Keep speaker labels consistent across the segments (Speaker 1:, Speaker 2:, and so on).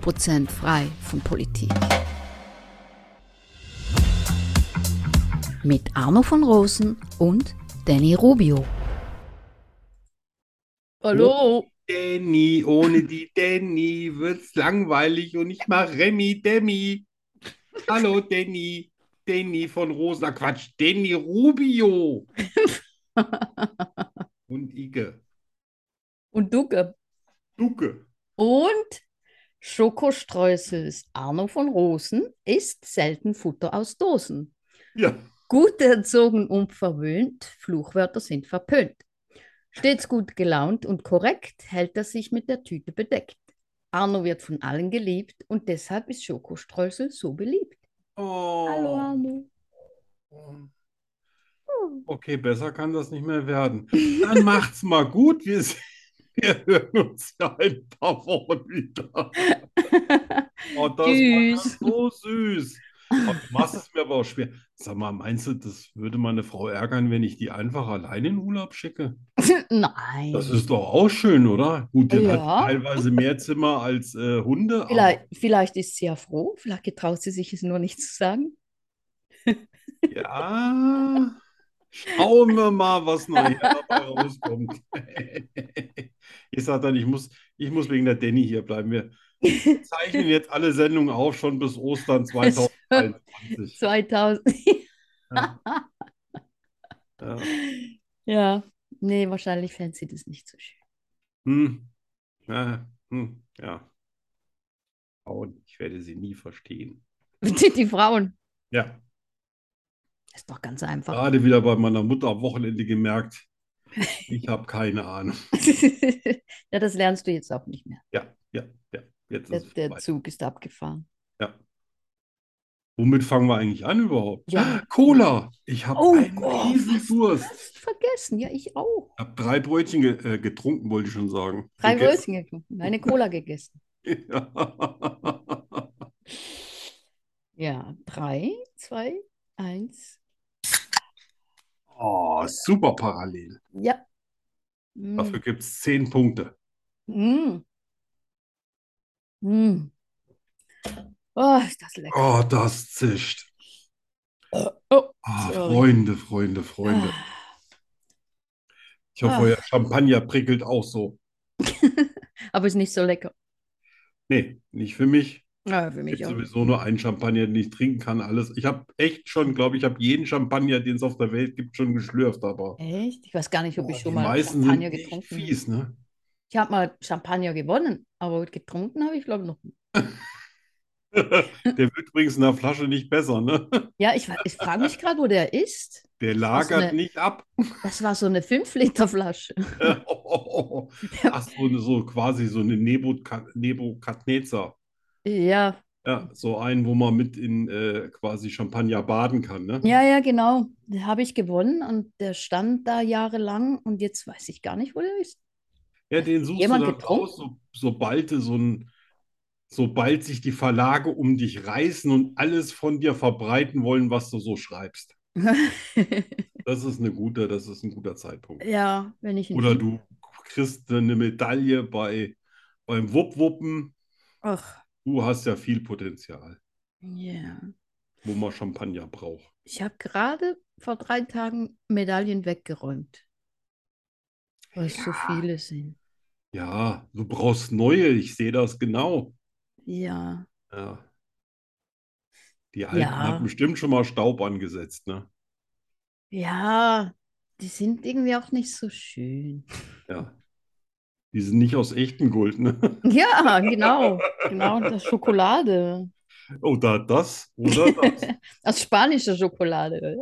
Speaker 1: Prozent frei von Politik. Mit Arno von Rosen und Danny Rubio.
Speaker 2: Hallo.
Speaker 3: Danny, ohne die Danny wird's langweilig und ich mach Remi Demi. Hallo Danny, Danny von Rosa, Quatsch, Danny Rubio und Ike.
Speaker 2: Und Ducke.
Speaker 3: Duke.
Speaker 2: Und Schokostreußels Arno von Rosen ist selten Futter aus Dosen.
Speaker 3: Ja,
Speaker 2: Gut erzogen und verwöhnt, Fluchwörter sind verpönt. Stets gut gelaunt und korrekt hält er sich mit der Tüte bedeckt. Arno wird von allen geliebt und deshalb ist Schokostreusel so beliebt.
Speaker 3: oh.
Speaker 2: Hallo Arno.
Speaker 3: Okay, besser kann das nicht mehr werden. Dann macht's mal gut. Wir, se- wir hören uns ja in ein paar Wochen wieder. Oh, das war ja
Speaker 2: Tschüss.
Speaker 3: so süß. Oh, du machst es mir aber auch schwer. Sag mal, meinst du, das würde meine Frau ärgern, wenn ich die einfach allein in Urlaub schicke?
Speaker 2: Nein.
Speaker 3: Das ist doch auch schön, oder? Gut, die hat
Speaker 2: Ja.
Speaker 3: teilweise mehr Zimmer als äh, Hunde, aber
Speaker 2: Vielleicht, vielleicht ist sie ja froh, vielleicht getraut sie sich es nur nicht zu sagen.
Speaker 3: ja. Schauen wir mal, was nachher dabei rauskommt. Ich sag dann, ich muss, ich muss wegen der Danny hier bleiben. Wir zeichnen jetzt alle Sendungen auf, schon bis Ostern 2021.
Speaker 2: 2000.
Speaker 3: Ja. Ja.
Speaker 2: Ja, nee, wahrscheinlich fänden sie das nicht so schön.
Speaker 3: Hm. Ja, hm. Ja. Frauen, ich werde sie nie verstehen.
Speaker 2: Die, die Frauen.
Speaker 3: Ja,
Speaker 2: Ist doch ganz einfach.
Speaker 3: gerade wieder bei meiner Mutter am Wochenende gemerkt, ich habe keine Ahnung.
Speaker 2: Ja, das lernst du jetzt auch nicht mehr.
Speaker 3: Ja, ja, ja. Jetzt
Speaker 2: Der,
Speaker 3: ist es
Speaker 2: der
Speaker 3: vorbei.
Speaker 2: Zug ist abgefahren.
Speaker 3: Womit fangen wir eigentlich an überhaupt?
Speaker 2: Ja.
Speaker 3: Cola. Ich habe
Speaker 2: Oh
Speaker 3: einen
Speaker 2: Gott,
Speaker 3: riesen
Speaker 2: was-
Speaker 3: Durst.
Speaker 2: Hast du vergessen? Ja, ich auch.
Speaker 3: Ich habe drei Brötchen ge äh, getrunken, wollte ich schon sagen.
Speaker 2: Drei
Speaker 3: Gegessen.
Speaker 2: Brötchen gegessen, eine Cola gegessen.
Speaker 3: Ja.
Speaker 2: Ja, drei, zwei, eins.
Speaker 3: Oh, super parallel.
Speaker 2: Ja. Hm.
Speaker 3: Dafür gibt es zehn Punkte.
Speaker 2: Mm. Mm. Mm. Oh, ist das lecker.
Speaker 3: Oh, das zischt.
Speaker 2: Oh,
Speaker 3: Ah,
Speaker 2: Sorry.
Speaker 3: Freunde, Freunde, Freunde. Ich
Speaker 2: Ah.
Speaker 3: hoffe, euer Champagner prickelt auch so.
Speaker 2: aber ist nicht so lecker.
Speaker 3: Nee, nicht für mich.
Speaker 2: Ja, für
Speaker 3: Es
Speaker 2: mich
Speaker 3: gibt
Speaker 2: auch.
Speaker 3: sowieso nur einen Champagner, den ich trinken kann. Alles. Ich habe echt schon, glaube ich, habe jeden Champagner, den es auf der Welt gibt, schon geschlürft. Aber
Speaker 2: Echt? Ich weiß gar nicht, ob
Speaker 3: boah,
Speaker 2: ich schon
Speaker 3: die
Speaker 2: mal
Speaker 3: meisten sind
Speaker 2: Champagner
Speaker 3: echt
Speaker 2: getrunken habe.
Speaker 3: fies, ne?
Speaker 2: Ich habe mal Champagner gewonnen, aber getrunken habe ich, glaube ich, noch. nie.
Speaker 3: Der wird übrigens in der Flasche nicht besser, ne?
Speaker 2: Ja, ich, wa- ich frage mich gerade, wo der ist.
Speaker 3: Der
Speaker 2: Also
Speaker 3: lagert
Speaker 2: eine-
Speaker 3: nicht ab.
Speaker 2: Das war so eine 5-Liter-Flasche.
Speaker 3: Oh, oh, oh. Ach, so, eine- so quasi so eine Nebukad- Nebukadnezar.
Speaker 2: Ja,
Speaker 3: Ja, so einen, wo man mit in äh, quasi Champagner baden kann, ne?
Speaker 2: ja, ja, genau. Den habe ich gewonnen und der stand da jahrelang und jetzt weiß ich gar nicht, wo der ist.
Speaker 3: Ja, den suchst du
Speaker 2: Jemand
Speaker 3: dann
Speaker 2: getrunken?
Speaker 3: raus, so, sobald du so ein, sobald sich die Verlage um dich reißen und alles von dir verbreiten wollen, was du so schreibst. Das ist eine gute, das ist ein guter Zeitpunkt.
Speaker 2: Ja, wenn ich ihn
Speaker 3: Oder
Speaker 2: finde.
Speaker 3: du kriegst eine Medaille bei, beim Wupp-Wuppen.
Speaker 2: Ach,
Speaker 3: Du hast ja viel Potenzial,
Speaker 2: ja.
Speaker 3: wo man Champagner braucht.
Speaker 2: Ich habe gerade vor drei Tagen Medaillen weggeräumt, weil es so viele sind.
Speaker 3: Ja, du brauchst neue, ich sehe das genau.
Speaker 2: Ja,
Speaker 3: Ja. Die alten
Speaker 2: Ja.
Speaker 3: haben bestimmt schon mal Staub angesetzt, ne?
Speaker 2: ja, die sind irgendwie auch nicht so schön.
Speaker 3: Ja. Die sind nicht aus echtem Gold, ne?
Speaker 2: Ja, genau, genau, das Schokolade.
Speaker 3: Oder Oh, das, oder das.
Speaker 2: Das spanische Schokolade.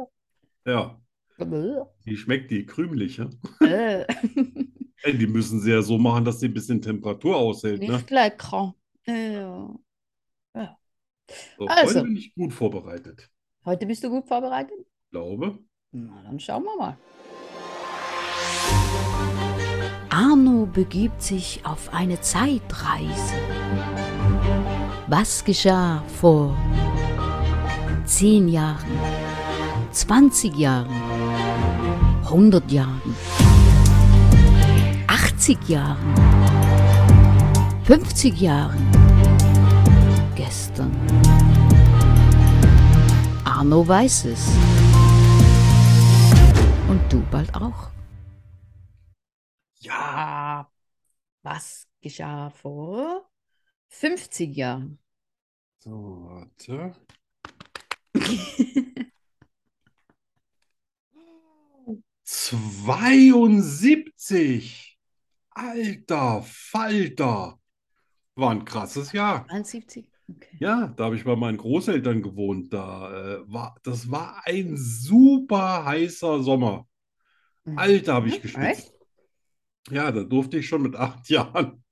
Speaker 3: Ja,
Speaker 2: oder?
Speaker 3: die schmeckt die krümliche.
Speaker 2: Äh.
Speaker 3: Die müssen sie ja so machen, dass sie ein bisschen Temperatur aushält. Ne?
Speaker 2: Nicht lecker. Äh. Ja.
Speaker 3: So,
Speaker 2: Also.
Speaker 3: Heute bin ich gut vorbereitet.
Speaker 2: Heute bist du gut vorbereitet?
Speaker 3: Glaube.
Speaker 2: Na, dann schauen wir mal.
Speaker 1: Arno begibt sich auf eine Zeitreise. Was geschah vor 10 Jahren, 20 Jahren, 100 Jahren, 80 Jahren, 50 Jahren, gestern? Arno weiß es. Und du bald auch.
Speaker 3: Ja,
Speaker 2: Ah, was geschah vor 50 Jahren?
Speaker 3: so, warte.
Speaker 2: Nein,
Speaker 3: 72! Alter Falter! War ein krasses Jahr.
Speaker 2: 70. Okay.
Speaker 3: Ja, da habe ich bei meinen Großeltern gewohnt. Da äh, war, das war ein super heißer Sommer.
Speaker 2: Mhm.
Speaker 3: Alter, habe ich
Speaker 2: Echt?
Speaker 3: geschwitzt. Ja, da durfte ich schon mit acht Jahren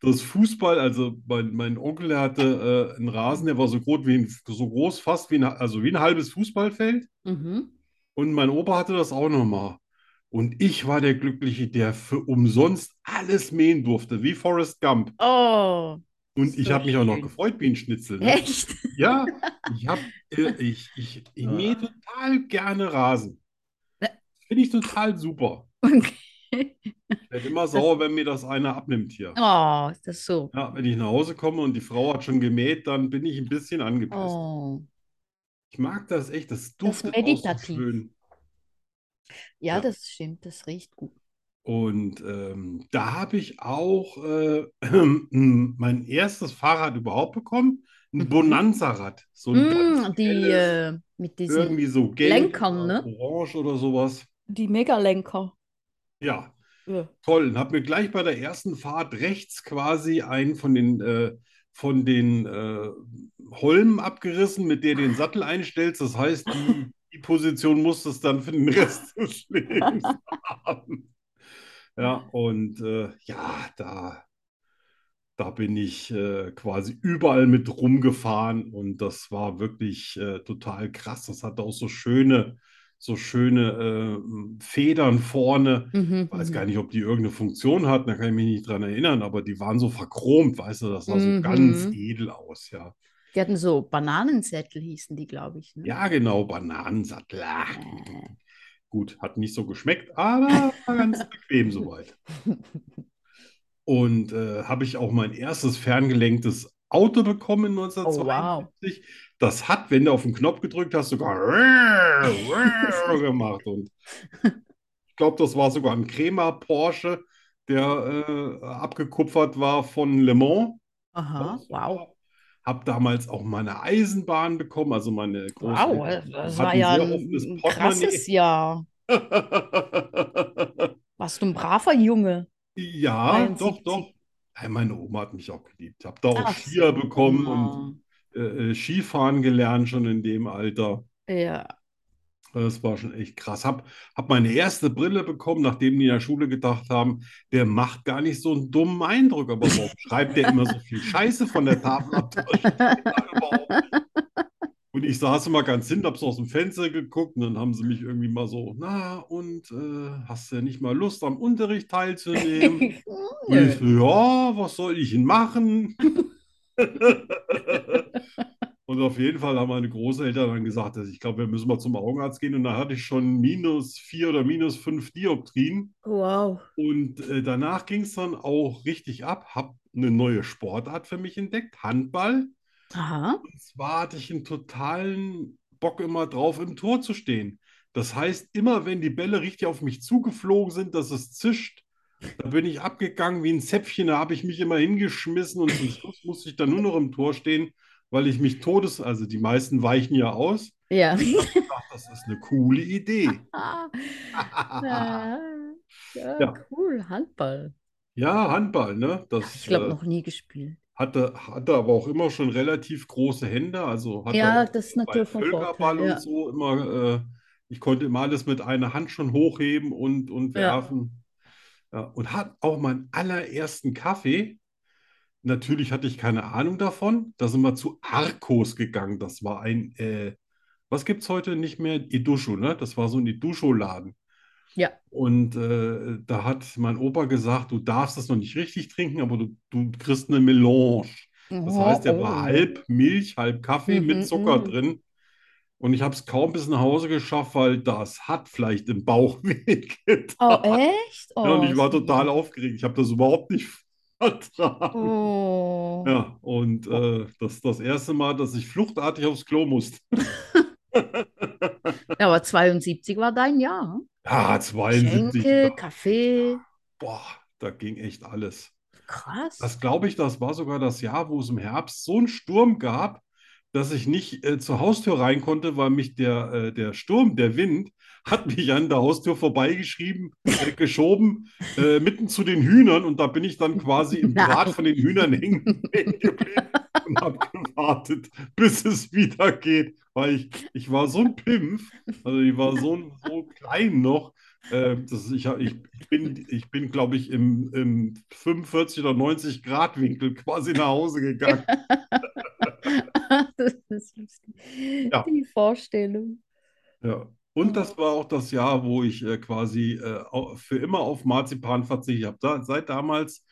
Speaker 3: das Fußball, also mein, mein Onkel der hatte äh, einen Rasen, der war so groß wie ein, so groß fast wie ein, also wie ein halbes Fußballfeld.
Speaker 2: Mhm.
Speaker 3: Und mein Opa hatte das auch nochmal. Und ich war der Glückliche, der für umsonst alles mähen durfte, wie Forrest Gump.
Speaker 2: Oh,
Speaker 3: Und ich
Speaker 2: So
Speaker 3: habe mich auch noch
Speaker 2: schön.
Speaker 3: gefreut wie ein Schnitzel. Ne?
Speaker 2: echt?
Speaker 3: Ja, ich habe, äh, ich, ich, ich mähe
Speaker 2: Ah.
Speaker 3: total gerne Rasen.
Speaker 2: Äh.
Speaker 3: Finde ich total super.
Speaker 2: Okay.
Speaker 3: Ich werde immer sauer, wenn mir das einer abnimmt hier.
Speaker 2: Oh, ist das so?
Speaker 3: Ja, wenn ich nach Hause komme und die Frau hat schon gemäht, dann bin ich ein bisschen angepisst.
Speaker 2: Oh.
Speaker 3: Ich mag das echt, das duftet auch so
Speaker 2: meditativ.
Speaker 3: schön.
Speaker 2: Ja,
Speaker 3: Ja.
Speaker 2: das stimmt, das riecht gut.
Speaker 3: Und ähm, da habe ich auch äh, mein erstes Fahrrad überhaupt bekommen, ein
Speaker 2: Mhm.
Speaker 3: Bonanza-Rad. So ein ganz
Speaker 2: Mm, die
Speaker 3: helles,
Speaker 2: äh, mit diesen,
Speaker 3: irgendwie so gelb
Speaker 2: Lenkern,
Speaker 3: oder
Speaker 2: ne?
Speaker 3: orange oder sowas.
Speaker 2: die Megalenker.
Speaker 3: Ja,
Speaker 2: Ja.
Speaker 3: Toll, und habe mir gleich bei der ersten Fahrt rechts quasi einen von den, äh, von den äh, Holmen abgerissen, mit der du den Sattel einstellst. Das heißt, die, die Position musstest du dann für den Rest des Lebens haben. Ja, und äh, ja, da, da bin ich äh, quasi überall mit rumgefahren und das war wirklich äh, total krass. Das hatte auch so schöne, so schöne äh, Federn vorne.
Speaker 2: Mhm,
Speaker 3: Ich weiß
Speaker 2: mhm.
Speaker 3: gar nicht, ob die irgendeine Funktion hatten, da kann ich mich nicht dran erinnern, aber die waren so verchromt, weißt du, das sah so
Speaker 2: Mhm.
Speaker 3: ganz edel aus, ja.
Speaker 2: Die hatten so Bananensättel, hießen die, glaube ich. Ne? Äh.
Speaker 3: Ja, genau, Bananensattel. Ah, Gut, hat nicht so geschmeckt, aber war ganz bequem soweit. Und äh, habe ich auch mein erstes ferngelenktes Auto bekommen in
Speaker 2: Oh, wow.
Speaker 3: 1972. Das hat, wenn du auf den Knopf gedrückt hast, sogar gemacht. Und ich glaube, das war sogar ein Crema Porsche, der äh, abgekupfert war von Le Mans.
Speaker 2: Aha, wow.
Speaker 3: Habe damals auch meine Eisenbahn bekommen, also meine Großeltern
Speaker 2: Wow, das- das
Speaker 3: hatten
Speaker 2: war ja
Speaker 3: sehr
Speaker 2: ein,
Speaker 3: offenes
Speaker 2: ein
Speaker 3: Portemonnaie.
Speaker 2: krasses Jahr. Warst du ein braver Junge?
Speaker 3: Ja,
Speaker 2: 73.
Speaker 3: doch, doch. Nein, meine Oma hat mich auch geliebt. Ich habe da auch
Speaker 2: Ach
Speaker 3: Skier
Speaker 2: so.
Speaker 3: bekommen und äh, äh, Skifahren gelernt schon in dem Alter.
Speaker 2: Ja.
Speaker 3: Das war schon echt krass. Hab, hab meine erste Brille bekommen, nachdem die in der Schule gedacht haben, der macht gar nicht so einen dummen Eindruck, aber warum schreibt der immer so viel Scheiße von der Tafel ab? Das steht da überhaupt nicht. Und ich saß immer ganz hinten, hab's aus dem Fenster geguckt und dann haben sie mich irgendwie mal so, na und äh, hast du nicht mal Lust am Unterricht teilzunehmen? Und ich so, ja, was soll ich denn machen? Und auf jeden Fall haben meine Großeltern dann gesagt, dass ich glaube, wir müssen mal zum Augenarzt gehen. Und da hatte ich schon minus vier oder minus fünf Dioptrien.
Speaker 2: Wow.
Speaker 3: Und äh, danach ging es dann auch richtig ab. Habe eine neue Sportart für mich entdeckt, Handball.
Speaker 2: Aha.
Speaker 3: Und zwar hatte ich einen totalen Bock immer drauf, im Tor zu stehen. Das heißt, immer wenn die Bälle richtig auf mich zugeflogen sind, dass es zischt, da bin ich abgegangen wie ein Zäpfchen, da habe ich mich immer hingeschmissen und zum Schluss musste ich dann nur noch im Tor stehen, weil ich mich todes, also die meisten weichen ja aus.
Speaker 2: Ja.
Speaker 3: Ach, das ist eine coole Idee.
Speaker 2: Ah, ja,
Speaker 3: Ja.
Speaker 2: cool, Handball.
Speaker 3: Ja, Handball, ne? Das
Speaker 2: Ich glaube,
Speaker 3: äh,
Speaker 2: noch nie gespielt.
Speaker 3: hatte, hatte aber auch immer schon relativ große Hände, also hatte
Speaker 2: Ja,
Speaker 3: auch
Speaker 2: das ist
Speaker 3: bei
Speaker 2: natürlich von
Speaker 3: Völkerball
Speaker 2: Vorteil.
Speaker 3: und
Speaker 2: Ja.
Speaker 3: so immer, äh, ich konnte immer alles mit einer Hand schon hochheben und, und
Speaker 2: Ja.
Speaker 3: werfen. Ja, und hat auch meinen allerersten Kaffee. Natürlich hatte ich keine Ahnung davon. Da sind wir zu Arcos gegangen. Das war ein, äh, was gibt es heute nicht mehr? Idusho, ne? Das war so ein Idusho-Laden.
Speaker 2: Ja.
Speaker 3: Und äh, da hat mein Opa gesagt, du darfst das noch nicht richtig trinken, aber du, du kriegst eine Melange. Das heißt, der war halb Milch, halb Kaffee
Speaker 2: Oh, Mhm,
Speaker 3: mit Zucker
Speaker 2: mhm.
Speaker 3: drin. Und ich habe es kaum bis nach Hause geschafft, weil das hat vielleicht im Bauch wehgetan.
Speaker 2: Oh, echt?
Speaker 3: Ja, und
Speaker 2: Oh,
Speaker 3: ich war
Speaker 2: so-
Speaker 3: total aufgeregt. Ich habe das überhaupt nicht vertragen.
Speaker 2: Oh.
Speaker 3: Ja, und äh, das ist das erste Mal, dass ich fluchtartig aufs Klo musste.
Speaker 2: Ja, aber 72 war dein Jahr. hm?
Speaker 3: Ja, 72.
Speaker 2: Schenke,
Speaker 3: da-
Speaker 2: Kaffee,
Speaker 3: Boah, da ging echt alles.
Speaker 2: krass.
Speaker 3: Das glaube ich, das war sogar das Jahr, wo es im Herbst so einen Sturm gab, dass ich nicht äh, zur Haustür rein konnte, weil mich der, äh, der Sturm, der Wind, hat mich an der Haustür vorbeigeschrieben, äh, geschoben, äh, mitten zu den Hühnern und da bin ich dann quasi im
Speaker 2: Nein.
Speaker 3: Draht von den Hühnern hängen hängen geblieben und habe gewartet, bis es wieder geht, weil ich, ich war so ein Pimpf, also ich war so, ein- so klein noch, ähm, das, ist- ich, hab- ich bin, ich bin glaube ich, im, im 45 oder 90 Grad Winkel quasi nach Hause gegangen.
Speaker 2: Das ist lustig.
Speaker 3: Ja.
Speaker 2: Die Vorstellung.
Speaker 3: Ja. Und das war auch das Jahr, wo ich äh, quasi äh, au- für immer auf Marzipan verzichtet habe. Da, seit damals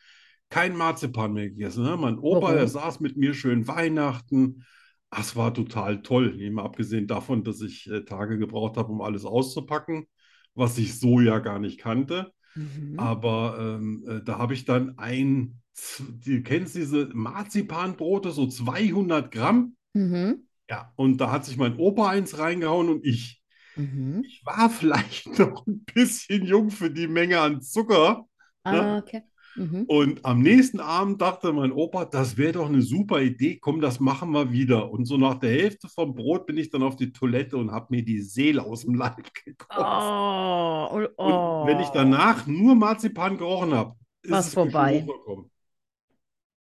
Speaker 3: kein Marzipan mehr gegessen. Ne? Mein Opa,
Speaker 2: Warum?
Speaker 3: der saß mit mir schön Weihnachten. Ach, Es war total toll, eben abgesehen davon, dass ich äh, Tage gebraucht habe, um alles auszupacken, was ich so ja gar nicht kannte.
Speaker 2: Mhm.
Speaker 3: Ah. Aber ähm, äh, da habe ich dann ein, z- du kennst diese Marzipanbrote, so 200 Gramm.
Speaker 2: Mhm.
Speaker 3: Ja, und da hat sich mein Opa eins reingehauen und ich.
Speaker 2: Mhm.
Speaker 3: Ich war vielleicht noch ein bisschen jung für die Menge an Zucker.
Speaker 2: Ah, okay. Mhm.
Speaker 3: Und am nächsten Abend dachte mein Opa, das wäre doch eine super Idee, komm, das machen wir wieder. Und so nach der Hälfte vom Brot bin ich dann auf die Toilette und habe mir die Seele aus dem Leib gekotzt.
Speaker 2: Oh, oh,
Speaker 3: Und wenn ich
Speaker 2: oh.
Speaker 3: danach nur Marzipan gerochen habe, ist
Speaker 2: War's
Speaker 3: es mir schon
Speaker 2: vorbei.
Speaker 3: hochgekommen.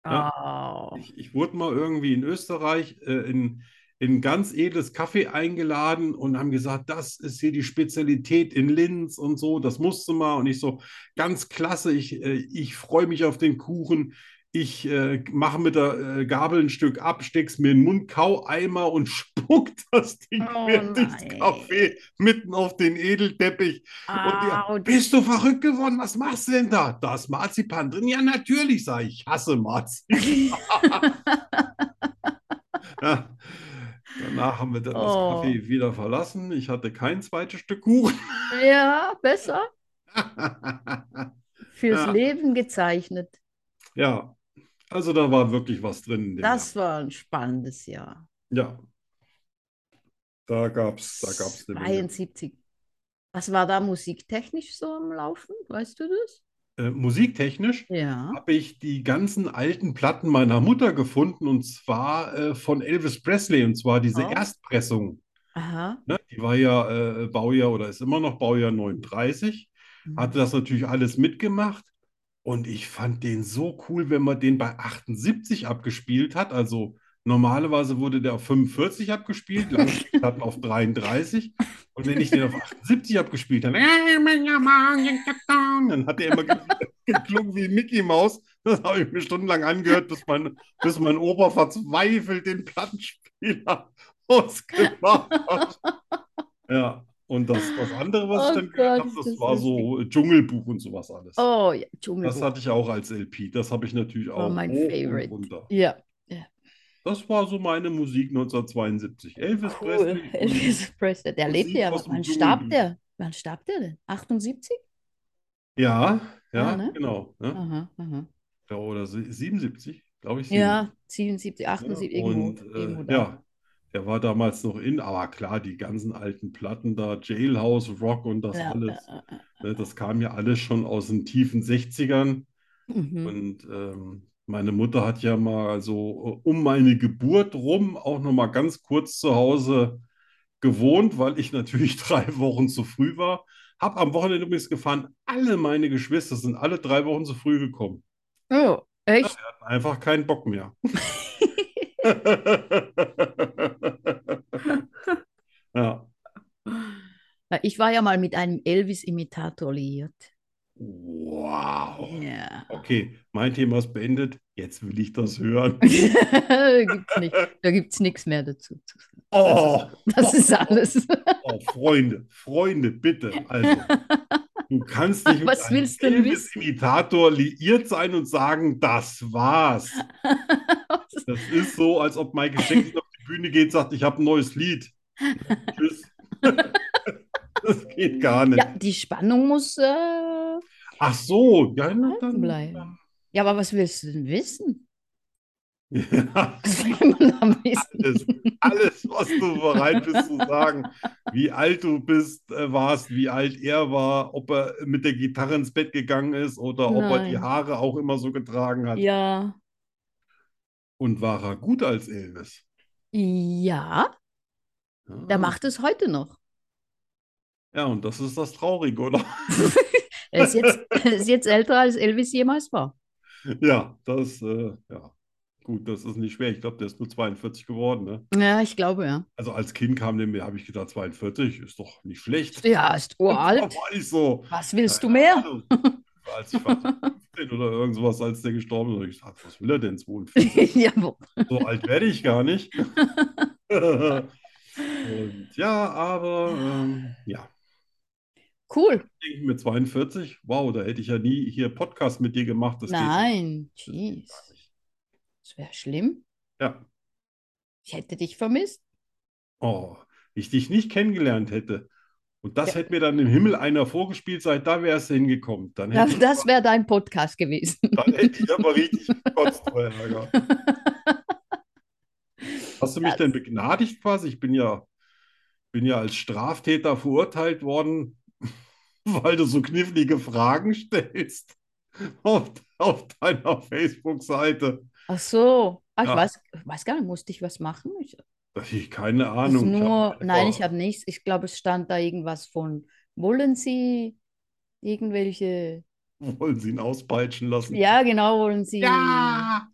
Speaker 2: Oh.
Speaker 3: Ich, ich wurde mal irgendwie in Österreich äh, in, in ganz edles Kaffee eingeladen und haben gesagt, das ist hier die Spezialität in Linz und so, das musst du mal. Und ich so, ganz klasse, ich, äh, ich freue mich auf den Kuchen. Ich äh, mache mit der äh, Gabel ein Stück ab, steck's mir in den Mund, kau Eimer und spuck das Ding
Speaker 2: Oh
Speaker 3: quer durchs
Speaker 2: nein.
Speaker 3: Kaffee mitten auf den Edelteppich. Und die,
Speaker 2: Autsch.
Speaker 3: bist du verrückt geworden? Was machst du denn da? Da ist Marzipan drin. Ja, natürlich, sag ich. Ich hasse Marzipan. Ja. Danach haben wir dann das
Speaker 2: Oh.
Speaker 3: Kaffee wieder verlassen. Ich hatte kein zweites Stück Kuchen.
Speaker 2: Ja, besser. Fürs
Speaker 3: Ja.
Speaker 2: Leben gezeichnet.
Speaker 3: ja, also da war wirklich was drin. in dem
Speaker 2: Das war ein spannendes Jahr.
Speaker 3: Jahr. Ja. Da gab's, da gab's eine Menge.
Speaker 2: 72. Was war da musiktechnisch so am Laufen? Weißt du das?
Speaker 3: Äh, musiktechnisch
Speaker 2: Ja.
Speaker 3: habe ich die ganzen alten Platten meiner Mutter gefunden und zwar äh, von Elvis Presley und zwar diese
Speaker 2: Oh.
Speaker 3: Erstpressung.
Speaker 2: Aha.
Speaker 3: Ne? Die war ja äh, Baujahr oder ist immer noch Baujahr 39.
Speaker 2: Mhm.
Speaker 3: hatte das natürlich alles mitgemacht und ich fand den so cool, wenn man den bei 78 abgespielt hat. Also normalerweise wurde der auf 45 abgespielt, Langspiel hatten auf 33 und wenn ich den auf 78 abgespielt habe, dann hat er immer ge- geklungen wie Mickey Mouse. Das habe ich mir stundenlang angehört, bis mein, bis mein Opa verzweifelt den Plattenspieler ausgemacht hat. Ja, und das, das andere, was ich
Speaker 2: Oh
Speaker 3: dann gehört
Speaker 2: Gott,
Speaker 3: habe, das
Speaker 2: ist das
Speaker 3: war so Dschungelbuch und sowas alles.
Speaker 2: Oh, ja,
Speaker 3: Das
Speaker 2: Dschungelbuch.
Speaker 3: hatte ich auch als LP. Das habe ich natürlich
Speaker 2: War
Speaker 3: auch
Speaker 2: mein
Speaker 3: hoch und
Speaker 2: Favorite.
Speaker 3: runter.
Speaker 2: Ja,
Speaker 3: Das war so meine Musik 1972. Elvis
Speaker 2: cool.
Speaker 3: Presley.
Speaker 2: Elvis Presley. Der
Speaker 3: Musik
Speaker 2: lebte ja.
Speaker 3: aus dem
Speaker 2: Wann starb
Speaker 3: Dschungelbuch.
Speaker 2: der? Wann starb der denn? 78?
Speaker 3: Ja, ja,
Speaker 2: Ja, ne?
Speaker 3: genau. Ne?
Speaker 2: Aha, aha.
Speaker 3: Ja, oder sie- 77, glaube ich.
Speaker 2: Ja, 77, 78,
Speaker 3: Ja,
Speaker 2: irgendwo,
Speaker 3: und, äh,
Speaker 2: irgendwo da.
Speaker 3: ja. Der war damals noch in, aber klar, die ganzen alten Platten da, Jailhouse Rock und das
Speaker 2: Ja,
Speaker 3: alles.
Speaker 2: ja, ja,
Speaker 3: Ne, das kam ja alles schon aus den tiefen 60ern.
Speaker 2: ja. Mhm.
Speaker 3: Und ähm, meine Mutter hat ja mal so äh, um meine Geburt rum auch noch mal ganz kurz zu Hause gewohnt, weil ich natürlich drei Wochen zu früh war. Hab am Wochenende übrigens gefahren, alle meine Geschwister sind alle drei Wochen zu früh gekommen.
Speaker 2: Oh, echt?
Speaker 3: Hatten Einfach keinen Bock mehr. Ja,
Speaker 2: Ich war ja mal mit einem Elvis-Imitator liiert.
Speaker 3: Wow.
Speaker 2: Ja.
Speaker 3: Okay, mein Thema ist beendet. Jetzt will ich das hören.
Speaker 2: da gibt's nicht, da gibt's nichts mehr dazu zu sagen.
Speaker 3: Oh,
Speaker 2: Das ist alles.
Speaker 3: oh, Freunde, Freunde, bitte. Also, du kannst nicht mit
Speaker 2: Was
Speaker 3: einem
Speaker 2: willst du denn
Speaker 3: Elvis-Imitator liiert sein und sagen, das war's. Das ist so, als ob Michael Jackson auf die Bühne geht und sagt, ich habe ein neues Lied. Tschüss. Das geht gar nicht.
Speaker 2: ja, die Spannung muss. Äh... Ja,
Speaker 3: Ach so, ja, na, dann,
Speaker 2: Bleiben.
Speaker 3: dann.
Speaker 2: aber was willst du denn wissen?
Speaker 3: Ja,
Speaker 2: Was will man am wissen?
Speaker 3: alles, alles, was du bereit bist zu sagen, wie alt du bist, äh, warst, wie alt er war, ob er mit der Gitarre ins Bett gegangen ist oder ob er die
Speaker 2: Nein.
Speaker 3: Haare auch immer so getragen hat.
Speaker 2: Ja.
Speaker 3: Und war er gut als Elvis?
Speaker 2: Ja, der
Speaker 3: Ah.
Speaker 2: macht es heute noch.
Speaker 3: Ja, und das ist das Traurige, oder?
Speaker 2: Er ist jetzt, er ist jetzt älter, als Elvis jemals war.
Speaker 3: Ja, das, äh, ja. Gut, das ist nicht schwer. Ich glaube, der ist nur 42 geworden, ne?
Speaker 2: Ja, ich glaube, ja.
Speaker 3: Also als Kind kam der mir, habe ich gedacht, 42 ist doch nicht schlecht.
Speaker 2: Ja, ist oh.
Speaker 3: Da
Speaker 2: uralt.
Speaker 3: war ich so.
Speaker 2: Was willst du
Speaker 3: Keine
Speaker 2: mehr?
Speaker 3: Ahnung. Also, Als ich war 15 oder irgendwas, als der gestorben ist, hab ich gesagt, was will er denn 42?
Speaker 2: ja, wo-
Speaker 3: So alt werde ich gar nicht. Und ja, aber ähm, ja,
Speaker 2: cool.
Speaker 3: ich denke mit 42, wow, da hätte ich ja nie hier Podcast mit dir gemacht. Das geht
Speaker 2: Nein,
Speaker 3: nicht.
Speaker 2: jeez, das wäre schlimm.
Speaker 3: Ja.
Speaker 2: Ich hätte dich vermisst.
Speaker 3: Oh, ich dich nicht kennengelernt hätte. Und das
Speaker 2: Ja.
Speaker 3: hätte mir dann im Himmel einer vorgespielt, seit da wärst du hingekommen. Dann hätte
Speaker 2: Das,
Speaker 3: ich,
Speaker 2: das wäre dein Podcast gewesen.
Speaker 3: dann hätte ich aber richtig gekotzt vor Ärger. Hast du mich
Speaker 2: Das-
Speaker 3: denn begnadigt quasi? Ich bin ja, bin ja als Straftäter verurteilt worden, weil du so knifflige Fragen stellst auf, auf deiner Facebook-Seite.
Speaker 2: Ach so. Ah, ich
Speaker 3: Ja.
Speaker 2: weiß, ich weiß gar nicht, musste ich was machen? Ich, ist
Speaker 3: Das ich keine Ahnung. Ah, Ich
Speaker 2: nur,
Speaker 3: hab
Speaker 2: nein,
Speaker 3: einfach-
Speaker 2: ich habe nichts. Ich glaube, es stand da irgendwas von, wollen Sie irgendwelche,
Speaker 3: wollen sie ihn auspeitschen lassen.
Speaker 2: ja genau, wollen Sie,
Speaker 3: Ja!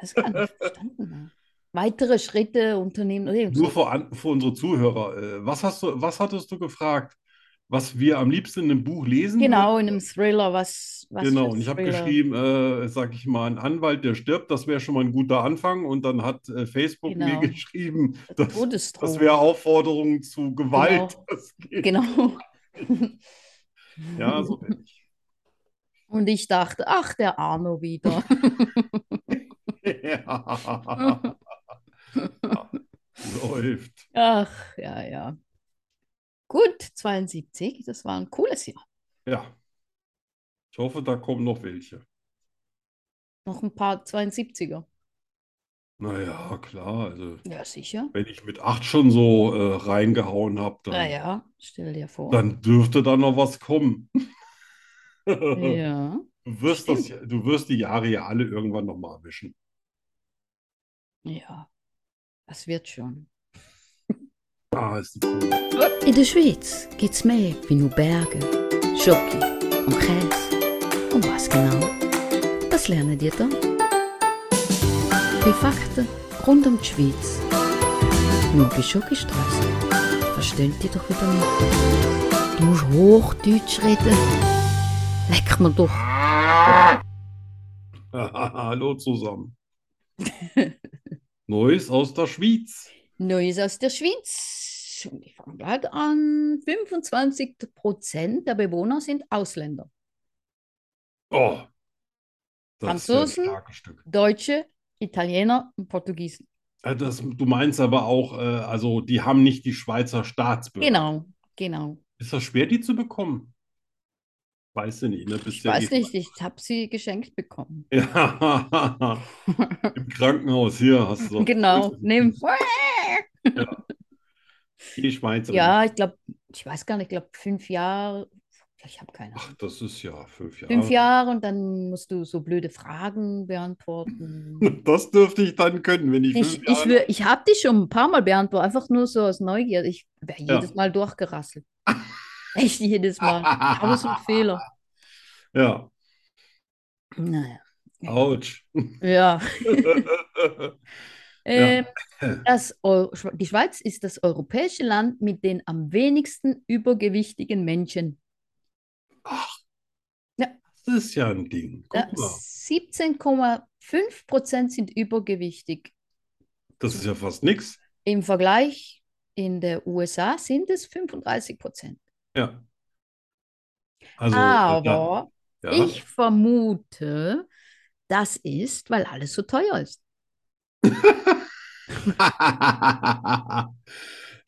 Speaker 2: das kann ich nicht verstanden. haben. Weitere Schritte unternehmen. oder irgend
Speaker 3: Nur
Speaker 2: so.
Speaker 3: vor, an, vor unsere Zuhörer. äh, Was hast du, was hattest du gefragt? Was wir am liebsten in einem Buch lesen
Speaker 2: Genau, in
Speaker 3: würden?
Speaker 2: einem Thriller, was, was für
Speaker 3: Mhm. Genau, und ich habe
Speaker 2: Thriller.
Speaker 3: geschrieben, äh, sag ich mal, ein Anwalt, der stirbt, das wäre schon mal ein guter Anfang. Und dann hat äh, Facebook
Speaker 2: Genau.
Speaker 3: mir geschrieben, das,
Speaker 2: Todesdrohung.
Speaker 3: das wäre Aufforderung zu Gewalt.
Speaker 2: Genau.
Speaker 3: Das geht.
Speaker 2: Genau. also
Speaker 3: Ja, so bin ich.
Speaker 2: Und ich dachte, ach, der Arno wieder.
Speaker 3: ja. Läuft.
Speaker 2: Ach, ja, ja. Gut, 72, das war ein cooles Jahr.
Speaker 3: Ja. Ich hoffe, da kommen noch welche.
Speaker 2: Noch ein paar 72er.
Speaker 3: Naja, klar. Also,
Speaker 2: Ja, sicher.
Speaker 3: wenn ich mit acht schon so äh, reingehauen habe, dann,
Speaker 2: Naja, stell dir vor.
Speaker 3: dann dürfte da noch was kommen.
Speaker 2: äh, Ja,
Speaker 3: Du wirst das, du wirst die Jahre ja alle irgendwann nochmal erwischen.
Speaker 2: ja. Das wird schon.
Speaker 3: Ah, ist die Kuh.
Speaker 1: In der Schweiz gibt's mehr wie nur Berge, Schoki und Käse. Und was genau? Das lernen die da. Die Fakten rund um die Schweiz. Nur bei Schokistraße. Verstehen die doch wieder nicht. Du musst Hochdeutsch reden. Leck mir doch.
Speaker 3: Hallo zusammen. Neues aus der Schweiz.
Speaker 2: Neues aus der Schweiz. Und ich fange gleich an. 25 Prozent der Bewohner sind Ausländer.
Speaker 3: Oh. Das ist ja ein
Speaker 2: Franzosen?
Speaker 3: starkes Stück.
Speaker 2: Deutsche, Italiener und Portugiesen.
Speaker 3: Äh, Das, du meinst aber auch, äh, also die haben nicht die Schweizer Staatsbürger.
Speaker 2: Genau, genau.
Speaker 3: Ist das schwer, die zu bekommen? Weißt du nicht, ne? Bist
Speaker 2: Ich
Speaker 3: ja
Speaker 2: weiß
Speaker 3: eh-
Speaker 2: nicht, ich habe sie geschenkt bekommen.
Speaker 3: Ja. Im Krankenhaus hier hast du.
Speaker 2: Genau, nimm.
Speaker 3: Die Schweizerin.
Speaker 2: Ja, ich glaube, ich weiß gar nicht, ich glaube fünf Jahre, ich habe keine
Speaker 3: Ach,
Speaker 2: Ahnung.
Speaker 3: das ist ja fünf Jahre.
Speaker 2: Fünf Jahre und dann musst du so blöde Fragen beantworten.
Speaker 3: Das dürfte ich dann können, wenn ich
Speaker 2: Ich,
Speaker 3: fünf
Speaker 2: ich,
Speaker 3: Jahre.
Speaker 2: wür- ich habe dich schon ein paar Mal beantwortet, einfach nur so aus Neugier. Ich wäre
Speaker 3: Ja.
Speaker 2: jedes Mal durchgerasselt. Echt jedes Mal. Tausend Fehler.
Speaker 3: Ja,
Speaker 2: Naja.
Speaker 3: ouch.
Speaker 2: Ja. Ähm,
Speaker 3: Ja.
Speaker 2: das Eu- Schwe- die Schweiz ist das europäische Land mit den am wenigsten übergewichtigen Menschen.
Speaker 3: ist ja ein Ding. Guck
Speaker 2: Ja,
Speaker 3: mal,
Speaker 2: 17,5 Prozent sind übergewichtig.
Speaker 3: das ist ja fast nichts.
Speaker 2: Im Vergleich in der USA sind es 35 Prozent.
Speaker 3: Ja. Also, ja,
Speaker 2: Aber
Speaker 3: ja.
Speaker 2: ich vermute, das ist, weil alles so teuer ist.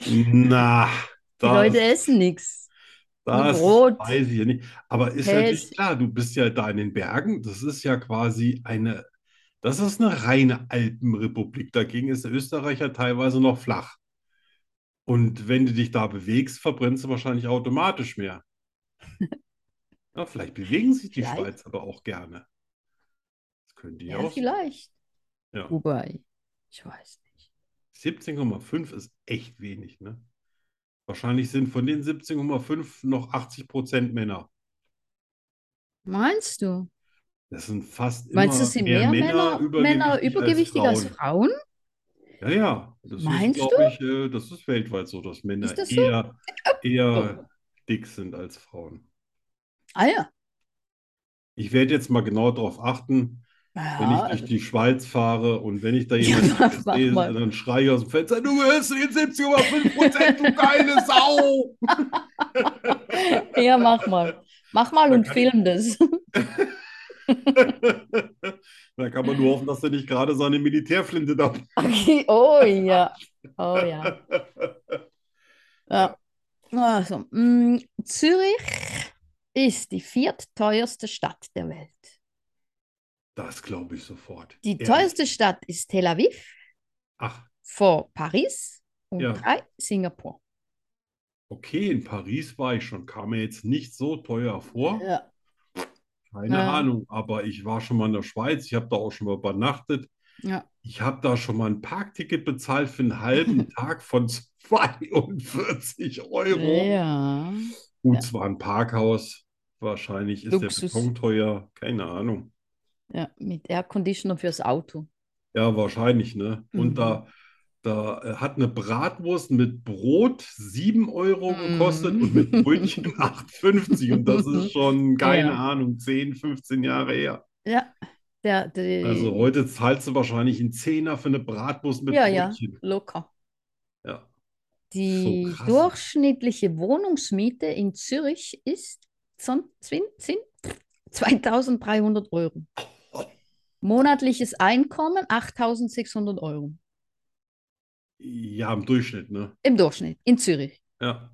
Speaker 3: Na,
Speaker 2: Die
Speaker 3: Ah, das,
Speaker 2: Leute essen nichts.
Speaker 3: das
Speaker 2: Brot.
Speaker 3: weiß ich ja nicht. Aber ist
Speaker 2: Käse.
Speaker 3: natürlich klar, du bist ja da in den Bergen. Das ist ja quasi eine, das ist eine reine Alpenrepublik. Dagegen ist der Österreicher teilweise noch flach. Und wenn du dich da bewegst, verbrennst du wahrscheinlich automatisch mehr. Ja, vielleicht bewegen sich die
Speaker 2: Vielleicht.
Speaker 3: Schweiz aber auch gerne. Das können die
Speaker 2: Ja,
Speaker 3: auch.
Speaker 2: vielleicht.
Speaker 3: Ja.
Speaker 2: Wobei, ich weiß nicht.
Speaker 3: 17,5 ist echt wenig, ne? Wahrscheinlich sind von den 17,5 noch 80 Prozent Männer.
Speaker 2: Meinst du?
Speaker 3: Das sind fast
Speaker 2: Meinst du,
Speaker 3: immer
Speaker 2: es sind
Speaker 3: mehr
Speaker 2: mehr Männer, Männer
Speaker 3: übergewichtig
Speaker 2: übergewichtig als
Speaker 3: Frauen.
Speaker 2: Frauen?
Speaker 3: Ja, ja, das ist,
Speaker 2: Meinst
Speaker 3: glaube ich, äh, das ist weltweit so, dass Männer
Speaker 2: Ist das so? Oh.
Speaker 3: eher, eher dick sind als Frauen.
Speaker 2: Ah ja.
Speaker 3: Ich werde jetzt mal genau darauf achten, wenn ich
Speaker 2: Ja,
Speaker 3: durch die Schweiz fahre und wenn ich da
Speaker 2: Ja,
Speaker 3: jemanden
Speaker 2: mach- mach
Speaker 3: sehe,
Speaker 2: mal.
Speaker 3: dann schreie ich aus dem Fenster, du hörst den 17,5 Prozent, du geile Sau!
Speaker 2: ja, mach mal. Mach mal
Speaker 3: Da
Speaker 2: und
Speaker 3: kann
Speaker 2: film das.
Speaker 3: Da kann man nur hoffen, dass er nicht gerade seine Militärflinte da.
Speaker 2: Okay. Oh ja. Oh ja. ja. Also, mm, Zürich ist die viertteuerste Stadt der Welt.
Speaker 3: Das glaube ich sofort.
Speaker 2: Die
Speaker 3: Ehrlich.
Speaker 2: teuerste Stadt ist Tel Aviv,
Speaker 3: Ach,
Speaker 2: vor Paris und
Speaker 3: Ja.
Speaker 2: drei Singapur.
Speaker 3: okay, in Paris war ich schon, kam mir jetzt nicht so teuer vor.
Speaker 2: Ja.
Speaker 3: Keine
Speaker 2: Ja.
Speaker 3: Ahnung, aber ich war schon mal in der Schweiz, ich habe da auch schon mal übernachtet.
Speaker 2: Ja.
Speaker 3: Ich habe da schon mal ein Parkticket bezahlt für einen halben Tag von 42 Euro.
Speaker 2: Ja.
Speaker 3: Gut,
Speaker 2: Ja.
Speaker 3: es war ein Parkhaus. Wahrscheinlich ist der
Speaker 2: Luxus.
Speaker 3: Beton teuer. Keine Ahnung.
Speaker 2: Ja, mit Airconditioner fürs Auto.
Speaker 3: Ja, wahrscheinlich, ne? Und
Speaker 2: Mhm.
Speaker 3: da, da äh, hat eine Bratwurst mit Brot 7 Euro gekostet
Speaker 2: Mhm.
Speaker 3: und mit Brötchen 8,50. Und das ist schon, keine
Speaker 2: Ja.
Speaker 3: Ahnung, 10, 15 Jahre her.
Speaker 2: Ja, der, der,
Speaker 3: Also heute zahlst du wahrscheinlich einen Zehner für eine Bratwurst mit
Speaker 2: Ja, ja.
Speaker 3: Brötchen.
Speaker 2: locker.
Speaker 3: Ja.
Speaker 2: Die
Speaker 3: So krass.
Speaker 2: durchschnittliche Wohnungsmiete in Zürich ist son- sind, sind 2300 Euro. Monatliches Einkommen 8600 Euro
Speaker 3: Ja, im Durchschnitt, ne?
Speaker 2: im Durchschnitt in Zürich.
Speaker 3: Ja.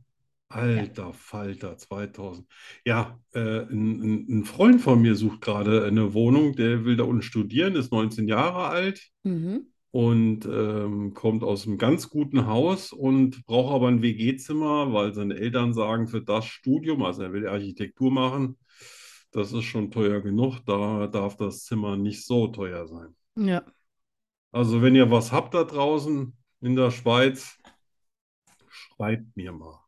Speaker 3: Alter Falter, 2000. Ja, äh, ein, ein- ein Freund von mir sucht gerade eine Wohnung, der will da unten studieren, ist 19 Jahre alt.
Speaker 2: Mhm.
Speaker 3: und ähm, kommt aus einem ganz guten Haus und braucht aber ein WG-Zimmer, weil seine Eltern sagen, für das Studium, also er will Architektur machen, das ist schon teuer genug, da darf das Zimmer nicht so teuer sein.
Speaker 2: Ja.
Speaker 3: Also wenn ihr was habt da draußen in der Schweiz, schreibt mir mal.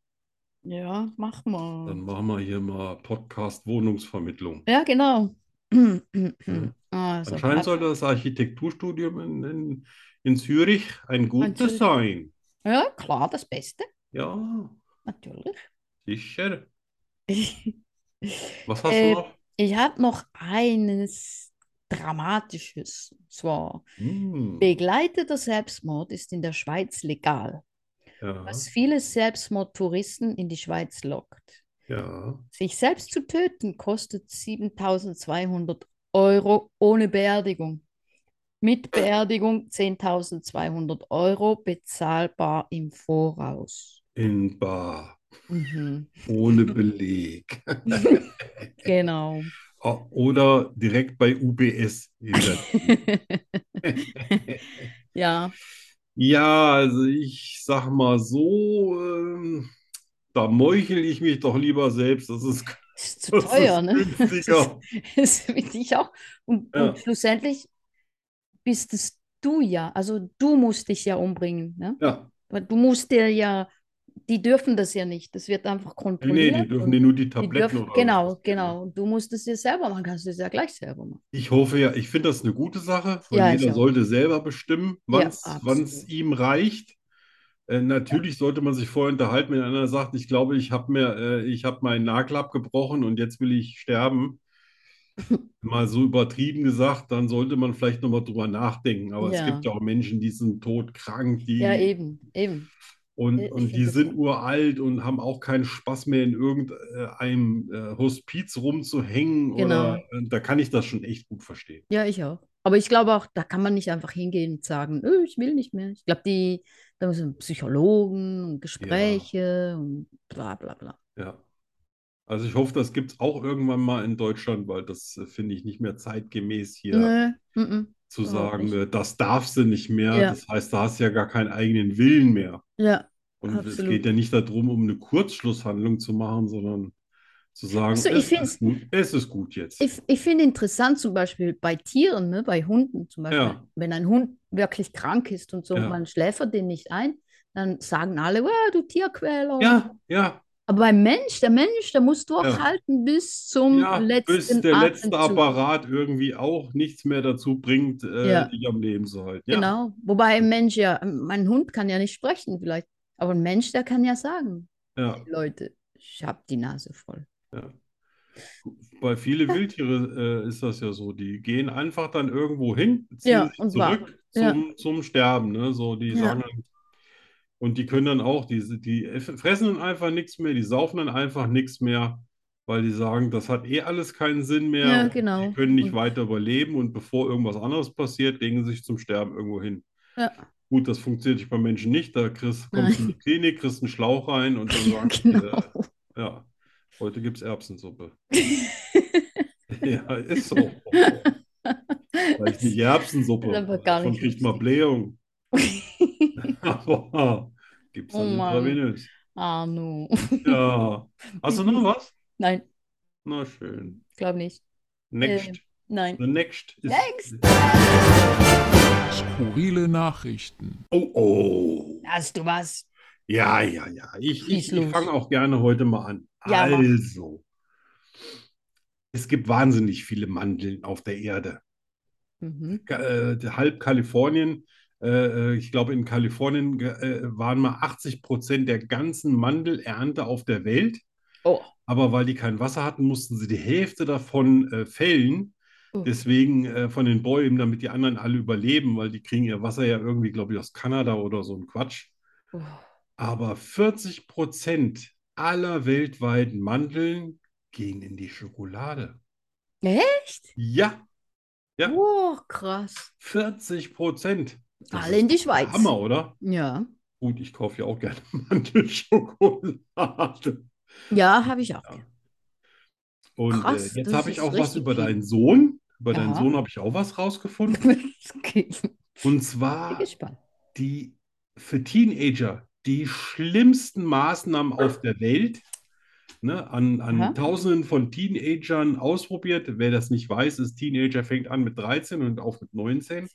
Speaker 2: Ja, mach
Speaker 3: Dann
Speaker 2: mal.
Speaker 1: Hm.
Speaker 3: machen wir hier mal Podcast Wohnungsvermittlung.
Speaker 2: Ja, genau.
Speaker 1: Hm,
Speaker 2: Also,
Speaker 3: Mhm. Anscheinend soll das Architekturstudium in, in, in Zürich ein gutes
Speaker 2: Zürich.
Speaker 3: sein.
Speaker 2: ja, klar, das Beste,
Speaker 3: Ja,
Speaker 2: natürlich.
Speaker 3: sicher.
Speaker 2: Ich
Speaker 3: Was hast
Speaker 2: Äh,
Speaker 3: du noch?
Speaker 2: habe noch eines Dramatisches. Und zwar,
Speaker 3: Hm,
Speaker 2: begleiteter Selbstmord ist in der Schweiz legal,
Speaker 3: ja,
Speaker 2: was viele Selbstmordtouristen in die Schweiz lockt.
Speaker 3: ja.
Speaker 2: Sich selbst zu töten kostet 7200 Euro ohne Beerdigung. Mit Beerdigung 10.200 Euro bezahlbar im Voraus.
Speaker 3: In Bar,
Speaker 2: Mhm.
Speaker 3: ohne Beleg.
Speaker 2: Genau.
Speaker 3: O- Oder direkt bei UBS.
Speaker 2: Ja,
Speaker 3: Ja, also ich sag mal so, ähm, da meuchel ich mich doch lieber selbst. Das ist,
Speaker 2: ist zu
Speaker 3: das ist
Speaker 2: teuer, ne? Das ist-
Speaker 3: günstiger.
Speaker 2: Das finde ich auch. Und,
Speaker 3: Ja.
Speaker 2: und schlussendlich bist es du ja. Also du musst dich ja umbringen. Ne?
Speaker 3: Ja,
Speaker 2: Weil du musst dir ja, die dürfen das ja nicht. Das wird einfach
Speaker 3: nee, nee, die
Speaker 2: kontrolliert.
Speaker 3: dürfen
Speaker 2: und
Speaker 3: dir nur die
Speaker 2: die
Speaker 3: Tabletten
Speaker 2: dürfen,
Speaker 3: oder
Speaker 2: genau,
Speaker 3: irgendwas geben.
Speaker 2: genau. Und du musst es dir selber machen. Kannst du es ja gleich selber machen.
Speaker 3: Ich hoffe ja, ich finde das eine gute Sache, weil
Speaker 2: Ja, ich
Speaker 3: jeder
Speaker 2: auch.
Speaker 3: sollte selber bestimmen, wann's,
Speaker 2: Ja, absolut.
Speaker 3: wann's ihm reicht. Äh, natürlich sollte man sich vorher unterhalten, wenn einer sagt, ich glaube, ich habe mir, äh, ich habe meinen Nagel abgebrochen und jetzt will ich sterben. mal so übertrieben gesagt, dann sollte man vielleicht nochmal drüber nachdenken. Aber es
Speaker 2: Ja.
Speaker 3: gibt ja auch Menschen, die sind todkrank, die
Speaker 2: Ja, eben, eben.
Speaker 3: und,
Speaker 2: Ich
Speaker 3: und die
Speaker 2: finde
Speaker 3: sind
Speaker 2: das-
Speaker 3: uralt und haben auch keinen Spaß mehr, in irgendeinem äh, Hospiz rumzuhängen.
Speaker 2: Genau.
Speaker 3: Oder äh, da kann ich das schon echt gut verstehen.
Speaker 2: Ja, ich auch. Aber ich glaube auch, da kann man nicht einfach hingehen und sagen, "Ö, ich will nicht mehr. Ich glaube, die, da müssen Psychologen und Gespräche und bla bla bla.
Speaker 3: Ja. Also ich hoffe, das gibt es auch irgendwann mal in Deutschland, weil das äh, finde ich nicht mehr zeitgemäß hier
Speaker 2: Nö, mm-mm.
Speaker 3: zu
Speaker 2: überhaupt
Speaker 3: sagen,
Speaker 2: nicht.
Speaker 3: äh, das darfst du nicht mehr.
Speaker 2: Ja.
Speaker 3: Das heißt, da hast du ja gar keinen eigenen Willen mehr.
Speaker 2: Ja.
Speaker 3: Und es
Speaker 2: Absolut.
Speaker 3: geht ja nicht darum, um eine Kurzschlusshandlung zu machen, sondern zu sagen,
Speaker 2: Also ich
Speaker 3: es
Speaker 2: find's-
Speaker 3: ist gut, es ist gut jetzt.
Speaker 2: Ich, ich finde interessant zum Beispiel bei Tieren, ne, bei Hunden zum Beispiel,
Speaker 3: Ja.
Speaker 2: wenn ein Hund wirklich krank ist und so,
Speaker 3: Ja.
Speaker 2: man schläfert den nicht ein, dann sagen alle, "Wow, du Tierquäler.
Speaker 3: Ja, ja,
Speaker 2: Aber beim Mensch, der Mensch, der muss durchhalten bis zum
Speaker 3: ja,
Speaker 2: letzten
Speaker 3: bis der letzte
Speaker 2: Atemzug.
Speaker 3: Apparat irgendwie auch nichts mehr dazu bringt, äh,
Speaker 2: Ja.
Speaker 3: dich am Leben zu halten. Ja,
Speaker 2: Genau. Wobei ein Mensch ja, mein Hund kann ja nicht sprechen vielleicht, aber ein Mensch, der kann ja sagen,
Speaker 3: ja.
Speaker 2: Leute, ich hab die Nase voll.
Speaker 3: Bei viele Wildtiere äh, ist das ja so, die gehen einfach dann irgendwo hin, ziehen
Speaker 2: Ja,
Speaker 3: sich
Speaker 2: und
Speaker 3: zurück
Speaker 2: Ja.
Speaker 3: zum, zum Sterben, ne? So, die
Speaker 2: Ja.
Speaker 3: sagen dann, und die können dann auch, die, die fressen dann einfach nichts mehr, die saufen dann einfach nichts mehr, weil die sagen, das hat eh alles keinen Sinn mehr,
Speaker 2: Ja,
Speaker 3: und
Speaker 2: genau.
Speaker 3: die können nicht
Speaker 2: Und-
Speaker 3: weiter überleben und bevor irgendwas anderes passiert, legen sie sich zum Sterben irgendwo hin.
Speaker 2: Ja.
Speaker 3: Gut, das funktioniert nicht bei Menschen nicht, da kriegst, kommst du in die Klinik, kriegst einen Schlauch rein und dann
Speaker 2: Ja,
Speaker 3: sagst du,
Speaker 2: genau.
Speaker 3: äh, ja, heute gibt's Erbsensuppe. Ja, ist so. Vielleicht nicht Erbsensuppe.
Speaker 2: Ist einfach gar
Speaker 3: Davon
Speaker 2: nicht
Speaker 3: kriegt man
Speaker 2: lustig.
Speaker 3: Blähung. Aber gibt's
Speaker 2: Oh
Speaker 3: dann
Speaker 2: Mann.
Speaker 3: intravenös.
Speaker 2: Ah, no.
Speaker 3: Ja. Hast du noch was?
Speaker 2: Nein, Ähm,
Speaker 3: Na schön.
Speaker 2: glaub nicht.
Speaker 3: Next.
Speaker 2: Nein.
Speaker 3: The next ist.
Speaker 2: Next.
Speaker 4: Skurrile Nachrichten.
Speaker 3: Oh, oh.
Speaker 2: Hast du was?
Speaker 3: Ja, ja, ja. Ich,
Speaker 2: Schieß
Speaker 3: ich, ich
Speaker 2: los.
Speaker 3: fange auch gerne heute mal an.
Speaker 2: Ja, mach.
Speaker 3: Also, es gibt wahnsinnig viele Mandeln auf der Erde.
Speaker 2: Mhm.
Speaker 3: Ka- äh, halb Kalifornien. Äh, äh, ich glaube, in Kalifornien äh, waren mal 80 Prozent der ganzen Mandelernte auf der Welt.
Speaker 2: Oh.
Speaker 3: Aber weil die kein Wasser hatten, mussten sie die Hälfte davon äh, fällen.
Speaker 2: Oh.
Speaker 3: Deswegen äh, von den Bäumen, damit die anderen alle überleben, weil die kriegen ihr Wasser ja irgendwie, glaube ich, aus Kanada oder so ein Quatsch.
Speaker 2: Oh.
Speaker 3: Aber 40 Prozent aller weltweiten Mandeln gehen in die Schokolade.
Speaker 2: Echt?
Speaker 3: Ja, Ja.
Speaker 2: Oh, krass.
Speaker 3: 40 Prozent.
Speaker 2: Alle in die Schweiz.
Speaker 3: Hammer, oder?
Speaker 2: Ja.
Speaker 3: Gut, ich kaufe ja auch gerne Mandelschokolade.
Speaker 2: Ja, habe ich auch.
Speaker 3: Ja. Und
Speaker 2: Krass,
Speaker 3: äh, jetzt
Speaker 2: das
Speaker 3: habe ich
Speaker 2: ist
Speaker 3: auch was
Speaker 2: richtig
Speaker 3: über
Speaker 2: viel.
Speaker 3: deinen Sohn. Über
Speaker 2: Aha.
Speaker 3: deinen Sohn habe ich auch was rausgefunden.
Speaker 2: Okay.
Speaker 3: Und
Speaker 2: Bin
Speaker 3: zwar
Speaker 2: gespannt.
Speaker 3: die für Teenager die schlimmsten Maßnahmen auf der Welt. Ne, an,
Speaker 2: Ah. Aha.
Speaker 3: an Tausenden von Teenagern ausprobiert. Wer das nicht weiß, ist Teenager fängt an mit 13 und auf mit 19.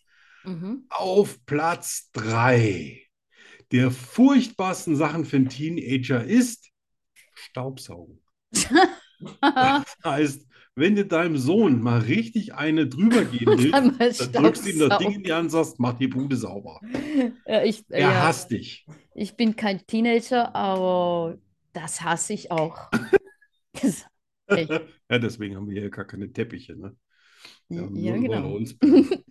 Speaker 2: Mhm.
Speaker 3: Auf Platz 3 der furchtbarsten Sachen für einen Teenager ist Staubsaugen. Das heißt, wenn du deinem Sohn mal richtig eine drüber geben willst,
Speaker 2: Einmal
Speaker 3: dann drückst du ihm das Ding
Speaker 2: Staubsaugen.
Speaker 3: in die Hand und sagst, mach die Bude sauber.
Speaker 2: Ja, ich,
Speaker 3: Er
Speaker 2: ja,
Speaker 3: hasst dich.
Speaker 2: ich bin kein Teenager, aber das hasse ich auch. Das, Echt?
Speaker 3: Ja, deswegen haben wir hier gar keine Teppiche. Ne? Wir haben
Speaker 2: ja,
Speaker 3: nur unsere
Speaker 2: genau.
Speaker 3: Holzböden.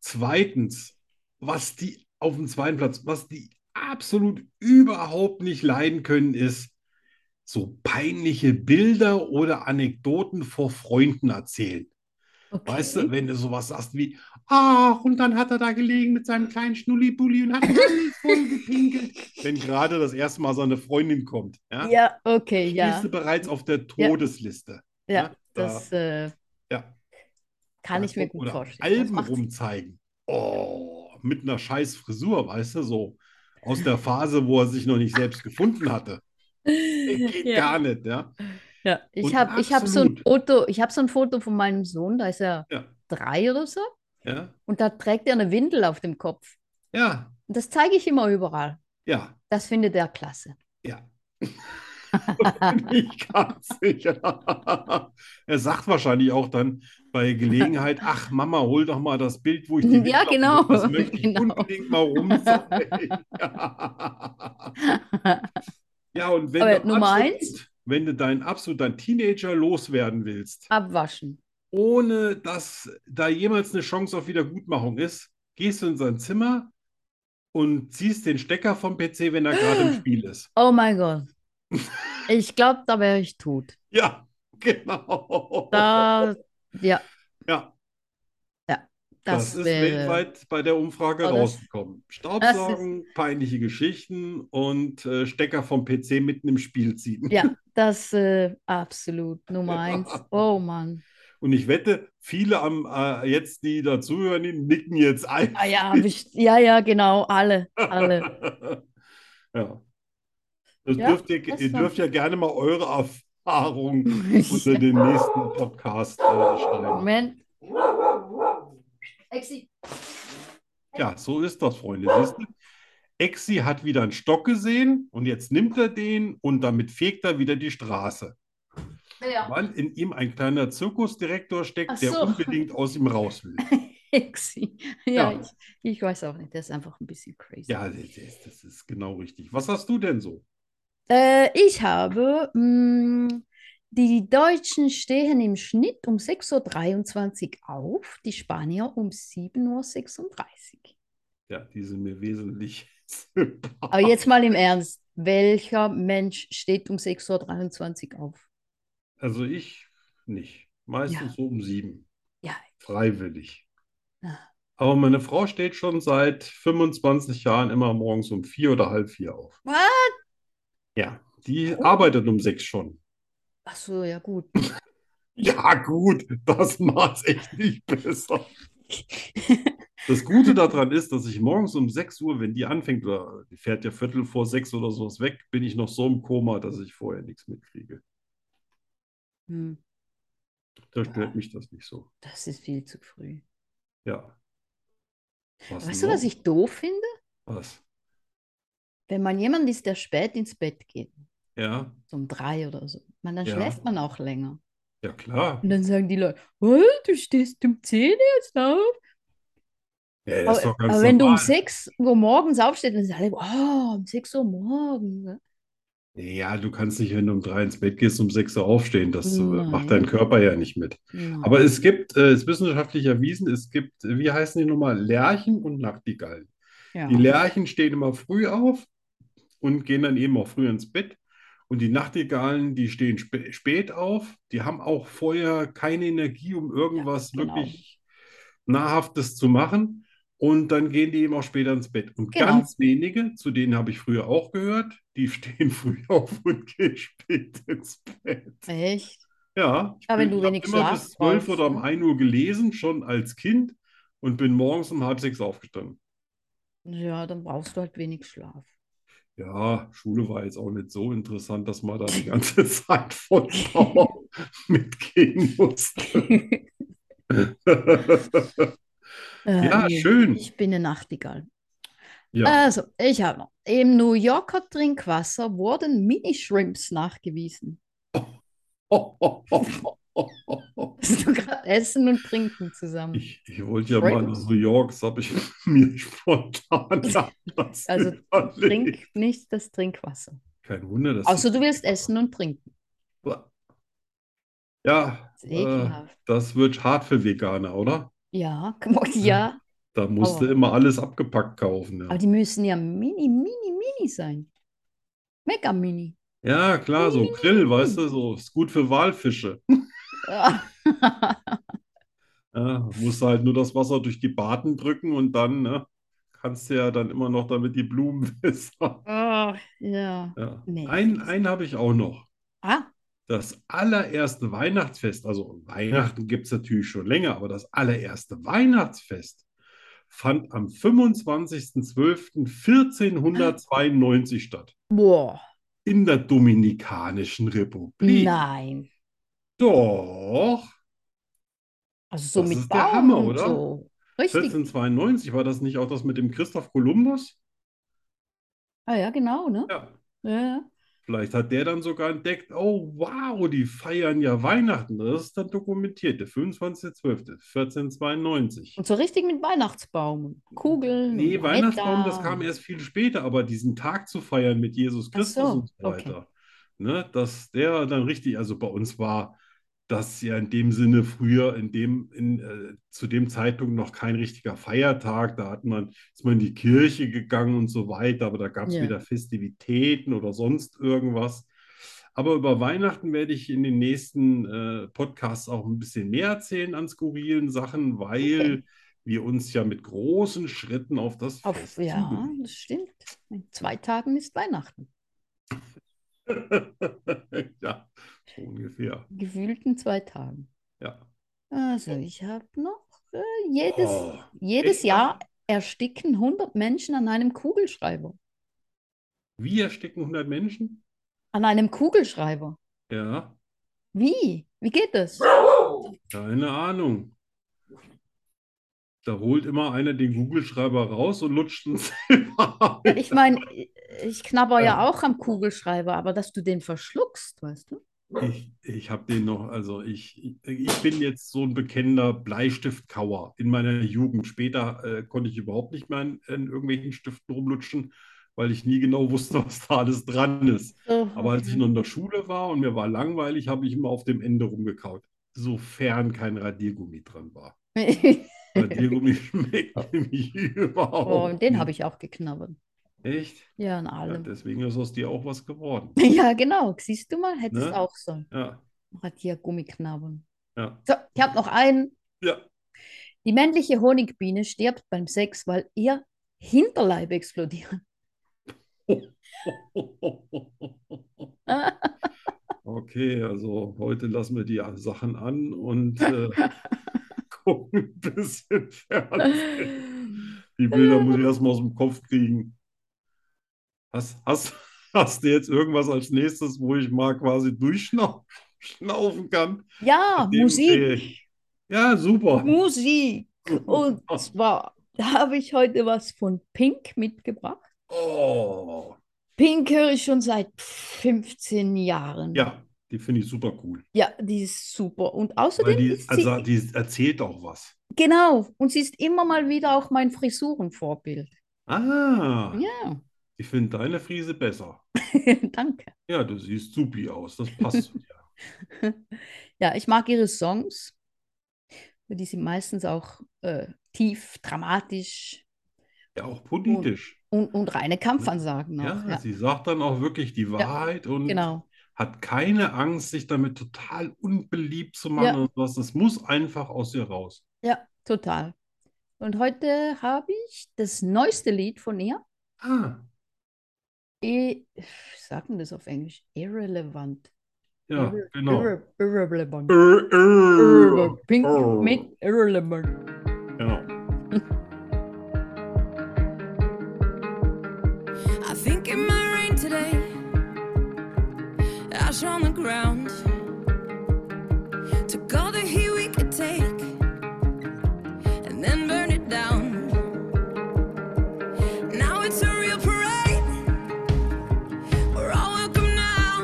Speaker 3: Zweitens, was die auf dem zweiten Platz, was die absolut überhaupt nicht leiden können, ist so peinliche Bilder oder Anekdoten vor Freunden erzählen.
Speaker 2: Okay.
Speaker 3: Weißt du, wenn du sowas sagst wie, ach, und dann hat er da gelegen mit seinem kleinen Schnullibulli und hat alles voll gepinkelt. Wenn gerade das erste Mal seine Freundin kommt, ja,
Speaker 2: Ja, okay, ja.
Speaker 3: bist du bereits auf der
Speaker 2: Ja.
Speaker 3: Todesliste.
Speaker 2: Ja,
Speaker 3: da-
Speaker 2: das äh,
Speaker 3: Ja.
Speaker 2: kann ich mir
Speaker 3: Oder
Speaker 2: gut vorstellen. Das
Speaker 3: Alben
Speaker 2: macht-
Speaker 3: rumzeigen. Oh, mit einer scheiß Frisur, weißt du, so aus der Phase, wo er sich noch nicht selbst gefunden hatte. Geht
Speaker 2: Ja.
Speaker 3: gar nicht, ja.
Speaker 2: Ja, ich
Speaker 3: Und
Speaker 2: habe ich hab so ein
Speaker 3: absolut.
Speaker 2: Foto, ich habe so ein Foto von meinem Sohn, da ist er
Speaker 3: Ja.
Speaker 2: drei oder so,
Speaker 3: Ja,
Speaker 2: und da trägt er eine Windel auf dem Kopf.
Speaker 3: ja,
Speaker 2: Und das zeige ich immer überall.
Speaker 3: ja.
Speaker 2: Das findet er klasse.
Speaker 3: ja. Bin ich ganz sicher. Er sagt wahrscheinlich auch dann bei Gelegenheit, ach Mama, hol doch mal das Bild, wo ich die
Speaker 2: Ja,
Speaker 3: Windel
Speaker 2: genau,
Speaker 3: auf- Das möchte ich
Speaker 2: genau.
Speaker 3: unbedingt mal rumzeigen. Ja. Ja, und wenn
Speaker 2: Aber
Speaker 3: du
Speaker 2: Nummer
Speaker 3: absolut,
Speaker 2: eins?
Speaker 3: wenn du deinen absolut deinen Teenager loswerden willst,
Speaker 2: Abwaschen.
Speaker 3: ohne dass da jemals eine Chance auf Wiedergutmachung ist, gehst du in sein Zimmer und ziehst den Stecker vom PC, wenn er gerade im Spiel ist.
Speaker 2: Oh mein Gott. Ich glaube, da wäre ich tot.
Speaker 3: Ja, genau.
Speaker 2: Da, ja,
Speaker 3: ja, das,
Speaker 2: das
Speaker 3: ist
Speaker 2: wäre.
Speaker 3: weltweit bei der Umfrage
Speaker 2: Oh, das-
Speaker 3: rausgekommen. Staubsaugen, peinliche Geschichten und äh, Stecker vom PC mitten im Spiel ziehen.
Speaker 2: Ja, das äh, absolut Nummer eins. Oh Mann.
Speaker 3: Und ich wette, viele am äh, jetzt, die dazuhören, die nicken jetzt ein.
Speaker 2: Ah, ja, best- ja, ja, genau, alle, alle.
Speaker 3: ja. Das
Speaker 2: Ja,
Speaker 3: dürft ihr,
Speaker 2: das
Speaker 3: ihr
Speaker 2: war-
Speaker 3: dürft ja gerne mal eure Erfahrungen unter
Speaker 2: Ja.
Speaker 3: den nächsten Podcast äh, schreiben.
Speaker 2: Moment. Exi.
Speaker 3: Ja, so ist das, Freunde. Siehst du? Exi hat wieder einen Stock gesehen und jetzt nimmt er den und damit fegt er wieder die Straße,
Speaker 2: Ja.
Speaker 3: weil in ihm ein kleiner Zirkusdirektor
Speaker 2: Ach
Speaker 3: steckt,
Speaker 2: so.
Speaker 3: der unbedingt aus ihm raus will.
Speaker 2: Exi. Ja,
Speaker 3: Ja.
Speaker 2: Ich, ich weiß auch nicht, der ist einfach ein bisschen crazy.
Speaker 3: Ja, das ist, das ist genau richtig. Was hast du denn so?
Speaker 2: Äh, ich habe, mh, die Deutschen stehen im Schnitt um 6.23 Uhr auf, die Spanier um 7.36 Uhr.
Speaker 3: Ja, die sind mir wesentlich sympathisch.
Speaker 2: Aber jetzt mal im Ernst, welcher Mensch steht um 6.23 Uhr auf?
Speaker 3: Also ich nicht. Meistens so um sieben.
Speaker 2: Ja. Ah.
Speaker 3: Freiwillig.
Speaker 2: Ja.
Speaker 3: Aber meine Frau steht schon seit 25 Jahren immer morgens um vier oder halb vier auf.
Speaker 2: What? Oh.
Speaker 3: Ja, die arbeitet um sechs schon.
Speaker 2: Ach so, ja gut.
Speaker 3: Ja, gut, das macht's echt nicht besser. Das Gute daran ist, dass ich morgens um 6 Uhr, wenn die anfängt, oder die fährt ja Viertel vor sechs oder sowas weg, bin ich noch so im Koma, dass ich vorher nichts mitkriege.
Speaker 2: Hm,
Speaker 3: Da
Speaker 2: Ah.
Speaker 3: stört mich das nicht so.
Speaker 2: das ist viel zu früh.
Speaker 3: Ja. Was
Speaker 2: Weißt du, was
Speaker 3: noch?
Speaker 2: ich doof finde?
Speaker 3: Was?
Speaker 2: Wenn man jemand ist, der spät ins Bett geht,
Speaker 3: Ja,
Speaker 2: so um drei oder so, man, dann
Speaker 3: Ja.
Speaker 2: schläft man auch länger.
Speaker 3: ja klar.
Speaker 2: Und dann sagen die Leute, "Was, du stehst um zehn jetzt auf?
Speaker 3: Ja, das ist
Speaker 2: Aber,
Speaker 3: doch ganz
Speaker 2: aber wenn du um
Speaker 3: normal.
Speaker 2: sechs Uhr morgens aufstehst, dann sagen alle, oh, um sechs Uhr morgens. ne?
Speaker 3: Ja, du kannst nicht, wenn du um drei ins Bett gehst, um sechs Uhr aufstehen. Das äh,
Speaker 2: Nein.
Speaker 3: macht dein Körper ja nicht mit.
Speaker 2: Nein.
Speaker 3: Aber es gibt, äh, es ist wissenschaftlich erwiesen, es gibt, äh, wie heißen die nochmal? Lerchen und Nachtigallen.
Speaker 2: Ja.
Speaker 3: Die Lerchen stehen immer früh auf und gehen dann eben auch früh ins Bett. Und die Nachtigallen, die stehen spä- spät auf. Die haben auch vorher keine Energie, um irgendwas
Speaker 2: Ja, genau.
Speaker 3: wirklich Nahrhaftes zu machen. Und dann gehen die eben auch später ins Bett. Und
Speaker 2: Genau.
Speaker 3: ganz wenige, zu denen habe ich früher auch gehört, die stehen früh auf und gehen spät ins Bett.
Speaker 2: Echt?
Speaker 3: Ja, ich
Speaker 2: Ja, wenn
Speaker 3: bin,
Speaker 2: du
Speaker 3: ich habe
Speaker 2: wenig
Speaker 3: immer
Speaker 2: Schlaf
Speaker 3: bis 12 oder um
Speaker 2: brauchst,
Speaker 3: 1 Uhr gelesen, schon als Kind, und bin morgens um halb sechs aufgestanden.
Speaker 2: Ja, dann brauchst du halt wenig Schlaf.
Speaker 3: Ja, Schule war jetzt auch nicht so interessant, dass man da die ganze Zeit voll Power mitgehen musste.
Speaker 2: Äh,
Speaker 3: Ja,
Speaker 2: nee,
Speaker 3: schön.
Speaker 2: Ich bin eine Nachtigall.
Speaker 3: Ja,
Speaker 2: Also, ich habe noch. Im New Yorker Trinkwasser wurden Mini-Shrimps nachgewiesen. Hast du gerade Essen und Trinken zusammen?
Speaker 3: ich, ich wollte ja mal nach New York, das habe ich mir spontan anders
Speaker 2: Also,
Speaker 3: überlegt.
Speaker 2: Trink nicht das Trinkwasser.
Speaker 3: Kein Wunder, dass
Speaker 2: Außer du willst essen und trinken.
Speaker 3: Ja,
Speaker 2: Das ist
Speaker 3: äh,
Speaker 2: ekelhaft.
Speaker 3: das wird hart für Veganer, oder?
Speaker 2: Ja, ja.
Speaker 3: Da musst du
Speaker 2: Aua.
Speaker 3: immer alles abgepackt kaufen, ja.
Speaker 2: Aber die müssen ja mini, mini, mini sein. Mega mini.
Speaker 3: Ja, klar, so Grill, weißt du, so ist gut für Walfische. Ja, musst du halt nur das Wasser durch die Baten drücken und dann, ne, kannst du ja dann immer noch damit die Blumen wässern.
Speaker 2: Ah, ja.
Speaker 3: Ja.
Speaker 2: Nee.
Speaker 3: Einen, einen habe ich auch noch.
Speaker 2: Ah,
Speaker 3: Das allererste Weihnachtsfest, also Weihnachten gibt es natürlich schon länger, aber das allererste Weihnachtsfest fand am 25.12.1492 statt.
Speaker 2: boah.
Speaker 3: In der Dominikanischen Republik.
Speaker 2: Nein.
Speaker 3: Doch.
Speaker 2: Also so
Speaker 3: Das
Speaker 2: mit
Speaker 3: ist der
Speaker 2: Baum
Speaker 3: Hammer,
Speaker 2: und
Speaker 3: oder?
Speaker 2: so. Richtig.
Speaker 3: 1492, war das nicht auch das mit dem Christoph Kolumbus?
Speaker 2: Ah ja, genau, ne?
Speaker 3: Ja.
Speaker 2: Ja.
Speaker 3: Vielleicht hat der dann sogar entdeckt, oh wow, die feiern ja Weihnachten. Das ist dann dokumentiert, der 25.12.1492.
Speaker 2: Und so richtig mit Weihnachtsbaum und Kugeln
Speaker 3: Nee,
Speaker 2: und
Speaker 3: Weihnachtsbaum, das
Speaker 2: Lametta
Speaker 3: kam
Speaker 2: und-
Speaker 3: erst viel später, aber diesen Tag zu feiern mit Jesus
Speaker 2: Ach so,
Speaker 3: Christus und so
Speaker 2: okay.
Speaker 3: weiter, ne, dass der dann richtig, also bei uns war dass ja in dem Sinne früher in dem in, äh, zu dem Zeitpunkt noch kein richtiger Feiertag, da hat man ist man in die Kirche gegangen und so weiter, aber da gab es
Speaker 2: Ja.
Speaker 3: weder Festivitäten oder sonst irgendwas. Aber über Weihnachten werde ich in den nächsten äh, Podcasts auch ein bisschen mehr erzählen an skurrilen Sachen, weil
Speaker 2: Okay.
Speaker 3: wir uns ja mit großen Schritten auf das
Speaker 2: Auf,
Speaker 3: Fest
Speaker 2: ja,
Speaker 3: zubewegen.
Speaker 2: das stimmt. In zwei Tagen ist Weihnachten.
Speaker 3: ja, so ungefähr.
Speaker 2: Gefühlt in zwei Tagen.
Speaker 3: Ja.
Speaker 2: Also, ich habe noch äh, jedes,
Speaker 3: Oh,
Speaker 2: jedes
Speaker 3: echt?
Speaker 2: Jahr ersticken 100 Menschen an einem Kugelschreiber.
Speaker 3: Wir stecken 100 Menschen.
Speaker 2: An einem Kugelschreiber.
Speaker 3: Ja,
Speaker 2: Wie? Wie geht das?
Speaker 3: keine Ahnung. Da holt immer einer den Kugelschreiber raus und lutscht ihn selber. ab.
Speaker 2: Ich meine, ich knabber
Speaker 3: Ja.
Speaker 2: ja auch am Kugelschreiber, aber dass du den verschluckst, weißt du?
Speaker 3: Ich, ich habe den noch, also ich, ich bin jetzt so ein bekennender Bleistiftkauer in meiner Jugend. Später äh, konnte ich überhaupt nicht mehr in, in irgendwelchen Stiften rumlutschen, weil ich nie genau wusste, was da alles dran ist. Aber als ich noch in der Schule war und mir war langweilig, habe ich immer auf dem Ende rumgekaut, sofern kein Radiergummi dran war. Radiergummi schmeckt nämlich überhaupt.
Speaker 2: oh, und den habe ich auch geknabbert.
Speaker 3: Echt?
Speaker 2: Ja, an
Speaker 3: Ja,
Speaker 2: allem.
Speaker 3: deswegen ist aus dir auch was geworden.
Speaker 2: Ja, genau. Siehst du mal, hättest
Speaker 3: Ne?
Speaker 2: auch sollen.
Speaker 3: Ja,
Speaker 2: Hat hier Gummiknabbern.
Speaker 3: ja,
Speaker 2: So, ich habe noch einen.
Speaker 3: ja.
Speaker 2: Die männliche Honigbiene stirbt beim Sex, weil ihr Hinterleib explodiert.
Speaker 3: Okay, also heute lassen wir die Sachen an und äh, gucken ein bisschen fern. Die Bilder muss ich erstmal aus dem Kopf kriegen. Hast, hast, hast du jetzt irgendwas als nächstes, wo ich mal quasi durchschnaufen kann?
Speaker 2: Ja,
Speaker 3: Dem-
Speaker 2: Ah, Musik,
Speaker 3: Ja, super.
Speaker 2: Musik. Und zwar habe ich heute was von Pink mitgebracht.
Speaker 3: Oh,
Speaker 2: Pink höre ich schon seit 15 Jahren.
Speaker 3: ja, die finde ich super cool.
Speaker 2: Ja, die ist super. Und
Speaker 3: Weil
Speaker 2: außerdem
Speaker 3: die,
Speaker 2: ist sie,
Speaker 3: also, die erzählt auch was.
Speaker 2: genau, und sie ist immer mal wieder auch mein Frisurenvorbild.
Speaker 3: Ah,
Speaker 2: Ja,
Speaker 3: ich finde deine Frise besser.
Speaker 2: danke.
Speaker 3: Ja, du siehst supi aus. Das passt zu dir.
Speaker 2: Ja, ich mag ihre Songs. Die sind meistens auch äh, tief, dramatisch
Speaker 3: Ja, auch politisch.
Speaker 2: und, und reine Kampfansagen auch.
Speaker 3: Hm? Ja,
Speaker 2: Genau, Ja,
Speaker 3: sie sagt dann auch wirklich die Wahrheit und
Speaker 2: genau.
Speaker 3: hat keine Angst, sich damit total unbeliebt zu machen
Speaker 2: Ja.
Speaker 3: und sowas. Das muss einfach aus ihr raus.
Speaker 2: Ja, total. Und heute habe ich das neueste Lied von ihr.
Speaker 3: Ah,
Speaker 2: I- E, Sagt man das auf Englisch? Irrelevant.
Speaker 3: ja,
Speaker 2: Irre-
Speaker 3: genau.
Speaker 2: irre- Irrelevant.
Speaker 3: Irr, irr.
Speaker 2: Irrelevant. Pink
Speaker 3: Irre.
Speaker 2: mit Irrelevant.
Speaker 3: Genau.
Speaker 4: I think it might rain today. Ash on the ground. Took all the heat we could take and then burn it down. Now it's a real parade. We're all welcome now.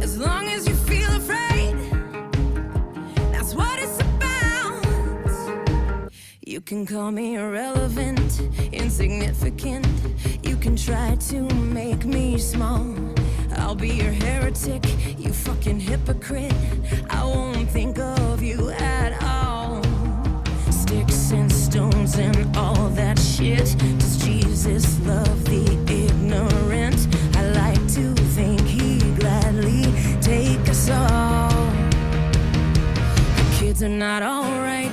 Speaker 4: As long as you feel afraid, that's what it's about. You can call me irrelevant, insignificant. You can try to make me small. I'll be your heretic, you fucking hypocrite. I won't think of you at all. Sticks and stones and all that shit. Does Jesus love the ignorant? I like to think he gladly take us all. The kids are not alright.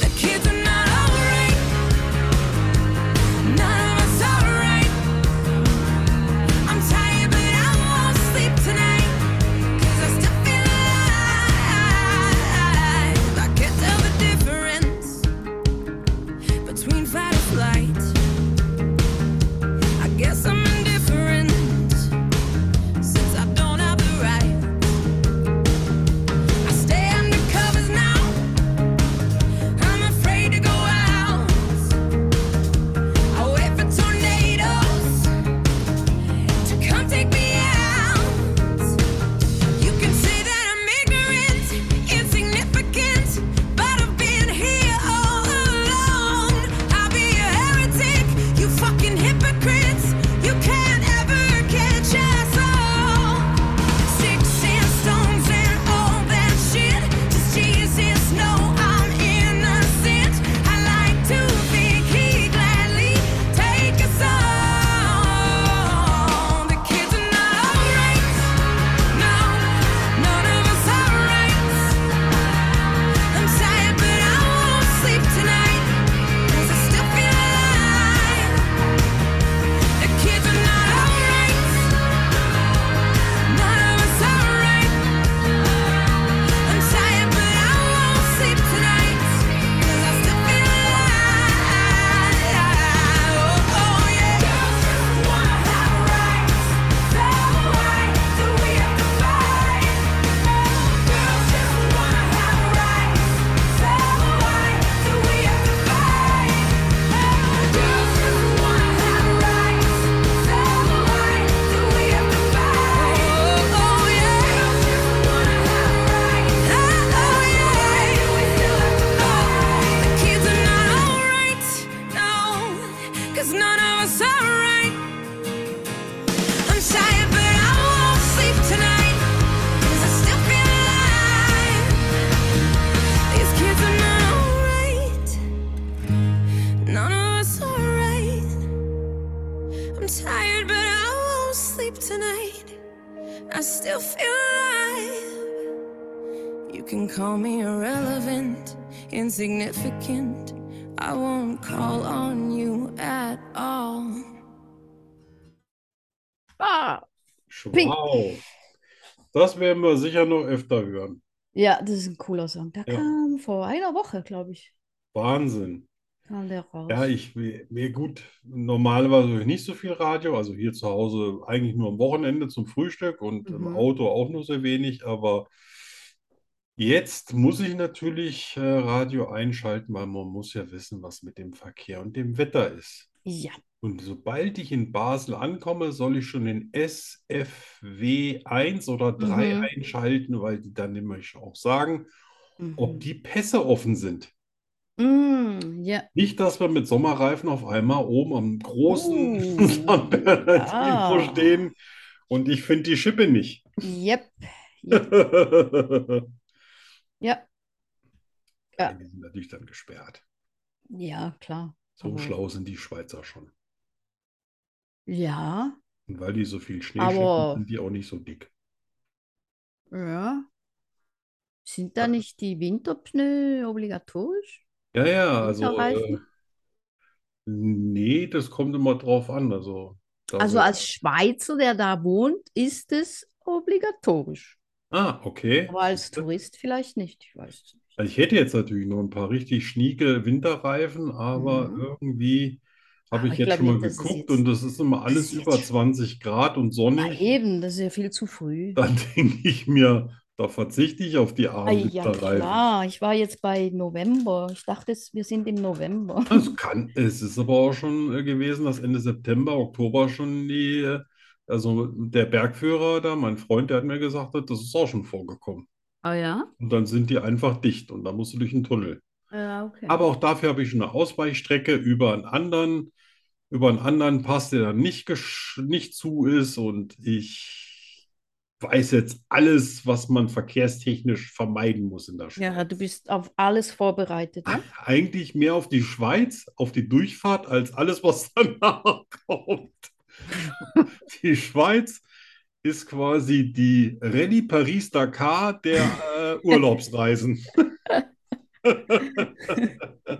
Speaker 4: The kids are not alright. None of us are right. I'm tired, but I won't sleep tonight. Cause I still feel alive. I can't tell the difference between fight or flight. I guess I'm indifferent since I don't have the right. I stay under covers now. I'm afraid to go out. I wait for tornadoes to come take me out. You can say that I'm ignorant, insignificant, but I've been here Oh, None of us are right. I'm tired, but I won't sleep tonight. I still feel alive. You can call me irrelevant, insignificant. I won't call on you at all.
Speaker 2: Ah, Pink.
Speaker 3: Wow. Das werden wir sicher noch öfter hören.
Speaker 2: ja, das ist ein cooler Song. Der
Speaker 3: Ja.
Speaker 2: kam vor einer Woche, glaube ich,
Speaker 3: Wahnsinn.
Speaker 2: kam der raus.
Speaker 3: Ja, ich, mir mir gut, normalerweise höre ich nicht so viel Radio, also hier zu Hause eigentlich nur am Wochenende zum Frühstück und im
Speaker 2: Mhm.
Speaker 3: Auto auch nur sehr wenig, aber jetzt muss ich natürlich äh, Radio einschalten, weil man muss ja wissen, was mit dem Verkehr und dem Wetter ist.
Speaker 2: Ja,
Speaker 3: Und sobald ich in Basel ankomme, soll ich schon den SFW 1 oder 3
Speaker 2: Mhm.
Speaker 3: einschalten, weil die dann nämlich auch sagen, ob
Speaker 2: mhm.
Speaker 3: die Pässe offen sind.
Speaker 2: Mm, ja.
Speaker 3: Nicht, dass wir mit Sommerreifen auf einmal oben am großen
Speaker 2: Oh.
Speaker 3: San Bernardino
Speaker 2: Ah.
Speaker 3: stehen und ich finde die Schippe nicht.
Speaker 2: Yep. Ja. Ja.
Speaker 3: Die sind natürlich dann gesperrt.
Speaker 2: Ja, klar.
Speaker 3: So
Speaker 2: Aber-
Speaker 3: schlau sind die Schweizer schon.
Speaker 2: Ja,
Speaker 3: Und weil die so viel Schnee
Speaker 2: Aber-
Speaker 3: schippen, sind die auch nicht so dick.
Speaker 2: ja. Sind da nicht die Winterpneu obligatorisch?
Speaker 3: Ja, ja, also äh,
Speaker 2: Winterreifen?
Speaker 3: nee, das kommt immer drauf an. Also, da
Speaker 2: Also
Speaker 3: wir-
Speaker 2: als Schweizer, der da wohnt, ist es obligatorisch.
Speaker 3: Ah, okay.
Speaker 2: Aber als Tourist vielleicht nicht. Ich weiß es nicht.
Speaker 3: Also ich hätte jetzt natürlich noch ein paar richtig schnieke Winterreifen, aber
Speaker 2: Mhm.
Speaker 3: irgendwie habe
Speaker 2: Aber
Speaker 3: ich
Speaker 2: ich
Speaker 3: jetzt
Speaker 2: glaub
Speaker 3: schon mal
Speaker 2: nicht, dass es
Speaker 3: geguckt
Speaker 2: jetzt-
Speaker 3: und das ist immer alles
Speaker 2: ist jetzt
Speaker 3: über
Speaker 2: schon-
Speaker 3: 20 Grad und
Speaker 2: Na
Speaker 3: sonnig.
Speaker 2: eben, das ist ja viel zu früh.
Speaker 3: Dann denke ich mir, da verzichte ich auf die
Speaker 2: Ah,
Speaker 3: armen
Speaker 2: ja,
Speaker 3: Winterreifen.
Speaker 2: klar. Ah, Ich war jetzt bei November. Ich dachte, es- wir sind im November.
Speaker 3: Es kann, es ist aber auch schon äh, gewesen, dass Ende September, Oktober schon die, äh, also der Bergführer da, mein Freund, der hat mir gesagt, das ist auch schon vorgekommen.
Speaker 2: Ah ja?
Speaker 3: Und dann sind die einfach dicht und dann musst du durch den Tunnel.
Speaker 2: Ja, okay.
Speaker 3: Aber auch dafür habe ich schon eine Ausweichstrecke über einen anderen, über einen anderen Pass, der dann nicht, gesch- nicht zu ist. Und ich weiß jetzt alles, was man verkehrstechnisch vermeiden muss in der
Speaker 2: Ja,
Speaker 3: Schweiz.
Speaker 2: du bist auf alles vorbereitet, ne?
Speaker 3: Eigentlich mehr auf die Schweiz, auf die Durchfahrt, als alles, was danach kommt. Die Schweiz ist quasi die Rallye Paris-Dakar der äh, Urlaubsreisen.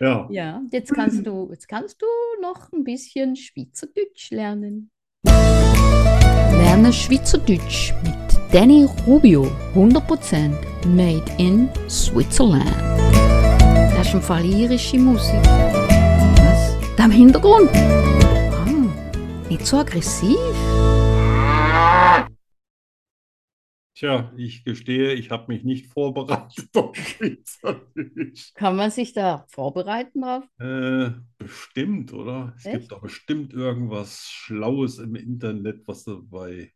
Speaker 3: Ja.
Speaker 2: Ja, jetzt kannst du, jetzt kannst du noch ein bisschen Schweizerdeutsch lernen.
Speaker 1: Lerne Schweizerdeutsch mit Danny Rubio. 100% made in Switzerland. Das ist im Fall irische Musik. Was? Da im Hintergrund? Ah, nicht so aggressiv.
Speaker 3: Tja, ich gestehe, ich habe mich nicht vorbereitet auf Schweizerdeutsch.
Speaker 2: Kann man sich da vorbereiten drauf?
Speaker 3: Äh, bestimmt, oder? Es gibt
Speaker 2: Echt?
Speaker 3: doch bestimmt irgendwas Schlaues im Internet, was du bei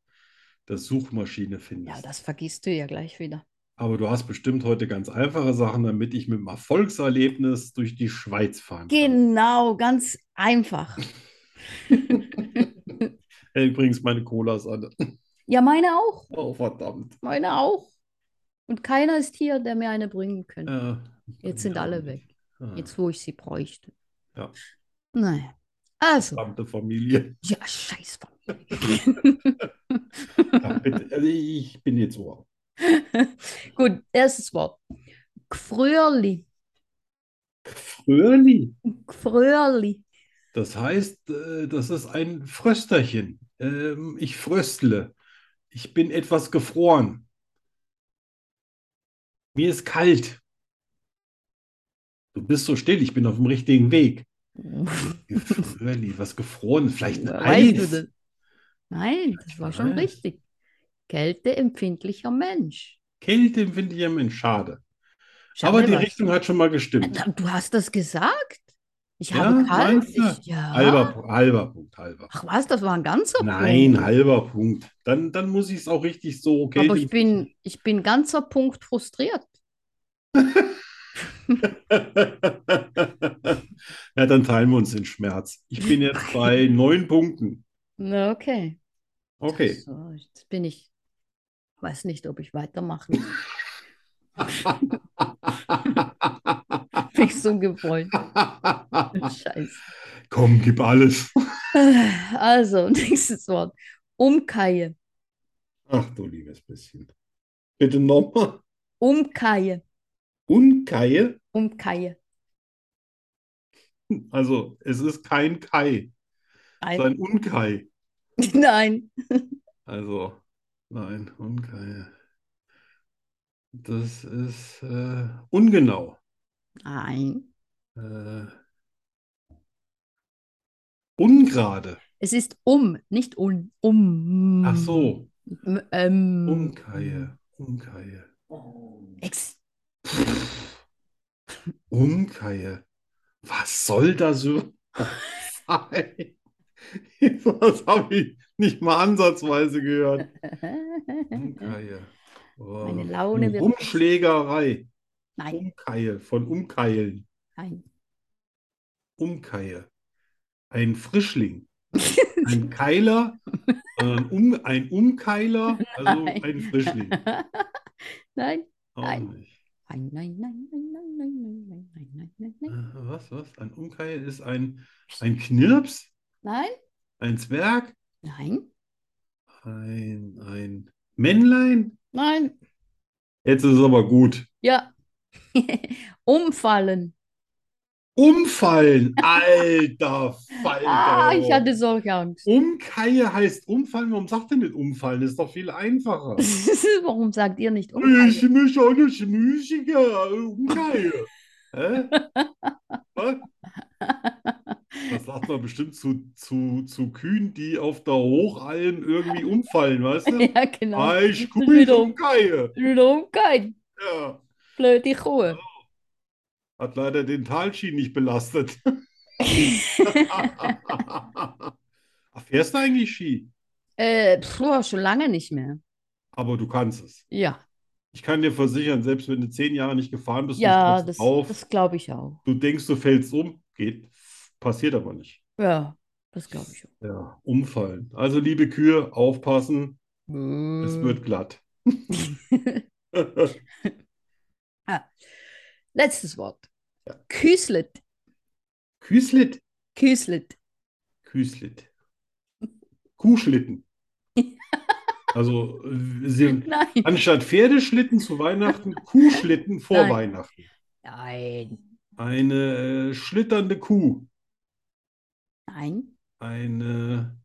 Speaker 3: der Suchmaschine
Speaker 2: Ja,
Speaker 3: findest.
Speaker 2: das vergisst du ja gleich wieder.
Speaker 3: Aber du hast bestimmt heute ganz einfache Sachen, damit ich mit dem Erfolgserlebnis durch die Schweiz fahren kann.
Speaker 2: Genau, ganz einfach.
Speaker 3: Äh, Übrigens, meine Cola ist alle.
Speaker 2: Ja, meine auch,
Speaker 3: Oh, verdammt.
Speaker 2: meine auch. Und keiner ist hier, der mir eine bringen könnte.
Speaker 3: Äh,
Speaker 2: Jetzt sind alle weg.
Speaker 3: Ah,
Speaker 2: Jetzt, wo ich sie bräuchte.
Speaker 3: Ja.
Speaker 2: Naja. Also,
Speaker 3: verdammte Familie.
Speaker 2: ja, scheiß Familie.
Speaker 3: Ja, bitte. Also ich bin jetzt so.
Speaker 2: Gut, erstes Wort. Gfröhrli.
Speaker 3: Fröhlich.
Speaker 2: Gfröhrli.
Speaker 3: Das heißt, äh, das ist ein Frösterchen. Ähm, ich fröstle. Ich bin etwas gefroren. Mir ist kalt. Du bist so still, ich bin auf dem richtigen Weg. Gefröli, was gefroren? Vielleicht ein
Speaker 2: Woher weißt du
Speaker 3: Eis.
Speaker 2: das? Nein, das war schon
Speaker 3: weiß.
Speaker 2: richtig. Kälteempfindlicher Mensch.
Speaker 3: Kälte empfinde ich ja Mensch, schade.
Speaker 2: Schade
Speaker 3: Aber die
Speaker 2: war's.
Speaker 3: Richtung hat schon mal gestimmt.
Speaker 2: Na, Du hast das gesagt? Ich
Speaker 3: Ja,
Speaker 2: habe kalt.
Speaker 3: meinst du?
Speaker 2: Ich, ja.
Speaker 3: Halber, Pu- halber Punkt, halber.
Speaker 2: Ach was, das war ein ganzer
Speaker 3: Nein,
Speaker 2: Punkt.
Speaker 3: halber Punkt. Dann, dann muss ich es auch richtig so
Speaker 2: Aber
Speaker 3: Kälte.
Speaker 2: ich bin, ich bin ganzer Punkt frustriert.
Speaker 3: Ja, dann teilen wir uns den Schmerz. Ich bin jetzt bei neun Punkten.
Speaker 2: Na, okay.
Speaker 3: Okay.
Speaker 2: So, jetzt bin ich, weiß nicht, ob ich weitermachen soll. hab mich so gefreut. Scheiße.
Speaker 3: Komm, gib alles.
Speaker 2: Also, nächstes Wort. Umkeie.
Speaker 3: Ach du liebes bisschen. Bitte nochmal.
Speaker 2: Umkeie.
Speaker 3: Unkeie?
Speaker 2: Umkeie.
Speaker 3: Also, es ist kein Kai, es ist
Speaker 2: Nein.
Speaker 3: ein Unkai.
Speaker 2: Nein.
Speaker 3: Also, nein, Unkai. Das ist äh, ungenau.
Speaker 2: Nein.
Speaker 3: Äh, ungerade.
Speaker 2: Es ist um, nicht un. Um.
Speaker 3: Ach so,
Speaker 2: M- Ähm.
Speaker 3: Unkeie, Unkeie,
Speaker 2: Ex
Speaker 3: Unkeie. Was soll das überhaupt sein? Das habe ich nicht mal ansatzweise gehört. Umkeie. Oh.
Speaker 2: Meine Laune wird-
Speaker 3: Umschlägerei.
Speaker 2: Nein,
Speaker 3: Umkeil, von Umkeilen.
Speaker 2: nein.
Speaker 3: Umkeil. Ein Frischling. Ein Keiler. sondern um, ein Umkeiler, also
Speaker 2: Nein.
Speaker 3: ein Frischling. Oh,
Speaker 2: Nein,
Speaker 3: Auch
Speaker 2: Nein.
Speaker 3: nicht.
Speaker 2: nein, nein, nein, nein, nein, nein, nein, nein, nein, nein,
Speaker 3: Äh,
Speaker 2: nein.
Speaker 3: Was, was? Ein Umkeil ist ein, ein Knirps,
Speaker 2: Nein,
Speaker 3: ein Zwerg,
Speaker 2: nein,
Speaker 3: ein, ein Männlein.
Speaker 2: nein.
Speaker 3: Jetzt ist es aber gut.
Speaker 2: Ja. Umfallen.
Speaker 3: Umfallen, alter Falter.
Speaker 2: Ah, ich hatte solche Angst.
Speaker 3: Umkeie heißt umfallen. Warum sagt denn nicht umfallen? Das ist doch viel einfacher. Ah.
Speaker 2: Warum sagt ihr nicht um.
Speaker 3: Ich
Speaker 2: umfallen?
Speaker 3: mich auch nicht Musiker umkeie. Hä? Hä? Das sagt man bestimmt zu, zu, zu Kühen, die auf der Hochalm irgendwie umfallen, weißt du?
Speaker 2: Ja, genau.
Speaker 3: Ah, Ich
Speaker 2: Das
Speaker 3: gucke
Speaker 2: ist
Speaker 3: mich
Speaker 2: wieder
Speaker 3: umkeie.
Speaker 2: Umkein,
Speaker 3: Ja.
Speaker 2: blöde Kuh.
Speaker 3: Hat leider den Talschi nicht belastet. Ach, Fährst du eigentlich Ski?
Speaker 2: Äh, pf, oh, schon lange nicht mehr.
Speaker 3: Aber du kannst es.
Speaker 2: Ja,
Speaker 3: Ich kann dir versichern, selbst wenn du zehn Jahre nicht gefahren bist, du
Speaker 2: ja,
Speaker 3: steigst
Speaker 2: das,
Speaker 3: auf,
Speaker 2: das glaube ich auch.
Speaker 3: du denkst, du fällst um, geht, passiert aber nicht.
Speaker 2: Ja, das glaube ich auch.
Speaker 3: Ja, umfallen. Also, liebe Kühe, aufpassen, es
Speaker 2: Mm.
Speaker 3: wird glatt.
Speaker 2: Letztes Wort. Küslet,
Speaker 3: Küslit,
Speaker 2: Küslet.
Speaker 3: Küslit. Kuhschlitten. Also, äh, sie,
Speaker 2: Nein,
Speaker 3: anstatt Pferdeschlitten zu Weihnachten, Kuhschlitten vor
Speaker 2: Nein.
Speaker 3: Weihnachten.
Speaker 2: nein,
Speaker 3: Eine äh, schlitternde Kuh.
Speaker 2: nein.
Speaker 3: Eine,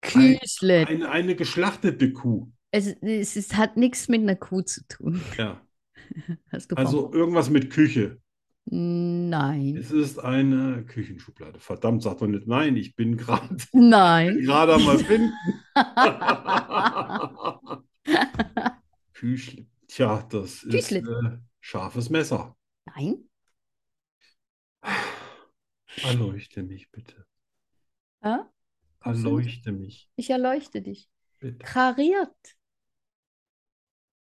Speaker 2: Küslet.
Speaker 3: eine, eine geschlachtete Kuh.
Speaker 2: Es, es, es hat nichts mit einer Kuh zu tun.
Speaker 3: Ja,
Speaker 2: Hast du
Speaker 3: also
Speaker 2: verraten.
Speaker 3: irgendwas mit Küche.
Speaker 2: Nein,
Speaker 3: Es ist eine Küchenschublade. Verdammt, sagt man nicht, nein, ich bin gerade
Speaker 2: nein.
Speaker 3: gerade am Erfinden. Küchle. Tja, das ist
Speaker 2: Küchle.
Speaker 3: äh, scharfes Messer.
Speaker 2: Nein.
Speaker 3: Erleuchte mich bitte.
Speaker 2: Ja?
Speaker 3: Erleuchte mich
Speaker 2: Ich erleuchte dich.
Speaker 3: bitte.
Speaker 2: Kariert.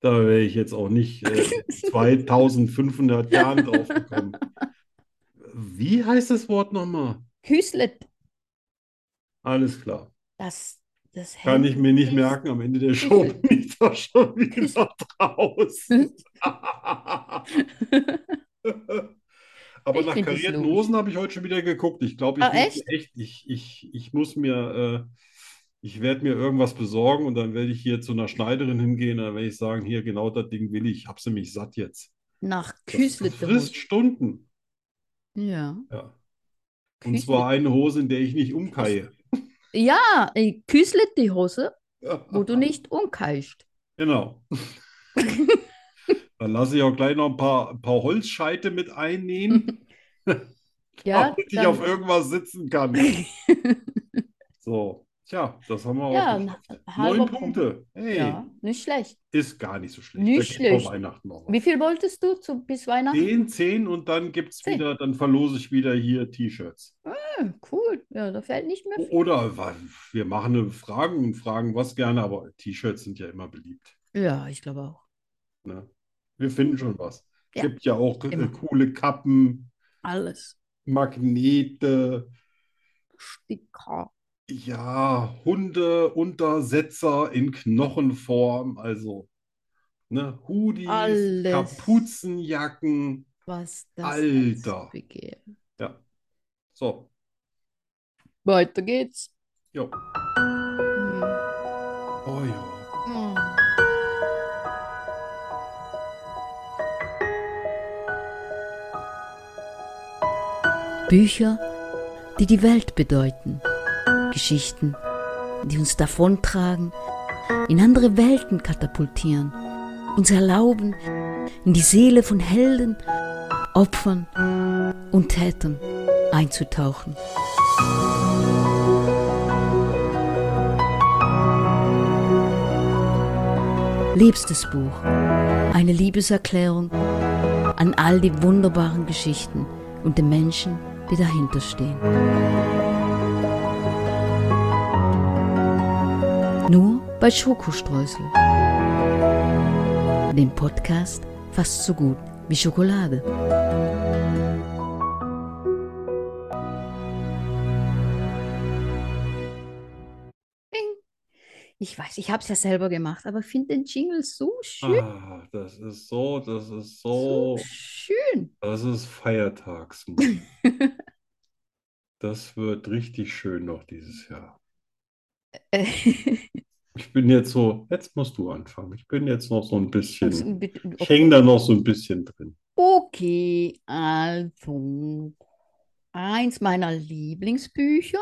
Speaker 3: Da wäre ich jetzt auch nicht äh, 2500 Jahren drauf gekommen. Wie heißt das Wort nochmal?
Speaker 2: Küslet.
Speaker 3: Alles klar.
Speaker 2: Das, das
Speaker 3: Kann ich mir nicht
Speaker 2: Küslet.
Speaker 3: merken. Am Ende der Show bin ich da schon wieder draußen. Aber
Speaker 2: Hm? Ich
Speaker 3: nach
Speaker 2: find das
Speaker 3: karierten
Speaker 2: logisch.
Speaker 3: Hosen habe ich heute schon wieder geguckt. Ich glaube, ich
Speaker 2: Ah,
Speaker 3: muss mir
Speaker 2: echt?
Speaker 3: echt, ich, ich, ich muss mir, äh, ich werde mir irgendwas besorgen und dann werde ich hier zu einer Schneiderin hingehen und dann werde ich sagen, hier, genau das Ding will ich. Ich habe sie mich satt jetzt.
Speaker 2: Nach
Speaker 3: Das
Speaker 2: Küslet.
Speaker 3: frisst Stunden.
Speaker 2: Ja.
Speaker 3: Ja. Und zwar eine Hose, in der ich nicht umkeie.
Speaker 2: Ja, äh, Küslet die Hose, wo du
Speaker 3: nicht
Speaker 2: nicht umkeist.
Speaker 3: Genau. Dann lasse ich auch gleich noch ein paar, ein paar Holzscheite mit einnähen,
Speaker 2: Ja,
Speaker 3: damit ich
Speaker 2: dann-
Speaker 3: Ah, auf irgendwas sitzen kann. So, tja, das haben wir auch
Speaker 2: Ja,
Speaker 3: geschafft.
Speaker 2: ein halber
Speaker 3: Neun
Speaker 2: Punkt.
Speaker 3: Punkte. Hey,
Speaker 2: Ja, nicht schlecht.
Speaker 3: ist gar nicht so schlecht.
Speaker 2: Nicht
Speaker 3: Da geht vor
Speaker 2: schlecht.
Speaker 3: Weihnachten noch was.
Speaker 2: Wie viel wolltest du zu, bis Weihnachten?
Speaker 3: Zehn, zehn und dann gibt's
Speaker 2: Zehn.
Speaker 3: wieder, dann verlose ich wieder hier T-Shirts.
Speaker 2: Ah, cool. Ja, da fällt nicht mehr viel.
Speaker 3: Oder wa- wir machen eine Fragen und fragen was gerne, aber T-Shirts sind ja immer beliebt.
Speaker 2: Ja, ich glaube auch.
Speaker 3: Ne? Wir finden schon was.
Speaker 2: Ja.
Speaker 3: Gibt ja auch äh,
Speaker 2: Immer.
Speaker 3: coole Kappen.
Speaker 2: Alles.
Speaker 3: Magnete,
Speaker 2: Sticker.
Speaker 3: ja, Hundeuntersetzer in Knochenform, also Ne? Hoodies,
Speaker 2: Alles.
Speaker 3: Kapuzenjacken.
Speaker 2: Was das Also.
Speaker 3: Alter.
Speaker 2: Begehr.
Speaker 3: Ja. So.
Speaker 2: Weiter geht's.
Speaker 3: Jo.
Speaker 2: Hm.
Speaker 3: Oh ja.
Speaker 2: Hm.
Speaker 1: Bücher, die die Welt bedeuten. Geschichten, die uns davontragen, in andere Welten katapultieren, uns erlauben, in die Seele von Helden, Opfern und Tätern einzutauchen. Liebstes Buch, eine Liebeserklärung an all die wunderbaren Geschichten und den Menschen, die dahinter stehen. Nur bei Schokostreusel. Dem Podcast fast so gut wie Schokolade.
Speaker 2: Ich weiß, ich habe es ja selber gemacht, aber finde den Jingle so schön.
Speaker 3: Ah, das ist so, das ist
Speaker 2: So
Speaker 3: so,
Speaker 2: schön.
Speaker 3: das ist Feiertagsmusik. Das wird richtig schön noch dieses Jahr. Ich bin jetzt so, jetzt musst du anfangen. Ich bin jetzt noch so ein
Speaker 2: Also,
Speaker 3: bisschen,
Speaker 2: bitte-
Speaker 3: ich hänge da noch so ein bisschen drin.
Speaker 2: Okay, also eins meiner Lieblingsbücher,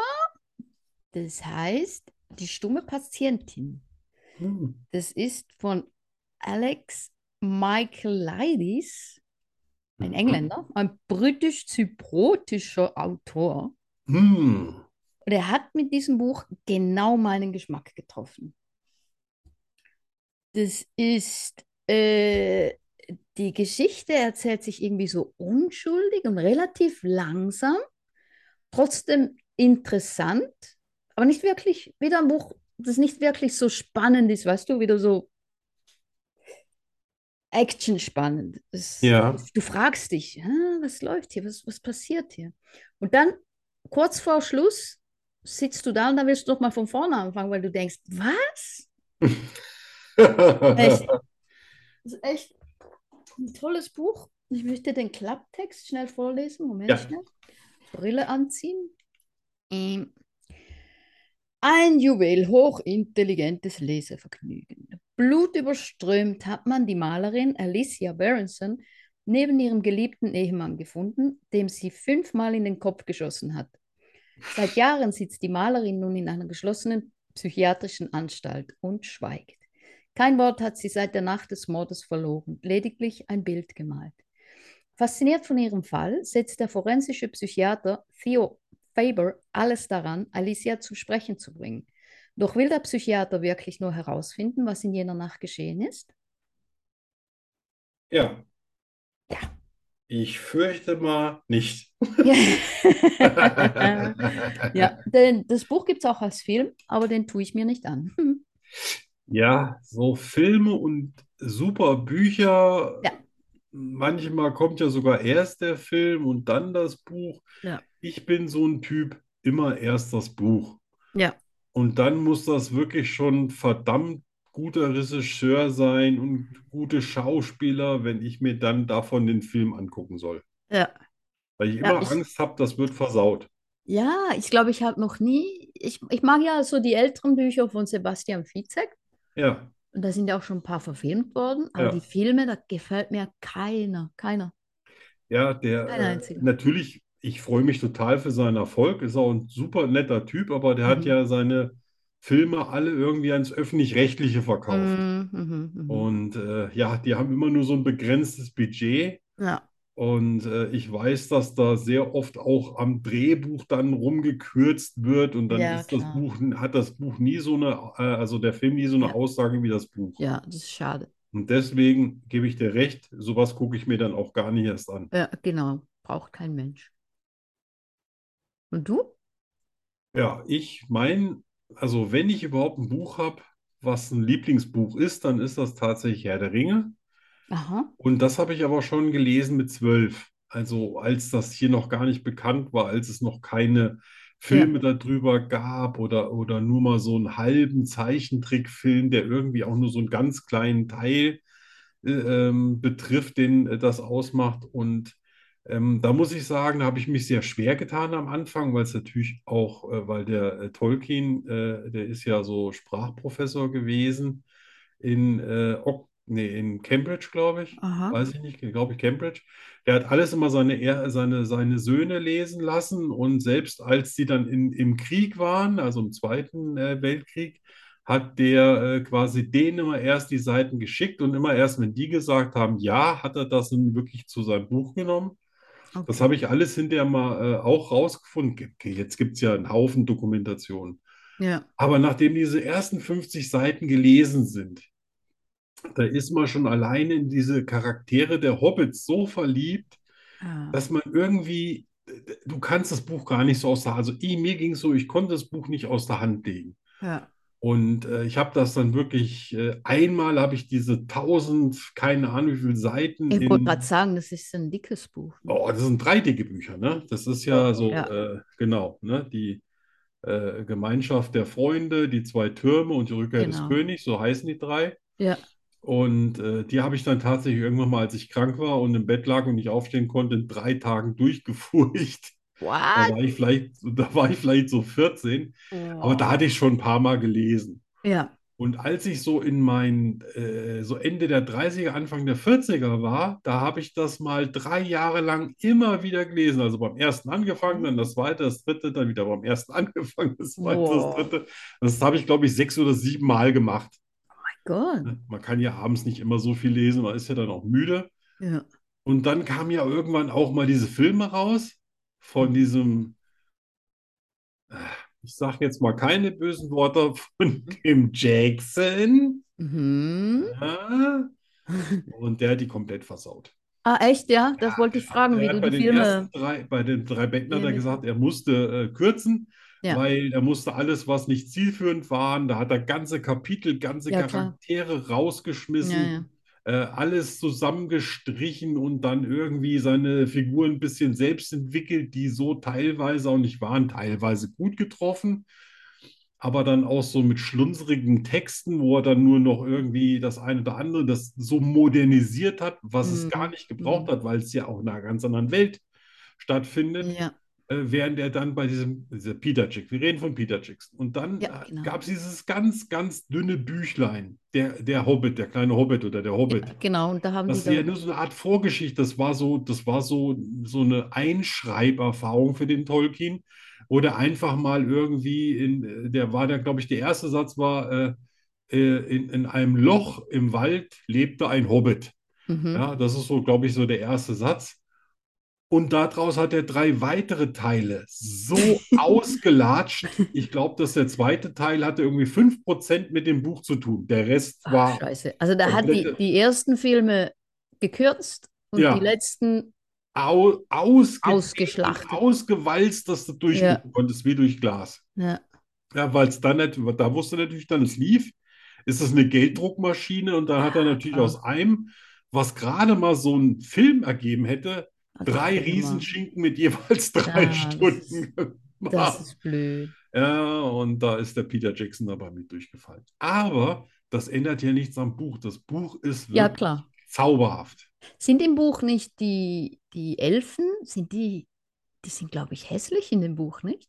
Speaker 2: das heißt Die stumme Patientin.
Speaker 3: Hm.
Speaker 2: Das ist von Alex Michaelides, ein Engländer, ne? ein britisch-zypriotischer Autor.
Speaker 3: Hm.
Speaker 2: Und er hat mit diesem Buch genau meinen Geschmack getroffen. Das ist, äh, die Geschichte erzählt sich irgendwie so unschuldig und relativ langsam, trotzdem interessant, aber nicht wirklich, wieder ein Buch, das nicht wirklich so spannend ist, weißt du, wieder so Action spannend. Es-
Speaker 3: Ja.
Speaker 2: Du fragst dich, "Hä, was läuft hier, was, was passiert hier? Und dann kurz vor Schluss sitzt du da und dann willst du doch mal von vorne anfangen, weil du denkst, was? Echt. Das ist echt ein tolles Buch. Ich möchte den Klapptext schnell vorlesen. Moment,
Speaker 3: Ja.
Speaker 2: schnell. Brille anziehen. Ähm. Ein Juwel hochintelligentes Lesevergnügen. Blutüberströmt hat man die Malerin Alicia Berenson neben ihrem geliebten Ehemann gefunden, dem sie fünfmal in den Kopf geschossen hat. Seit Jahren sitzt die Malerin nun in einer geschlossenen psychiatrischen Anstalt und schweigt. Kein Wort hat sie seit der Nacht des Mordes verloren, lediglich ein Bild gemalt. Fasziniert von ihrem Fall setzt der forensische Psychiater Theo Faber alles daran, Alicia zu sprechen zu bringen. Doch will der Psychiater wirklich nur herausfinden, was in jener Nacht geschehen ist?
Speaker 3: Ja.
Speaker 2: Ja.
Speaker 3: Ich fürchte mal nicht.
Speaker 2: Ja, ja denn das Buch gibt es auch als Film, aber den tue ich mir nicht an.
Speaker 3: Ja, so Filme und super Bücher.
Speaker 2: Ja.
Speaker 3: Manchmal kommt ja sogar erst der Film und dann das Buch.
Speaker 2: Ja.
Speaker 3: Ich bin so ein Typ, immer erst das Buch.
Speaker 2: Ja.
Speaker 3: Und dann muss das wirklich schon verdammt guter Regisseur sein und gute Schauspieler, wenn ich mir dann davon den Film angucken soll.
Speaker 2: Ja.
Speaker 3: Weil ich
Speaker 2: Ja,
Speaker 3: immer
Speaker 2: ich-
Speaker 3: Angst habe, das wird versaut.
Speaker 2: Ja, ich glaube, ich habe noch nie, ich, ich mag ja so die älteren Bücher von Sebastian Fitzek
Speaker 3: Ja,
Speaker 2: und da sind ja auch schon ein paar verfilmt worden, aber
Speaker 3: Ja.
Speaker 2: die Filme, da gefällt mir keiner, keiner.
Speaker 3: ja, der,
Speaker 2: Kein
Speaker 3: äh,
Speaker 2: einziger.
Speaker 3: natürlich, ich freue mich total für seinen Erfolg, ist auch ein super netter Typ, aber der hat
Speaker 2: Mhm.
Speaker 3: ja seine Filme alle irgendwie ans Öffentlich-Rechtliche verkauft.
Speaker 2: Mhm, mhm, mhm.
Speaker 3: Und äh, ja, die haben immer nur so ein begrenztes Budget.
Speaker 2: Ja.
Speaker 3: Und äh, ich weiß, dass da sehr oft auch am Drehbuch dann rumgekürzt wird und dann
Speaker 2: Ja,
Speaker 3: ist das
Speaker 2: klar.
Speaker 3: Buch, hat das Buch nie so eine, äh, also der Film nie so eine
Speaker 2: Ja.
Speaker 3: Aussage wie das Buch.
Speaker 2: Ja, das ist schade.
Speaker 3: Und deswegen gebe ich dir recht, sowas gucke ich mir dann auch gar nicht erst an.
Speaker 2: Ja, genau, braucht kein Mensch. Und du?
Speaker 3: Ja, ich mein, also wenn ich überhaupt ein Buch habe, was ein Lieblingsbuch ist, dann ist das tatsächlich Herr der Ringe.
Speaker 2: Aha.
Speaker 3: Und das habe ich aber schon gelesen mit zwölf. Also als das hier noch gar nicht bekannt war, als es noch keine Filme darüber gab oder, oder nur mal so einen halben Zeichentrickfilm, der irgendwie auch nur so einen ganz kleinen Teil äh, ähm, betrifft, den äh, das ausmacht. Und ähm, da muss ich sagen, da habe ich mich sehr schwer getan am Anfang, weil es natürlich auch, äh, weil der äh, Tolkien, äh, der ist ja so Sprachprofessor gewesen in, äh, Oc- nee, in Cambridge, glaube ich.
Speaker 5: Aha.
Speaker 3: Weiß ich nicht, glaube ich, Cambridge. Der hat alles immer seine, Er- seine, seine Söhne lesen lassen und selbst als die dann in, im Krieg waren, also im Zweiten äh, Weltkrieg, hat der äh, quasi denen immer erst die Seiten geschickt und immer erst, wenn die gesagt haben, ja, hat er das dann wirklich zu seinem Buch genommen. Das
Speaker 5: Okay.
Speaker 3: habe ich alles hinterher mal äh, auch rausgefunden. Okay, jetzt gibt es ja einen Haufen Dokumentationen.
Speaker 5: Ja.
Speaker 3: Aber nachdem diese ersten 50 Seiten gelesen sind, da ist man schon alleine in diese Charaktere der Hobbits so verliebt,
Speaker 5: Ah.
Speaker 3: dass man irgendwie, äh, du kannst das Buch gar nicht so aus der, also ich, mir ging es so, ich konnte das Buch nicht aus der Hand legen.
Speaker 5: Ja.
Speaker 3: Und äh, ich habe das dann wirklich, äh, einmal habe ich diese tausend, keine Ahnung wie viele Seiten
Speaker 2: Ich wollte gerade
Speaker 3: in,
Speaker 2: sagen, das ist ein dickes Buch.
Speaker 3: oh, das sind drei dicke Bücher, ne? Das ist ja so,
Speaker 2: Ja.
Speaker 3: äh, genau, ne? Die äh, Gemeinschaft der Freunde, die zwei Türme und die Rückkehr des
Speaker 2: Genau.
Speaker 3: Königs, so heißen die drei.
Speaker 2: Ja.
Speaker 3: Und äh, die habe ich dann tatsächlich irgendwann mal, als ich krank war und im Bett lag und nicht aufstehen konnte, in drei Tagen durchgefurcht. Da
Speaker 2: What?
Speaker 3: war ich vielleicht, da war ich vielleicht so 14,
Speaker 2: Oh
Speaker 3: aber da hatte ich schon ein paar Mal gelesen.
Speaker 5: Ja.
Speaker 3: Und als ich so in mein, äh, so Ende der 30er, Anfang der 40er war, da habe ich das mal drei Jahre lang immer wieder gelesen. Also beim ersten angefangen, dann das zweite, das dritte, dann wieder beim ersten angefangen, das zweite,
Speaker 2: Wow.
Speaker 3: das dritte. Das habe ich, glaube ich, sechs oder sieben Mal gemacht.
Speaker 2: Gott.
Speaker 3: Ne? Man kann ja abends nicht immer so viel lesen, man ist ja dann auch müde.
Speaker 5: Ja.
Speaker 3: Und dann kamen ja irgendwann auch mal diese Filme raus von diesem, äh, ich sage jetzt mal keine bösen Worte, von dem Jackson.
Speaker 2: Mhm.
Speaker 3: Ja. Und der hat die komplett versaut.
Speaker 2: Ah, echt, ja? Das wollte ich fragen, wie
Speaker 3: Er
Speaker 2: du
Speaker 3: hat bei
Speaker 2: die
Speaker 3: den
Speaker 2: Filme.
Speaker 3: ersten drei, bei den drei Bänden hat er
Speaker 2: Filme-
Speaker 3: gesagt, er musste äh, kürzen,
Speaker 2: Ja.
Speaker 3: weil er musste alles, was nicht zielführend war, da hat er ganze Kapitel, ganze
Speaker 2: Ja, klar.
Speaker 3: Charaktere
Speaker 2: Ja, ja.
Speaker 3: rausgeschmissen, äh, alles zusammengestrichen und dann irgendwie seine Figuren ein bisschen selbst entwickelt, die so teilweise auch nicht waren, teilweise gut getroffen. Aber dann auch so mit schlunzrigen Texten, wo er dann nur noch irgendwie das eine oder andere, das so modernisiert hat, was es
Speaker 2: Mhm.
Speaker 3: gar nicht gebraucht hat, weil es ja auch in einer ganz anderen Welt stattfindet
Speaker 5: Ja.
Speaker 3: äh, während er dann bei diesem dieser Peter Jackson, wir reden von Peter Jackson, und dann
Speaker 2: Ja, genau.
Speaker 3: gab es dieses ganz, ganz dünne Büchlein, der, der Hobbit, der kleine Hobbit oder der Hobbit.
Speaker 2: Genau, und da haben
Speaker 3: Das ist ja
Speaker 2: die
Speaker 3: nur so eine Art Vorgeschichte, das war so, das war so, so eine Einschreiberfahrung für den Tolkien. Oder einfach mal irgendwie in, der war da, glaube ich, der erste Satz war, äh, äh, in, in einem Loch im Wald lebte ein Hobbit.
Speaker 2: da. Mhm.
Speaker 3: Ja, das ist so, glaube ich, so der erste Satz. Und daraus hat er drei weitere Teile so ausgelatscht. Ich glaube, dass der zweite Teil hatte irgendwie 5% mit dem Buch zu tun. Der Rest
Speaker 2: Ach,
Speaker 3: war,
Speaker 2: scheiße. Also da hat die,
Speaker 3: komplette-
Speaker 2: die ersten Filme gekürzt und
Speaker 3: Ja.
Speaker 2: die letzten,
Speaker 3: au, ausge
Speaker 2: Ausgeschlachtet.
Speaker 3: ausgewalzt, dass du durchgucken konntest, wie durch Glas.
Speaker 2: ja,
Speaker 3: Ja, weil es dann, nat- da wusste natürlich dann, es lief, ist es eine Gelddruckmaschine und dann hat er natürlich
Speaker 2: Ah.
Speaker 3: aus einem, was gerade mal so einen Film ergeben hätte,
Speaker 2: also
Speaker 3: drei
Speaker 2: guck mal.
Speaker 3: Riesenschinken mit jeweils drei
Speaker 2: Ja, das
Speaker 3: Stunden
Speaker 2: Das
Speaker 3: gemacht.
Speaker 2: ist blöd.
Speaker 3: Ja, und da ist der Peter Jackson dabei mit durchgefallen. Aber das ändert ja nichts am Buch. Das Buch ist
Speaker 2: Ja,
Speaker 3: wirklich
Speaker 2: klar.
Speaker 3: zauberhaft.
Speaker 2: Sind im Buch nicht die, die Elfen, sind die, die sind, glaube ich, hässlich in dem Buch, nicht?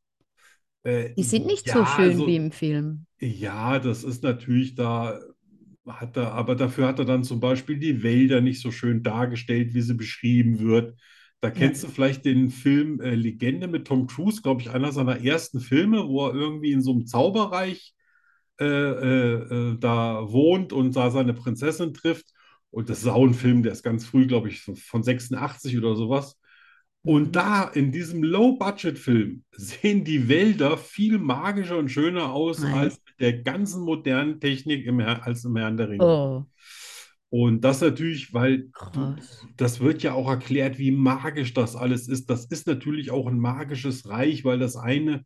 Speaker 3: Äh,
Speaker 2: Die sind nicht so
Speaker 3: ja,
Speaker 2: schön
Speaker 3: also,
Speaker 2: wie im Film.
Speaker 3: ja, das ist natürlich da, hat er, aber dafür hat er dann zum Beispiel die Wälder nicht so schön dargestellt, wie sie beschrieben wird. Da kennst du vielleicht den Film äh, Legende mit Tom Cruise, glaube ich, einer seiner ersten Filme, wo er irgendwie in so einem Zauberreich äh, äh, äh, da wohnt und da seine Prinzessin trifft. Und das ist auch ein Film, der ist ganz früh, glaube ich, von- von 86 oder sowas.
Speaker 2: Mhm.
Speaker 3: Und da in diesem Low-Budget-Film sehen die Wälder viel magischer und schöner aus
Speaker 2: Nein.
Speaker 3: als mit der ganzen modernen Technik im Herr, als im Herrn der Ringe.
Speaker 2: Oh,
Speaker 3: Und das natürlich, weil
Speaker 2: krass.
Speaker 3: das wird ja auch erklärt, wie magisch das alles ist. Das ist natürlich auch ein magisches Reich, weil das eine,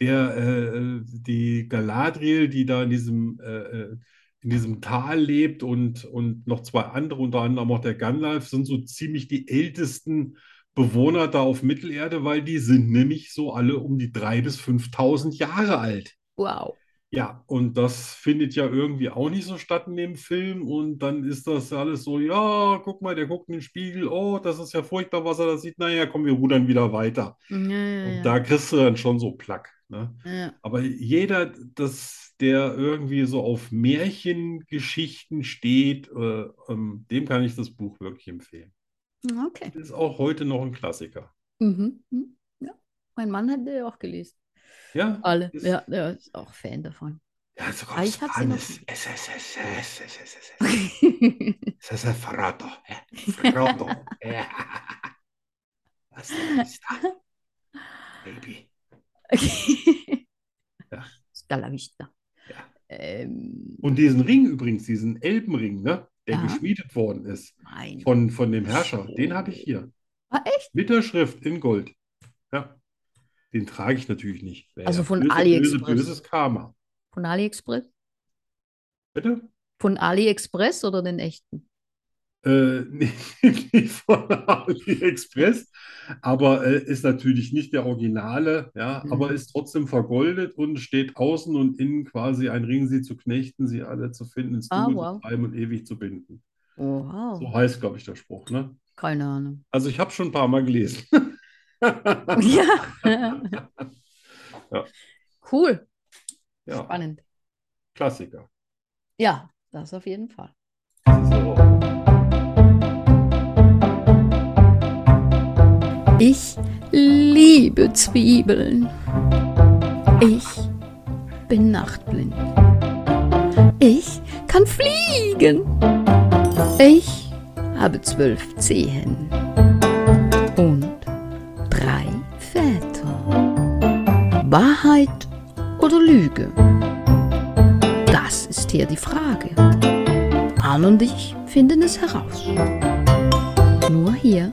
Speaker 3: der, äh, die Galadriel, die da in diesem, äh, äh, in diesem Tal lebt und, und noch zwei andere, unter anderem auch der Gandalf, sind so ziemlich die ältesten Bewohner da auf Mittelerde, weil die sind nämlich so alle um die 3.000 bis 5.000 Jahre alt.
Speaker 2: Wow.
Speaker 3: Ja, und das findet ja irgendwie auch nicht so statt in dem Film. Und dann ist das alles so, ja, guck mal, der guckt in den Spiegel, oh, das ist ja furchtbar, was er da sieht. Naja, komm, wir rudern wieder weiter.
Speaker 2: Ja, ja,
Speaker 3: Und
Speaker 2: ja.
Speaker 3: da kriegst du dann schon so Plack. Ne?
Speaker 2: ja.
Speaker 3: Aber jeder, das, der irgendwie so auf Märchengeschichten steht, äh, ähm, dem kann ich das Buch wirklich empfehlen.
Speaker 2: Mhm, Okay.
Speaker 3: Ist auch heute noch ein Klassiker.
Speaker 2: Mhm. mhm. Ja. Mein Mann hat die auch gelesen.
Speaker 3: Ja,
Speaker 2: Alle.
Speaker 3: Ist-
Speaker 2: Ah, Ja, der ist auch Fan davon.
Speaker 3: ja sogar
Speaker 2: Ah,
Speaker 3: auf
Speaker 2: ich hab sie noch-
Speaker 3: Spanisch. Es, es, es, es, es, es, es, es. Se se Frodo, eh? Frodo. eh? Hasta la vista, baby. Ja.
Speaker 2: Stalavista.
Speaker 3: Ja.
Speaker 2: Ähm,
Speaker 3: Und diesen Ring übrigens, diesen Elbenring, ne, der
Speaker 2: Ja.
Speaker 3: geschmiedet worden ist
Speaker 2: mein.
Speaker 3: von, von dem Herrscher, den habe ich hier.
Speaker 2: Ah, echt?
Speaker 3: Mit der Schrift in Gold. Ja. Den trage ich natürlich nicht. Wäre
Speaker 2: Also
Speaker 3: ja
Speaker 2: von
Speaker 3: böse,
Speaker 2: AliExpress.
Speaker 3: Böse, böses Karma.
Speaker 2: Von AliExpress?
Speaker 3: Bitte?
Speaker 2: Von AliExpress oder den echten?
Speaker 3: Äh, nicht, nicht von AliExpress, aber äh, ist natürlich nicht der Originale, ja,
Speaker 2: Mhm.
Speaker 3: aber ist trotzdem vergoldet und steht außen und innen quasi ein Ring, sie zu knechten, sie alle zu finden, ins
Speaker 2: Ah,
Speaker 3: Dunkel zu
Speaker 2: wow.
Speaker 3: treiben und ewig zu binden.
Speaker 2: Oh, Wow.
Speaker 3: So heißt, glaube ich, der Spruch, ne?
Speaker 2: Keine Ahnung.
Speaker 3: Also ich habe schon ein paar Mal gelesen.
Speaker 2: ja. Cool.
Speaker 3: Ja,
Speaker 2: Spannend.
Speaker 3: Klassiker.
Speaker 2: Ja, das auf jeden Fall.
Speaker 3: So.
Speaker 1: Ich liebe Zwiebeln. Ich bin nachtblind. Ich kann fliegen. Ich habe zwölf Zehen und drei Väter. Wahrheit oder Lüge? Das ist hier die Frage. Arne und ich finden es heraus. Nur hier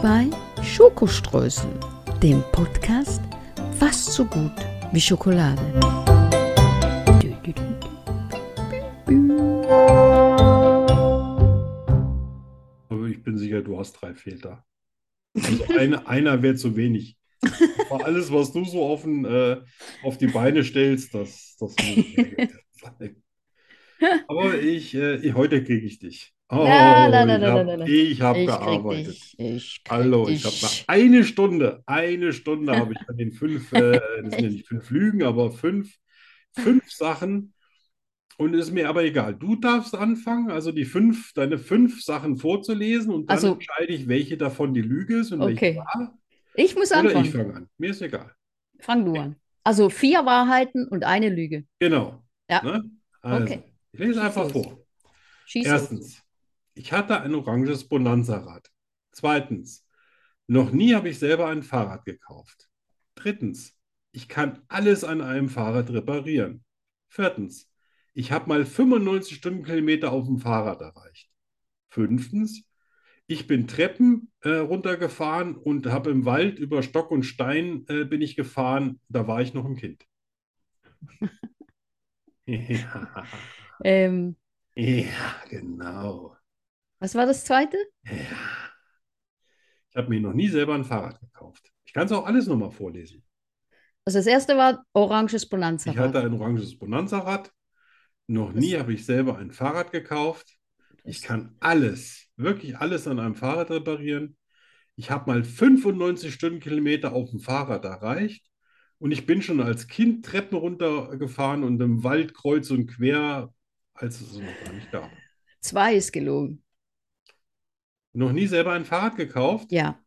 Speaker 1: bei Schokoströßen, dem Podcast fast so gut wie Schokolade.
Speaker 3: Aber ich bin sicher, du hast drei Väter. Also eine, einer wäre zu wenig. Aber alles, was du so auf, den, äh, auf die Beine stellst, das, das muss mehr sein. Aber ich, äh, ich, heute kriege ich dich. Oh,
Speaker 2: Na, na, na,
Speaker 3: ich
Speaker 2: na,
Speaker 3: habe
Speaker 2: na, na.
Speaker 3: ich hab
Speaker 2: ich krieg
Speaker 3: gearbeitet.
Speaker 2: dich. Ich krieg
Speaker 3: Hallo, ich
Speaker 2: dich.
Speaker 3: habe eine Stunde, eine Stunde habe ich an den fünf, äh, das sind ja nicht fünf Lügen, aber fünf, fünf Sachen. Und ist mir aber egal. Du darfst anfangen, also die fünf, deine fünf Sachen vorzulesen und dann
Speaker 2: Also-
Speaker 3: entscheide ich, welche davon die Lüge ist und
Speaker 2: Okay.
Speaker 3: welche wahr.
Speaker 2: Ich muss
Speaker 3: Oder ich
Speaker 2: anfangen.
Speaker 3: fange an. Mir ist egal.
Speaker 2: Fang du an. Also vier Wahrheiten und eine Lüge.
Speaker 3: Genau.
Speaker 2: Ja.
Speaker 3: Ne? Also,
Speaker 2: Okay.
Speaker 3: ich lese einfach
Speaker 2: los.
Speaker 3: vor.
Speaker 2: Schieß los.
Speaker 3: Erstens, ich hatte ein oranges Bonanza-Rad. Zweitens, noch nie habe ich selber ein Fahrrad gekauft. Drittens, ich kann alles an einem Fahrrad reparieren. Viertens, ich habe mal 95 Stundenkilometer auf dem Fahrrad erreicht. Fünftens, ich bin Treppen äh, runtergefahren und habe im Wald über Stock und Stein äh, bin ich gefahren. Da war ich noch ein Kind. Ja,
Speaker 2: Ähm,
Speaker 3: ja, genau.
Speaker 2: was war das zweite?
Speaker 3: Ja. Ich habe mir noch nie selber ein Fahrrad gekauft. Ich kann es auch alles nochmal vorlesen.
Speaker 2: Also das erste war oranges
Speaker 3: Ich
Speaker 2: Bonanza-Rad.
Speaker 3: hatte ein oranges Bonanza-Rad. Noch nie habe ich selber ein Fahrrad gekauft. Ich kann alles, wirklich alles an einem Fahrrad reparieren. Ich habe mal 95 Stundenkilometer auf dem Fahrrad erreicht. Und ich bin schon als Kind Treppen runtergefahren und im Wald kreuz und quer, als es es noch gar nicht gab.
Speaker 2: Zwei ist gelogen.
Speaker 3: Noch nie selber ein Fahrrad gekauft.
Speaker 2: Mhm. Ja,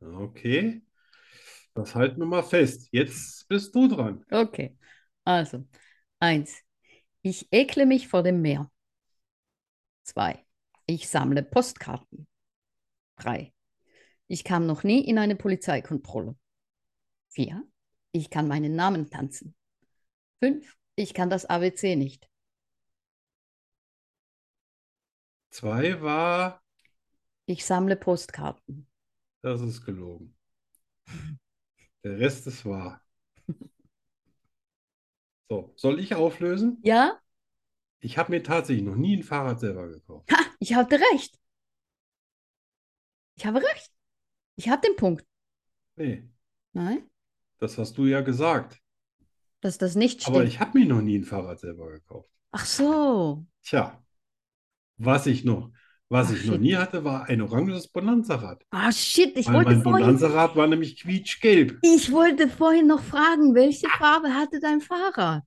Speaker 3: Okay, das halten wir mal fest. Jetzt bist du dran.
Speaker 2: okay. Also, eins. Ich ekle mich vor dem Meer. Zwei. Ich sammle Postkarten. Drei. Ich kam noch nie in eine Polizeikontrolle. Vier. Ich kann meinen Namen tanzen. Fünf. Ich kann das ABC nicht.
Speaker 3: Zwei war,
Speaker 2: Ich sammle Postkarten.
Speaker 3: das ist gelogen. Der Rest ist wahr. So, soll ich auflösen?
Speaker 2: Ja,
Speaker 3: Ich habe mir tatsächlich noch nie ein Fahrrad selber gekauft.
Speaker 2: ich hatte recht. Ich habe recht. Ich habe den Punkt.
Speaker 3: Nee,
Speaker 2: Nein?
Speaker 3: das hast du ja gesagt.
Speaker 2: dass das nicht
Speaker 3: Aber
Speaker 2: stimmt. Oh.
Speaker 3: ich habe mir noch nie ein Fahrrad selber gekauft.
Speaker 2: Ach so.
Speaker 3: Tja, was ich noch, was
Speaker 2: Ach,
Speaker 3: ich noch
Speaker 2: shit.
Speaker 3: nie hatte, war ein oranges Bonanza-Rad.
Speaker 2: Ah, shit, ich
Speaker 3: Weil
Speaker 2: wollte
Speaker 3: mein
Speaker 2: vorhin,
Speaker 3: Bonanza-Rad war nämlich quietschgelb.
Speaker 2: ich wollte vorhin noch fragen, welche Farbe hatte dein Fahrrad?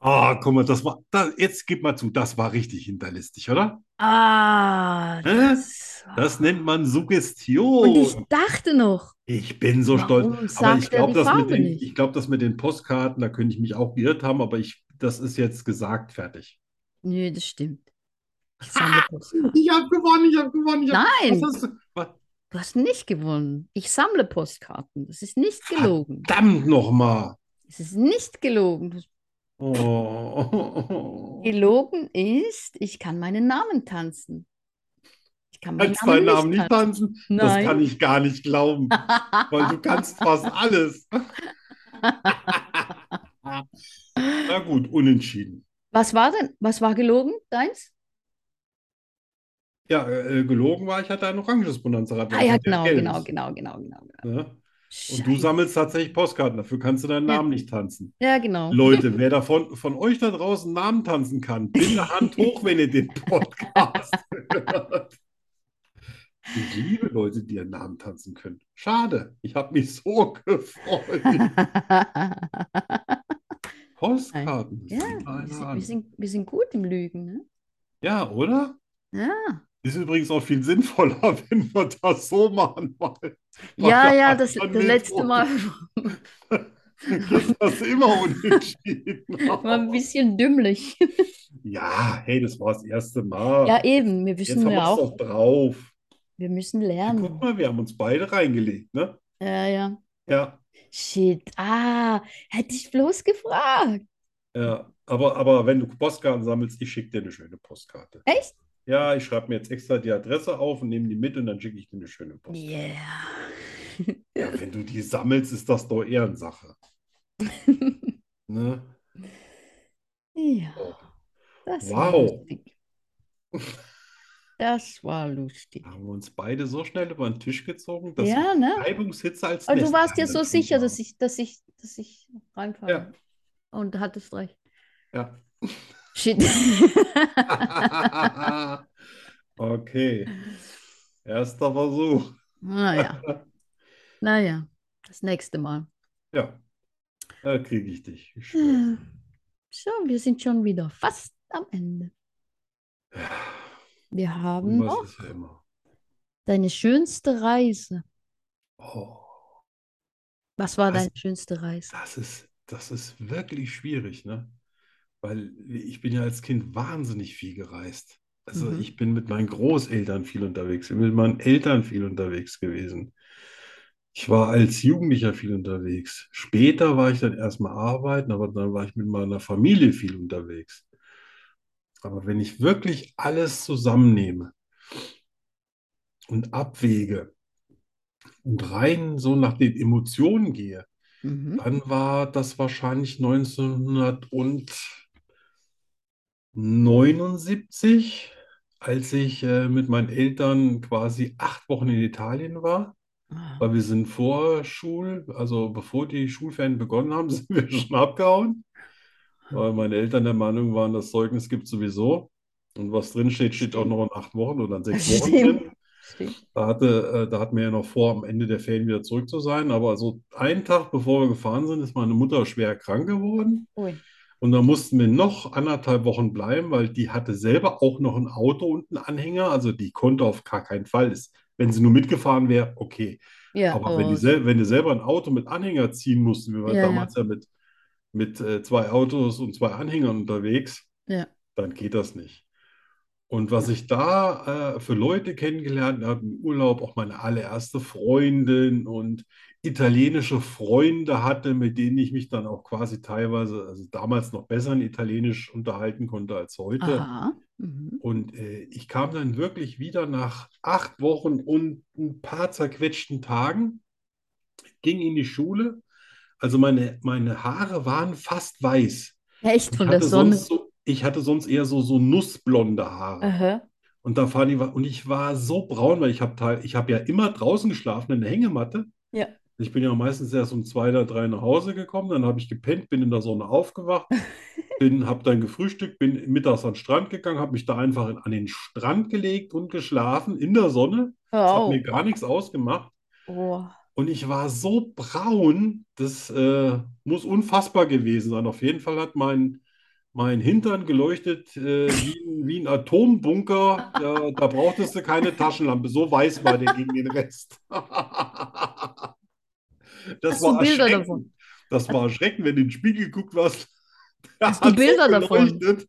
Speaker 3: Ah, guck mal, das war, da, jetzt gib mal zu, das war richtig hinterlistig, oder?
Speaker 2: Ah,
Speaker 3: Hä?
Speaker 2: das.
Speaker 3: Das nennt man
Speaker 2: Und ich
Speaker 3: Suggestion.
Speaker 2: dachte noch,
Speaker 3: Ich bin so stolz.
Speaker 2: warum
Speaker 3: Aber ich
Speaker 2: sagt er
Speaker 3: glaube,
Speaker 2: die
Speaker 3: das mit
Speaker 2: Farbe
Speaker 3: den,
Speaker 2: nicht?
Speaker 3: ich glaube, das mit den Postkarten, da könnte ich mich auch geirrt haben, aber ich, das ist jetzt gesagt, fertig.
Speaker 2: Nö, das stimmt. Ich sammle Postkarten.
Speaker 3: Ich habe gewonnen, ich habe gewonnen, ich hab-
Speaker 2: Nein,
Speaker 3: Was hast du? Was?
Speaker 2: du hast nicht gewonnen. Ich sammle Postkarten. Das ist nicht gelogen.
Speaker 3: Verdammt nochmal.
Speaker 2: Es ist nicht gelogen.
Speaker 3: Oh.
Speaker 2: Gelogen ist, ich kann meinen Namen tanzen. Ich kann meinen
Speaker 3: Kannst deinen Namen
Speaker 2: Namen
Speaker 3: nicht
Speaker 2: nicht
Speaker 3: tanzen?
Speaker 2: tanzen.
Speaker 3: Das
Speaker 2: Nein.
Speaker 3: kann ich gar nicht glauben, weil du kannst fast alles. Na gut, unentschieden.
Speaker 2: Was war denn, was war gelogen, deins?
Speaker 3: Ja, äh, gelogen war, ich hatte ein oranges Bonanza-Rad.
Speaker 2: Ah ja,
Speaker 3: Ich hatte
Speaker 2: genau,
Speaker 3: gelbes,
Speaker 2: genau, genau, genau, genau. genau.
Speaker 3: ne? Und du
Speaker 2: Scheiße.
Speaker 3: sammelst tatsächlich Postkarten, dafür kannst du deinen
Speaker 2: Ja.
Speaker 3: Namen nicht tanzen.
Speaker 2: Ja, genau.
Speaker 3: Leute, wer davon von euch da draußen Namen tanzen kann, bitte Hand hoch, wenn ihr den Podcast hört. Ich liebe Leute, die ihren Namen tanzen können. Schade, ich habe mich so gefreut. Postkarten.
Speaker 2: Ja,
Speaker 3: sieh mal einer
Speaker 2: wir sind,
Speaker 3: an.
Speaker 2: wir, sind, wir sind gut im Lügen, ne?
Speaker 3: Ja, oder?
Speaker 2: Ja,
Speaker 3: Ist übrigens auch viel sinnvoller, wenn wir das so machen wollen.
Speaker 2: ja,
Speaker 3: Weil
Speaker 2: ja
Speaker 3: dann
Speaker 2: das,
Speaker 3: hat man
Speaker 2: das
Speaker 3: den
Speaker 2: letzte
Speaker 3: Druck.
Speaker 2: Mal
Speaker 3: Geht das immer unentschieden
Speaker 2: war ein bisschen dümmlich.
Speaker 3: Ja, hey, das war das erste Mal.
Speaker 2: Ja, eben, wir
Speaker 3: Jetzt
Speaker 2: wissen
Speaker 3: haben wir
Speaker 2: ja
Speaker 3: es
Speaker 2: auch,
Speaker 3: doch drauf.
Speaker 2: wir müssen
Speaker 3: Guck
Speaker 2: lernen.
Speaker 3: mal, wir haben uns beide reingelegt, ne?
Speaker 2: Ja, ja.
Speaker 3: Ja,
Speaker 2: Shit, ah, hätte ich bloß gefragt.
Speaker 3: ja. Aber, aber wenn du Postkarten sammelst, ich schicke dir eine schöne Postkarte.
Speaker 2: Echt?
Speaker 3: Ja, ich schreibe mir jetzt extra die Adresse auf und nehme die mit und dann schicke ich dir eine schöne Postkarte.
Speaker 2: Yeah.
Speaker 3: Ja, wenn du die sammelst, ist das doch Ehrensache. Ne?
Speaker 2: Ja,
Speaker 3: Oh,
Speaker 2: das war
Speaker 3: Wow.
Speaker 2: lustig. Das war lustig.
Speaker 3: da haben wir uns beide so schnell über den Tisch gezogen, dass
Speaker 2: Ja, ne?
Speaker 3: Reibungshitze als
Speaker 2: Aber du
Speaker 3: Nest
Speaker 2: warst dir so
Speaker 3: eingeschlagen
Speaker 2: sicher, dass
Speaker 3: haben.
Speaker 2: ich, dass ich, dass ich reinfalle.
Speaker 3: Ja.
Speaker 2: Und du hattest recht.
Speaker 3: Ja.
Speaker 2: Shit.
Speaker 3: Okay. Erster Versuch.
Speaker 2: Naja. Naja. Das nächste Mal.
Speaker 3: Ja. Da kriege ich dich. Ich schwör's.
Speaker 2: So, wir sind schon wieder fast am Ende. Wir haben
Speaker 3: Und
Speaker 2: noch
Speaker 3: was ist ja immer.
Speaker 2: deine schönste Reise.
Speaker 3: Oh,
Speaker 2: Was war
Speaker 3: Was?
Speaker 2: deine schönste Reise?
Speaker 3: das ist, das ist wirklich schwierig, ne? Weil ich bin ja als Kind wahnsinnig viel gereist. Also
Speaker 2: Mhm.
Speaker 3: ich bin mit meinen Großeltern viel unterwegs, ich bin mit meinen Eltern viel unterwegs gewesen. Ich war als Jugendlicher viel unterwegs. Später war ich dann erstmal arbeiten, aber dann war ich mit meiner Familie viel unterwegs. Aber wenn ich wirklich alles zusammennehme und abwäge und rein so nach den Emotionen gehe,
Speaker 2: Mhm.
Speaker 3: Dann war das wahrscheinlich 1979, als ich äh, mit meinen Eltern quasi acht Wochen in Italien war,
Speaker 2: Ah.
Speaker 3: weil wir sind vor Schul, also bevor die Schulferien begonnen haben, sind wir schon abgehauen, weil meine Eltern der Meinung waren, das Zeugnis gibt sowieso. Und was drin steht, steht auch noch in acht Wochen oder in sechs Wochen
Speaker 2: Stimmt.
Speaker 3: drin.
Speaker 2: Stimmt.
Speaker 3: Da hatte, äh, da hatten wir ja noch vor, am Ende der Ferien wieder zurück zu sein. Aber so einen Tag bevor wir gefahren sind, ist meine Mutter schwer krank geworden.
Speaker 2: Ui.
Speaker 3: Und da mussten wir noch anderthalb Wochen bleiben, weil die hatte selber auch noch ein Auto und einen Anhänger. Also die konnte auf gar keinen Fall. Das, wenn sie nur mitgefahren wäre, okay.
Speaker 2: Ja,
Speaker 3: Aber wenn,
Speaker 2: oh,
Speaker 3: die sel wenn du selber ein Auto mit Anhänger ziehen mussten, wir waren
Speaker 2: Ja, ja.
Speaker 3: damals ja mit, mit äh, zwei Autos und zwei Anhängern unterwegs,
Speaker 2: Ja.
Speaker 3: dann geht das nicht. Und was ich da äh, für Leute kennengelernt habe im Urlaub, auch meine allererste Freundin und italienische Freunde hatte, mit denen ich mich dann auch quasi teilweise, also damals noch besser in Italienisch unterhalten konnte als heute.
Speaker 2: aha. Mhm.
Speaker 3: Und äh, ich kam dann wirklich wieder nach acht Wochen und ein paar zerquetschten Tagen, ging in die Schule. Also meine, meine Haare waren fast weiß.
Speaker 2: Echt
Speaker 3: Ich
Speaker 2: von der
Speaker 3: hatte
Speaker 2: Sonne.
Speaker 3: sonst so, ich hatte sonst eher so, so nussblonde Haare.
Speaker 2: Aha.
Speaker 3: Und da fahren die, und ich war so braun, weil ich habe ich hab ja immer draußen geschlafen in der Hängematte.
Speaker 2: Ja.
Speaker 3: Ich bin ja meistens erst um zwei oder drei nach Hause gekommen, dann habe ich gepennt, bin in der Sonne aufgewacht, bin, habe dann gefrühstückt, bin mittags an den Strand gegangen, habe mich da einfach in, an den Strand gelegt und geschlafen in der Sonne. Das hat
Speaker 2: Wow.
Speaker 3: mir gar nichts ausgemacht.
Speaker 2: Oh.
Speaker 3: Und ich war so braun, das äh, muss unfassbar gewesen sein. Auf jeden Fall hat mein, mein Hintern geleuchtet äh, wie ein, wie ein Atombunker. Da, da brauchtest du keine Taschenlampe. So weiß war der gegen den Rest. Das
Speaker 2: Hast
Speaker 3: war
Speaker 2: du Bilder
Speaker 3: erschreckend.
Speaker 2: davon?
Speaker 3: Das war erschreckend, wenn du in den Spiegel geguckt warst. Der
Speaker 2: Hast du
Speaker 3: hat so
Speaker 2: Bilder davon?
Speaker 3: geleuchtet.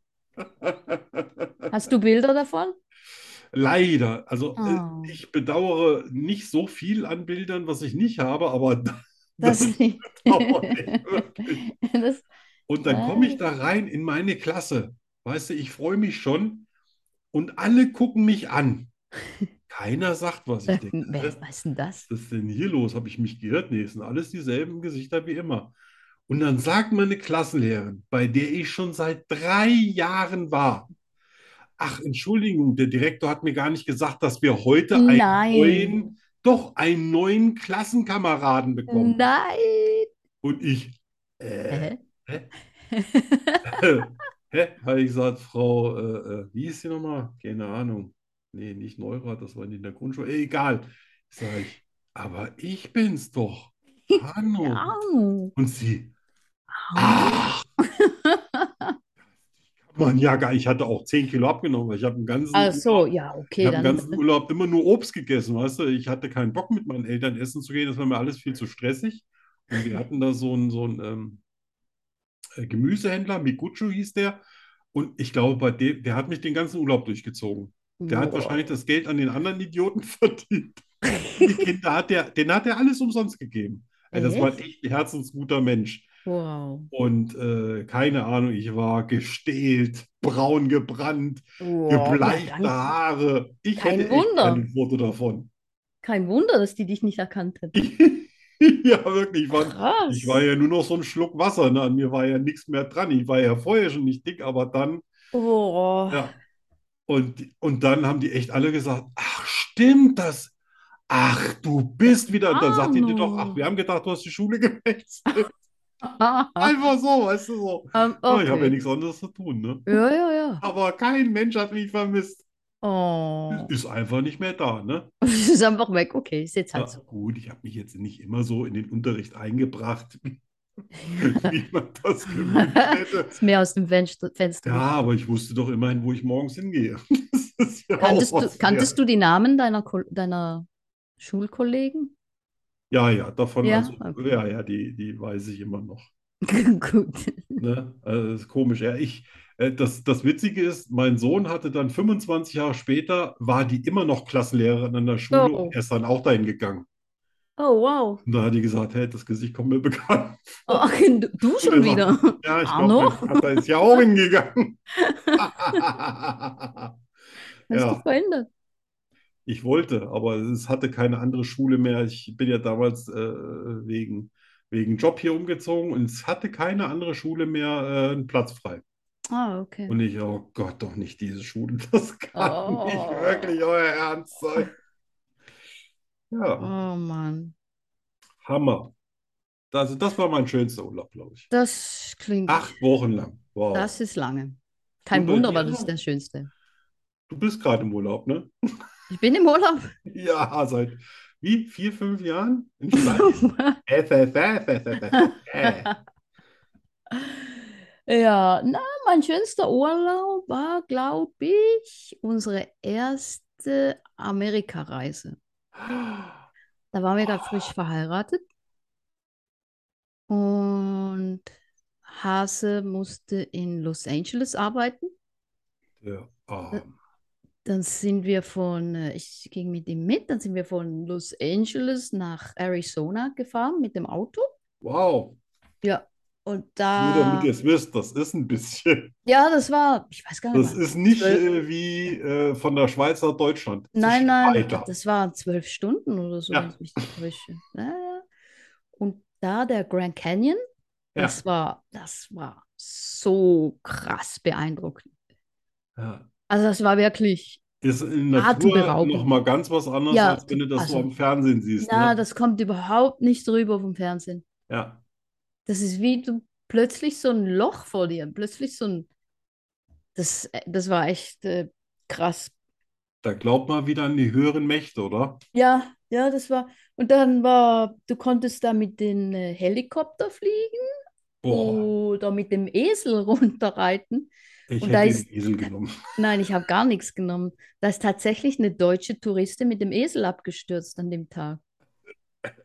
Speaker 2: Hast du Bilder davon?
Speaker 3: Leider. Also, äh,
Speaker 2: Oh,
Speaker 3: ich bedauere nicht so viel an Bildern, was ich nicht habe, aber
Speaker 2: das
Speaker 3: das
Speaker 2: nicht.
Speaker 3: bedauere ich wirklich.
Speaker 2: Das,
Speaker 3: Und dann komme ich da rein in meine Klasse. Weißt du, ich freue mich schon und alle gucken mich an. Keiner sagt, was ich denke.
Speaker 2: wer
Speaker 3: Was
Speaker 2: was ist denn das?
Speaker 3: ist denn hier los? Habe ich mich geirrt? Nee, es sind alles dieselben Gesichter wie immer. Und dann sagt meine Klassenlehrerin, bei der ich schon seit drei Jahren war, ach, Entschuldigung, der Direktor hat mir gar nicht gesagt, dass wir heute einen
Speaker 2: Nein.
Speaker 3: neuen, doch einen neuen Klassenkameraden bekommen.
Speaker 2: Nein.
Speaker 3: Und ich, äh,
Speaker 2: Hä?
Speaker 3: hä? Hä? Habe ich gesagt, Frau, äh, äh, wie hieß sie nochmal? Keine Ahnung. Nee, nicht Neurath, das war die in der Grundschule. Ey, Egal. Sag ich, aber ich bin's doch. Hanno.
Speaker 2: Au.
Speaker 3: Und sie, ach. Mann, ja, gar- ich hatte auch 10 Kilo abgenommen, weil ich habe einen ganzen,
Speaker 2: Ach so,
Speaker 3: Urlaub-
Speaker 2: ja,
Speaker 3: ich
Speaker 2: okay,
Speaker 3: habe den
Speaker 2: dann. äh,
Speaker 3: ganzen Urlaub immer nur Obst gegessen, weißt du? Ich hatte keinen Bock, mit meinen Eltern essen zu gehen, das war mir alles viel zu stressig. Und wir hatten da so einen, so einen ähm, äh, Gemüsehändler, Migucho hieß der. Und ich glaube, bei dem, der hat mich den ganzen Urlaub durchgezogen. Der hat
Speaker 2: Boah.
Speaker 3: wahrscheinlich das Geld an den anderen Idioten verdient. Die Kinder hat der, den hat er alles umsonst gegeben. Ey, das war
Speaker 2: Echt?
Speaker 3: echt ein herzensguter Mensch.
Speaker 2: Wow.
Speaker 3: Und äh, keine Ahnung, ich war gestählt, braun gebrannt,
Speaker 2: Wow. Ja,
Speaker 3: gebleichte
Speaker 2: dann,
Speaker 3: Ah, Haare. Ich
Speaker 2: Kein
Speaker 3: hätte echt
Speaker 2: Wunder.
Speaker 3: gerne ein Foto davon.
Speaker 2: kein Wunder, dass die dich nicht erkannt hat.
Speaker 3: Ja, wirklich. Ich war,
Speaker 2: Krass.
Speaker 3: ich war ja nur noch so ein Schluck Wasser. Ne? An mir war ja nichts mehr dran. Ich war ja vorher schon nicht dick, aber dann.
Speaker 2: Boah.
Speaker 3: Ja. Und, und dann haben die echt alle gesagt, ach stimmt das. Ach, du bist wieder. Und dann sagt die dir doch, ach,
Speaker 2: Arno.
Speaker 3: wir haben gedacht, du hast die Schule gewechselt. Einfach so, weißt du so.
Speaker 2: Ah, Ähm,
Speaker 3: Ja, Oh, ich habe ja
Speaker 2: okay.
Speaker 3: nichts anderes zu tun, ne?
Speaker 2: Ja, ja, ja.
Speaker 3: Aber kein Mensch hat mich vermisst.
Speaker 2: Oh.
Speaker 3: Ist einfach nicht mehr da, ne?
Speaker 2: Es ist einfach weg. Okay, ist jetzt
Speaker 3: Ja,
Speaker 2: halt so.
Speaker 3: gut, ich habe mich jetzt nicht immer so in den Unterricht eingebracht, wie man das gewünscht hätte.
Speaker 2: Ist mehr aus dem Fenster. Fenster.
Speaker 3: Ja, aber ich wusste doch immerhin, wo ich morgens hingehe. Das ist ja auch
Speaker 2: Kanntest
Speaker 3: was
Speaker 2: du, kanntest du die Namen deiner, Kol- deiner Schulkollegen?
Speaker 3: Ja, ja, davon,
Speaker 2: Ja,
Speaker 3: also,
Speaker 2: okay.
Speaker 3: ja, ja, die, die weiß ich immer noch.
Speaker 2: Gut.
Speaker 3: Ne? Also, das ist komisch. Ja, ich, äh, das, das Witzige ist, mein Sohn hatte dann 25 Jahre später, war die immer noch Klassenlehrerin an der Schule
Speaker 2: Oh.
Speaker 3: und er ist dann auch dahin gegangen.
Speaker 2: Oh, wow.
Speaker 3: Und da hat die gesagt, hey, das Gesicht kommt mir bekannt.
Speaker 2: Ach, du, du schon wieder. Ah,
Speaker 3: Ja, ich glaube,
Speaker 2: Arno?
Speaker 3: mein Vater ist ja auch hingegangen.
Speaker 2: Hast du
Speaker 3: Ja,
Speaker 2: verändert?
Speaker 3: ich wollte, aber es hatte keine andere Schule mehr. Ich bin ja damals äh, wegen, wegen Job hier umgezogen und es hatte keine andere Schule mehr äh, einen Platz frei.
Speaker 2: Ah, okay.
Speaker 3: Und ich, oh Gott, doch nicht diese Schule. Das kann
Speaker 2: Oh.
Speaker 3: nicht wirklich euer Ernst sein. Ja,
Speaker 2: Oh Mann.
Speaker 3: Hammer. Also das war mein schönster Urlaub, glaube ich.
Speaker 2: Das klingt.
Speaker 3: Acht Wochen lang. Wow.
Speaker 2: Das ist lange. Kein
Speaker 3: bei
Speaker 2: Wunder,
Speaker 3: dir
Speaker 2: weil das
Speaker 3: auch?
Speaker 2: ist der schönste.
Speaker 3: Du bist gerade im Urlaub, ne?
Speaker 2: Ich bin im Urlaub.
Speaker 3: Ja, seit wie? Vier, fünf Jahren? In Spanien? Äh, F, F, F, F, F, F, F.
Speaker 2: Ja, na, mein schönster Urlaub war, glaube ich, unsere erste Amerikareise.
Speaker 3: äh.
Speaker 2: Da waren wir gerade frisch verheiratet. Und Hase musste in Los Angeles arbeiten.
Speaker 3: Der Arm.
Speaker 2: Dann sind wir von, äh, ich ging mit ihm mit, dann sind wir von Los Angeles nach Arizona gefahren mit dem Auto.
Speaker 3: Wow.
Speaker 2: Und
Speaker 3: Nur damit ihr
Speaker 2: da,
Speaker 3: es wisst, das ist ein bisschen.
Speaker 2: ja, das war, ich weiß gar nicht
Speaker 3: Das
Speaker 2: mehr.
Speaker 3: ist nicht
Speaker 2: Zwölf-
Speaker 3: äh, wie äh, von der Schweiz nach Deutschland. Es ist
Speaker 2: Nein, nein,
Speaker 3: weiter.
Speaker 2: das waren zwölf Stunden oder so,
Speaker 3: Ja.
Speaker 2: wenn ich mich nicht täusche. Ja, ja. Und da der Grand Canyon,
Speaker 3: Ja.
Speaker 2: das war, das war so krass beeindruckend.
Speaker 3: Ja.
Speaker 2: Also das war wirklich
Speaker 3: ist in Natur
Speaker 2: Atemberaubend.
Speaker 3: nochmal ganz was anderes,
Speaker 2: Ja,
Speaker 3: als wenn du das so
Speaker 2: also-
Speaker 3: am Fernsehen siehst.
Speaker 2: Na,
Speaker 3: ne?
Speaker 2: das kommt überhaupt nicht drüber vom Fernsehen.
Speaker 3: Ja.
Speaker 2: Das ist wie du plötzlich so ein Loch vor dir, plötzlich so ein. Das, äh, das war echt äh, krass.
Speaker 3: Da glaubt man wieder an die höheren Mächte, oder?
Speaker 2: Ja, ja, das war. Und dann war, du konntest da mit dem äh, Helikopter fliegen
Speaker 3: Boah,
Speaker 2: oder mit dem Esel runterreiten.
Speaker 3: ich
Speaker 2: Oh,
Speaker 3: hätte
Speaker 2: und da
Speaker 3: den
Speaker 2: ist-
Speaker 3: Esel genommen.
Speaker 2: Nein, ich habe gar nichts genommen. Da ist tatsächlich eine deutsche Touristin mit dem Esel abgestürzt an dem Tag.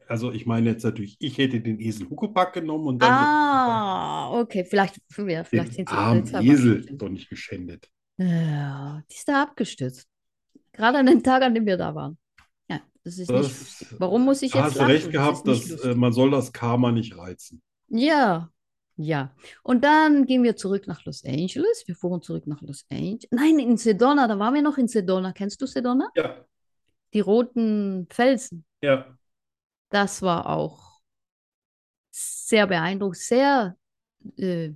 Speaker 3: Also ich meine jetzt natürlich, ich hätte den Esel Huckepack genommen und dann
Speaker 2: Ah, okay, vielleicht, ja,
Speaker 3: den
Speaker 2: vielleicht sind sie
Speaker 3: armen
Speaker 2: blöd, aber-
Speaker 3: Esel doch nicht geschändet.
Speaker 2: Ja, die ist da abgestürzt. Gerade an den Tag, an dem wir da waren. Ja, das ist nicht
Speaker 3: Das-
Speaker 2: lustig. Warum muss ich
Speaker 3: Da
Speaker 2: jetzt
Speaker 3: hast du
Speaker 2: lachen?
Speaker 3: recht
Speaker 2: Das ist
Speaker 3: gehabt,
Speaker 2: nicht
Speaker 3: dass äh,
Speaker 2: lustig.
Speaker 3: man soll das Karma nicht reizen.
Speaker 2: Ja, ja. Und dann gehen wir zurück nach Los Angeles. Wir fuhren zurück nach Los Angeles. Nein, in Sedona, da waren wir noch in Sedona. Kennst du Sedona?
Speaker 3: Ja,
Speaker 2: Die roten Felsen.
Speaker 3: ja.
Speaker 2: Das war auch sehr beeindruckend, sehr äh,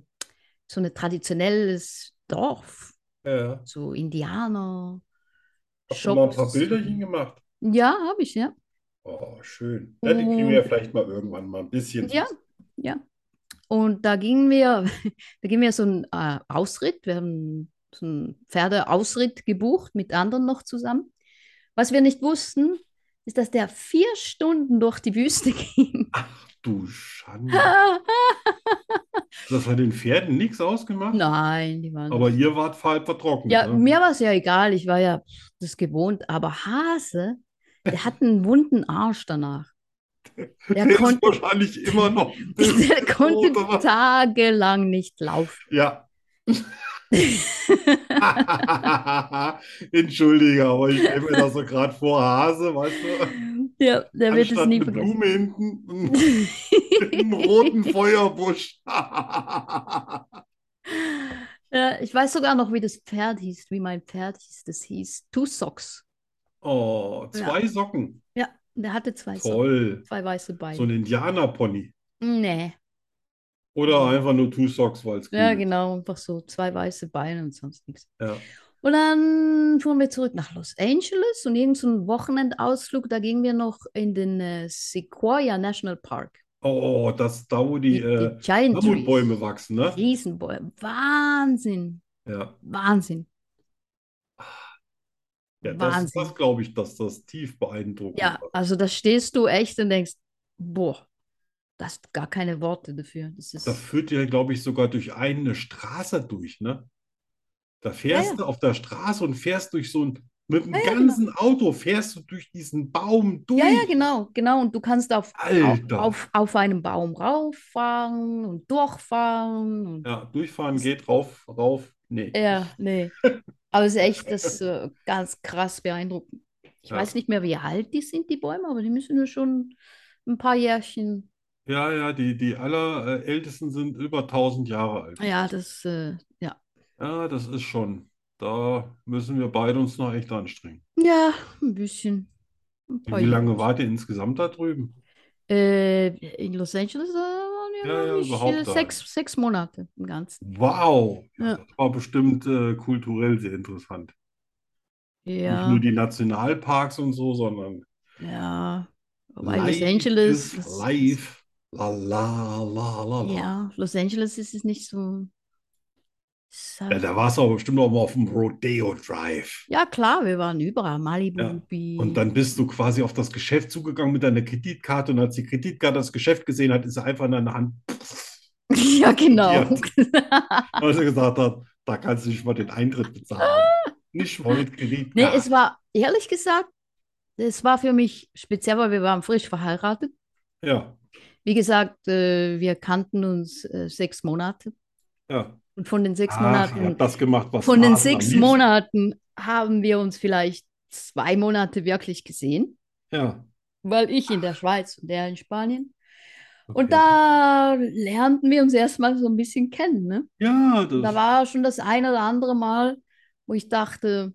Speaker 2: so ein traditionelles Dorf,
Speaker 3: Äh,
Speaker 2: so Indianer,
Speaker 3: hast du mal ein paar
Speaker 2: Shops.
Speaker 3: Bilderchen gemacht?
Speaker 2: Ja, habe ich, ja.
Speaker 3: Oh, schön. Ja, die kriegen wir ja vielleicht mal irgendwann mal ein bisschen.
Speaker 2: Oh. Ja, ja. Und da gingen wir, da gingen wir so einen äh, Ausritt, wir haben so einen Pferdeausritt gebucht mit anderen noch zusammen. Was wir nicht wussten, ist, dass der vier Stunden durch die Wüste ging.
Speaker 3: Du Schande. Also Das hat den Pferden nichts ausgemacht,
Speaker 2: Nein, die waren.
Speaker 3: aber ihr wart halb vertrocknet.
Speaker 2: Ja,
Speaker 3: ne?
Speaker 2: mir war es ja egal, ich war ja das gewohnt, aber Hase, der hat einen wunden Arsch danach. Der
Speaker 3: Der ist
Speaker 2: konnte,
Speaker 3: wahrscheinlich immer noch. ein bisschen
Speaker 2: der konnte
Speaker 3: rot, aber-
Speaker 2: tagelang nicht laufen.
Speaker 3: Ja. Entschuldige, aber ich stelle mir das so gerade vor, Hase, weißt du?
Speaker 2: Ja, der wird es
Speaker 3: Anstatt
Speaker 2: nie
Speaker 3: eine
Speaker 2: vergessen.
Speaker 3: Blume hinten, einen roten Feuerbusch.
Speaker 2: Ja, Äh, ich weiß sogar noch, wie das Pferd hieß, wie mein Pferd hieß. Das hieß Two Socks.
Speaker 3: Oh, zwei Socken.
Speaker 2: Ja, der hatte zwei Socken,
Speaker 3: Toll.
Speaker 2: zwei weiße
Speaker 3: So
Speaker 2: Beine.
Speaker 3: ein Indianerpony.
Speaker 2: Nee.
Speaker 3: Oder einfach nur Two Socks, weil es
Speaker 2: Mhm. Ja,
Speaker 3: cool ist.
Speaker 2: genau, einfach so zwei weiße Beine und sonst nichts.
Speaker 3: Ja.
Speaker 2: Und dann fuhren wir zurück nach Los Angeles und irgend so einen Wochenendausflug, da gingen wir noch in den äh, Sequoia National Park.
Speaker 3: Oh, das da, wo die,
Speaker 2: Die,
Speaker 3: äh,
Speaker 2: die Giant Trees.
Speaker 3: Mammutbäume wachsen, ne?
Speaker 2: Riesenbäume. Wahnsinn,
Speaker 3: Ja.
Speaker 2: Wahnsinn.
Speaker 3: Ja, das,
Speaker 2: Wahnsinn.
Speaker 3: das glaube ich, dass das tief beeindruckend
Speaker 2: Ja,
Speaker 3: war.
Speaker 2: also da stehst du echt und denkst, boah, das hast gar keine Worte dafür. Das ist,
Speaker 3: Da führt ihr, glaube ich, sogar durch eine Straße durch, ne? Da fährst
Speaker 2: ja.
Speaker 3: du auf der Straße und fährst durch so ein, mit dem
Speaker 2: Ja, ja, genau.
Speaker 3: ganzen Auto fährst du durch diesen Baum
Speaker 2: ja, ja,
Speaker 3: durch.
Speaker 2: genau, genau. Und du kannst auf, auf,
Speaker 3: Alter.
Speaker 2: auf, auf einem Baum rauffahren und durchfahren. Und,
Speaker 3: Ja, durchfahren geht, rauf, rauf. Nee.
Speaker 2: ja, nee. Aber es ist echt das äh, ganz krass beeindruckend. Ich
Speaker 3: Ja.
Speaker 2: weiß nicht mehr, wie alt die sind, die Bäume, aber die müssen ja schon ein paar Jährchen.
Speaker 3: Ja, ja, die, die allerältesten sind über 1000 Jahre alt.
Speaker 2: Ja, das, äh, ja.
Speaker 3: Ja, das ist schon. Da müssen wir beide uns noch echt anstrengen.
Speaker 2: Ja, ein bisschen. Ein paar
Speaker 3: Wie lange
Speaker 2: Jährchen.
Speaker 3: wart ihr insgesamt da drüben?
Speaker 2: Äh, in Los Angeles äh, waren wir,
Speaker 3: Ja, ja,
Speaker 2: glaub ich,
Speaker 3: überhaupt
Speaker 2: äh,
Speaker 3: da.
Speaker 2: sechs, sechs Monate im Ganzen.
Speaker 3: Wow,
Speaker 2: Ja.
Speaker 3: das war bestimmt äh, kulturell sehr interessant. Nicht
Speaker 2: Ja,
Speaker 3: nur die Nationalparks und so, sondern
Speaker 2: ja. Wobei Los
Speaker 3: Life
Speaker 2: Angeles,
Speaker 3: is
Speaker 2: das-
Speaker 3: life. La la la la la.
Speaker 2: ja, Los Angeles ist es nicht so. ist
Speaker 3: Ja,
Speaker 2: halt-
Speaker 3: da warst du aber bestimmt auch mal auf dem Rodeo Drive.
Speaker 2: Ja, klar, wir waren überall. Malibu
Speaker 3: Ja,
Speaker 2: Beach.
Speaker 3: Und dann bist du quasi auf das Geschäft zugegangen mit deiner Kreditkarte und als die Kreditkarte das Geschäft gesehen hat, ist sie einfach in deine Hand.
Speaker 2: Ja, genau.
Speaker 3: Weil sie gesagt hat, da kannst du nicht mal den Eintritt bezahlen. Nicht mal mit Kreditkarte.
Speaker 2: Nee, es war, ehrlich gesagt, es war für mich speziell, weil wir waren frisch verheiratet.
Speaker 3: Ja,
Speaker 2: Wie gesagt, äh, wir kannten uns äh, sechs Monate.
Speaker 3: ja.
Speaker 2: Und von den sechs
Speaker 3: Ach,
Speaker 2: Monaten,
Speaker 3: ihr habt das gemacht, was
Speaker 2: von den
Speaker 3: Hasen am
Speaker 2: sechs
Speaker 3: liebsten-
Speaker 2: Monaten haben wir uns vielleicht zwei Monate wirklich gesehen,
Speaker 3: Ja.
Speaker 2: weil ich in der Schweiz und er in Spanien.
Speaker 3: Okay.
Speaker 2: Und da lernten wir uns erstmal so ein bisschen kennen. Ne?
Speaker 3: Ja,
Speaker 2: Da
Speaker 3: das,
Speaker 2: war schon das ein oder andere Mal, wo ich dachte,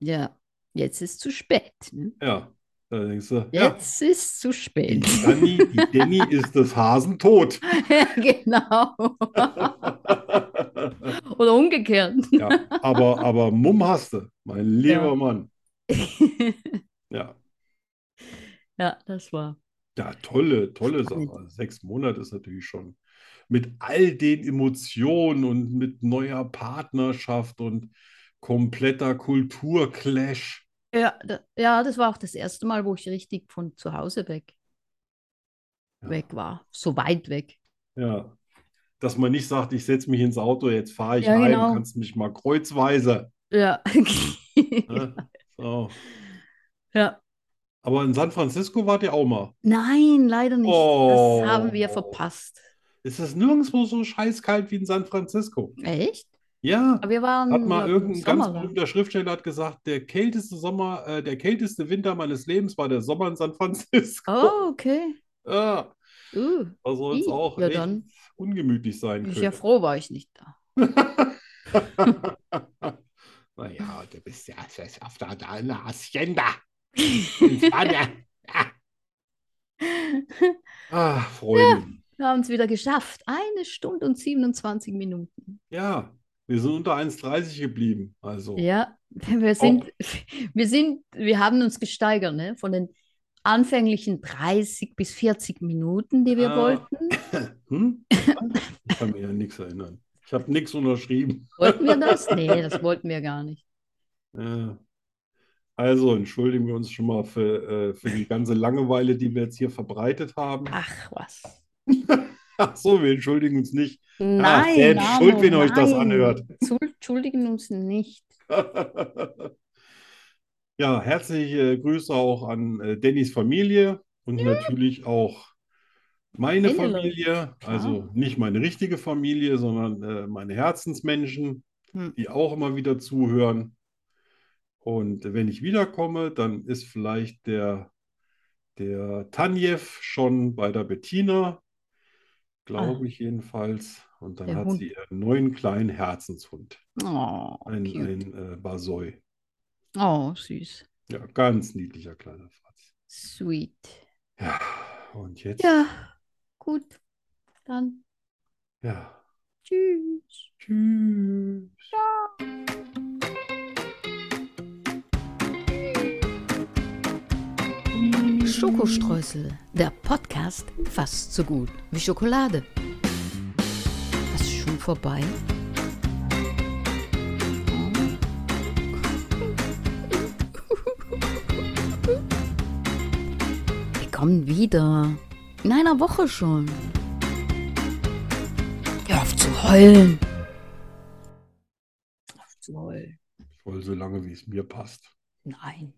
Speaker 2: ja, jetzt ist zu spät. Ne?
Speaker 3: ja. Da denkst du, ja,
Speaker 2: Jetzt ist zu
Speaker 3: die
Speaker 2: spät.
Speaker 3: Dani, die Danny ist des Hasen tot.
Speaker 2: ja, genau. Oder umgekehrt.
Speaker 3: Ja, aber, aber Mumm hast du, mein lieber
Speaker 2: Ja.
Speaker 3: Mann. Ja,
Speaker 2: ja, das war.
Speaker 3: ja, tolle, tolle
Speaker 2: Spannend.
Speaker 3: Sache. Sechs Monate ist natürlich schon mit all den Emotionen und mit neuer Partnerschaft und kompletter Kulturclash.
Speaker 2: Ja, da, ja, das war auch das erste Mal, wo ich richtig von zu Hause weg,
Speaker 3: Ja.
Speaker 2: weg war. So weit weg.
Speaker 3: Ja. Dass man nicht sagt, ich setze mich ins Auto, jetzt fahre ich
Speaker 2: Ja,
Speaker 3: heim,
Speaker 2: genau.
Speaker 3: kannst mich mal kreuzweise.
Speaker 2: Ja.
Speaker 3: Ne? So.
Speaker 2: Ja.
Speaker 3: Aber in San Francisco wart ihr auch mal.
Speaker 2: Nein, leider nicht. Das haben wir
Speaker 3: Oh.
Speaker 2: verpasst.
Speaker 3: Es ist nirgendwo so scheißkalt wie in San Francisco.
Speaker 2: Echt?
Speaker 3: Ja.
Speaker 2: Aber wir waren,
Speaker 3: Hat mal
Speaker 2: glaub, im
Speaker 3: irgendein ganz
Speaker 2: Sommer da.
Speaker 3: berühmter Schriftsteller hat gesagt, der kälteste Sommer, äh, der kälteste Winter meines Lebens war der Sommer in San Francisco.
Speaker 2: Oh, okay.
Speaker 3: Ja,
Speaker 2: Uh,
Speaker 3: da soll es
Speaker 2: i,
Speaker 3: auch
Speaker 2: ja,
Speaker 3: echt
Speaker 2: dann
Speaker 3: ungemütlich sein
Speaker 2: bin ich ja
Speaker 3: können.
Speaker 2: froh, war ich nicht da.
Speaker 3: Naja, du bist ja fest auf der, deiner Hacienda. Entspanne. Ah, Freunde.
Speaker 2: Wir haben es wieder geschafft. Eine Stunde und 27 Minuten.
Speaker 3: Ja, wir sind unter 1,30 geblieben. Also,
Speaker 2: Ja, wir sind, wir sind, wir haben uns gesteigert, ne? Von den anfänglichen 30 bis 40 Minuten, die wir
Speaker 3: Ja.
Speaker 2: wollten.
Speaker 3: hm? Ich kann mir ja nichts erinnern. Ich habe nichts unterschrieben.
Speaker 2: Wollten wir das? Nee, das wollten wir gar nicht.
Speaker 3: Ja. Äh, Also entschuldigen wir uns schon mal für, äh, für die ganze Langeweile, die wir jetzt hier verbreitet haben.
Speaker 2: Ach was.
Speaker 3: Ach so, wir entschuldigen uns nicht.
Speaker 2: Nein,
Speaker 3: Ah, selbst
Speaker 2: Arno,
Speaker 3: schuld, wenn euch das
Speaker 2: nein.
Speaker 3: anhört.
Speaker 2: Zu- Entschuldigen uns nicht.
Speaker 3: Ja, herzliche äh, Grüße auch an äh, Dannys Familie und natürlich auch meine
Speaker 2: Viele Leute,
Speaker 3: Familie, also nicht meine richtige Familie, sondern äh, meine Herzensmenschen,
Speaker 2: Hm.
Speaker 3: die auch immer wieder zuhören. Und wenn ich wiederkomme, dann ist vielleicht der, der Tanjev schon bei der Bettina, glaube ich jedenfalls. Und dann
Speaker 2: Ah. Der
Speaker 3: hat
Speaker 2: Hund.
Speaker 3: sie ihren neuen kleinen Herzenshund,
Speaker 2: Oh,
Speaker 3: ein,
Speaker 2: cute.
Speaker 3: ein äh, Basoi.
Speaker 2: Oh, süß.
Speaker 3: Ja, ganz niedlicher kleiner Fratz.
Speaker 2: Sweet.
Speaker 3: Ja, und jetzt,
Speaker 2: Ja, gut. Dann
Speaker 3: ja,
Speaker 2: tschüss.
Speaker 3: tschüss.
Speaker 1: Schokostreusel, der Podcast fast so gut wie Schokolade. Was ist schon vorbei? Wir kommen wieder. In einer Woche schon. Hör auf zu heulen.
Speaker 2: Toll.
Speaker 3: Ich hol so lange, wie es mir passt.
Speaker 2: Nein.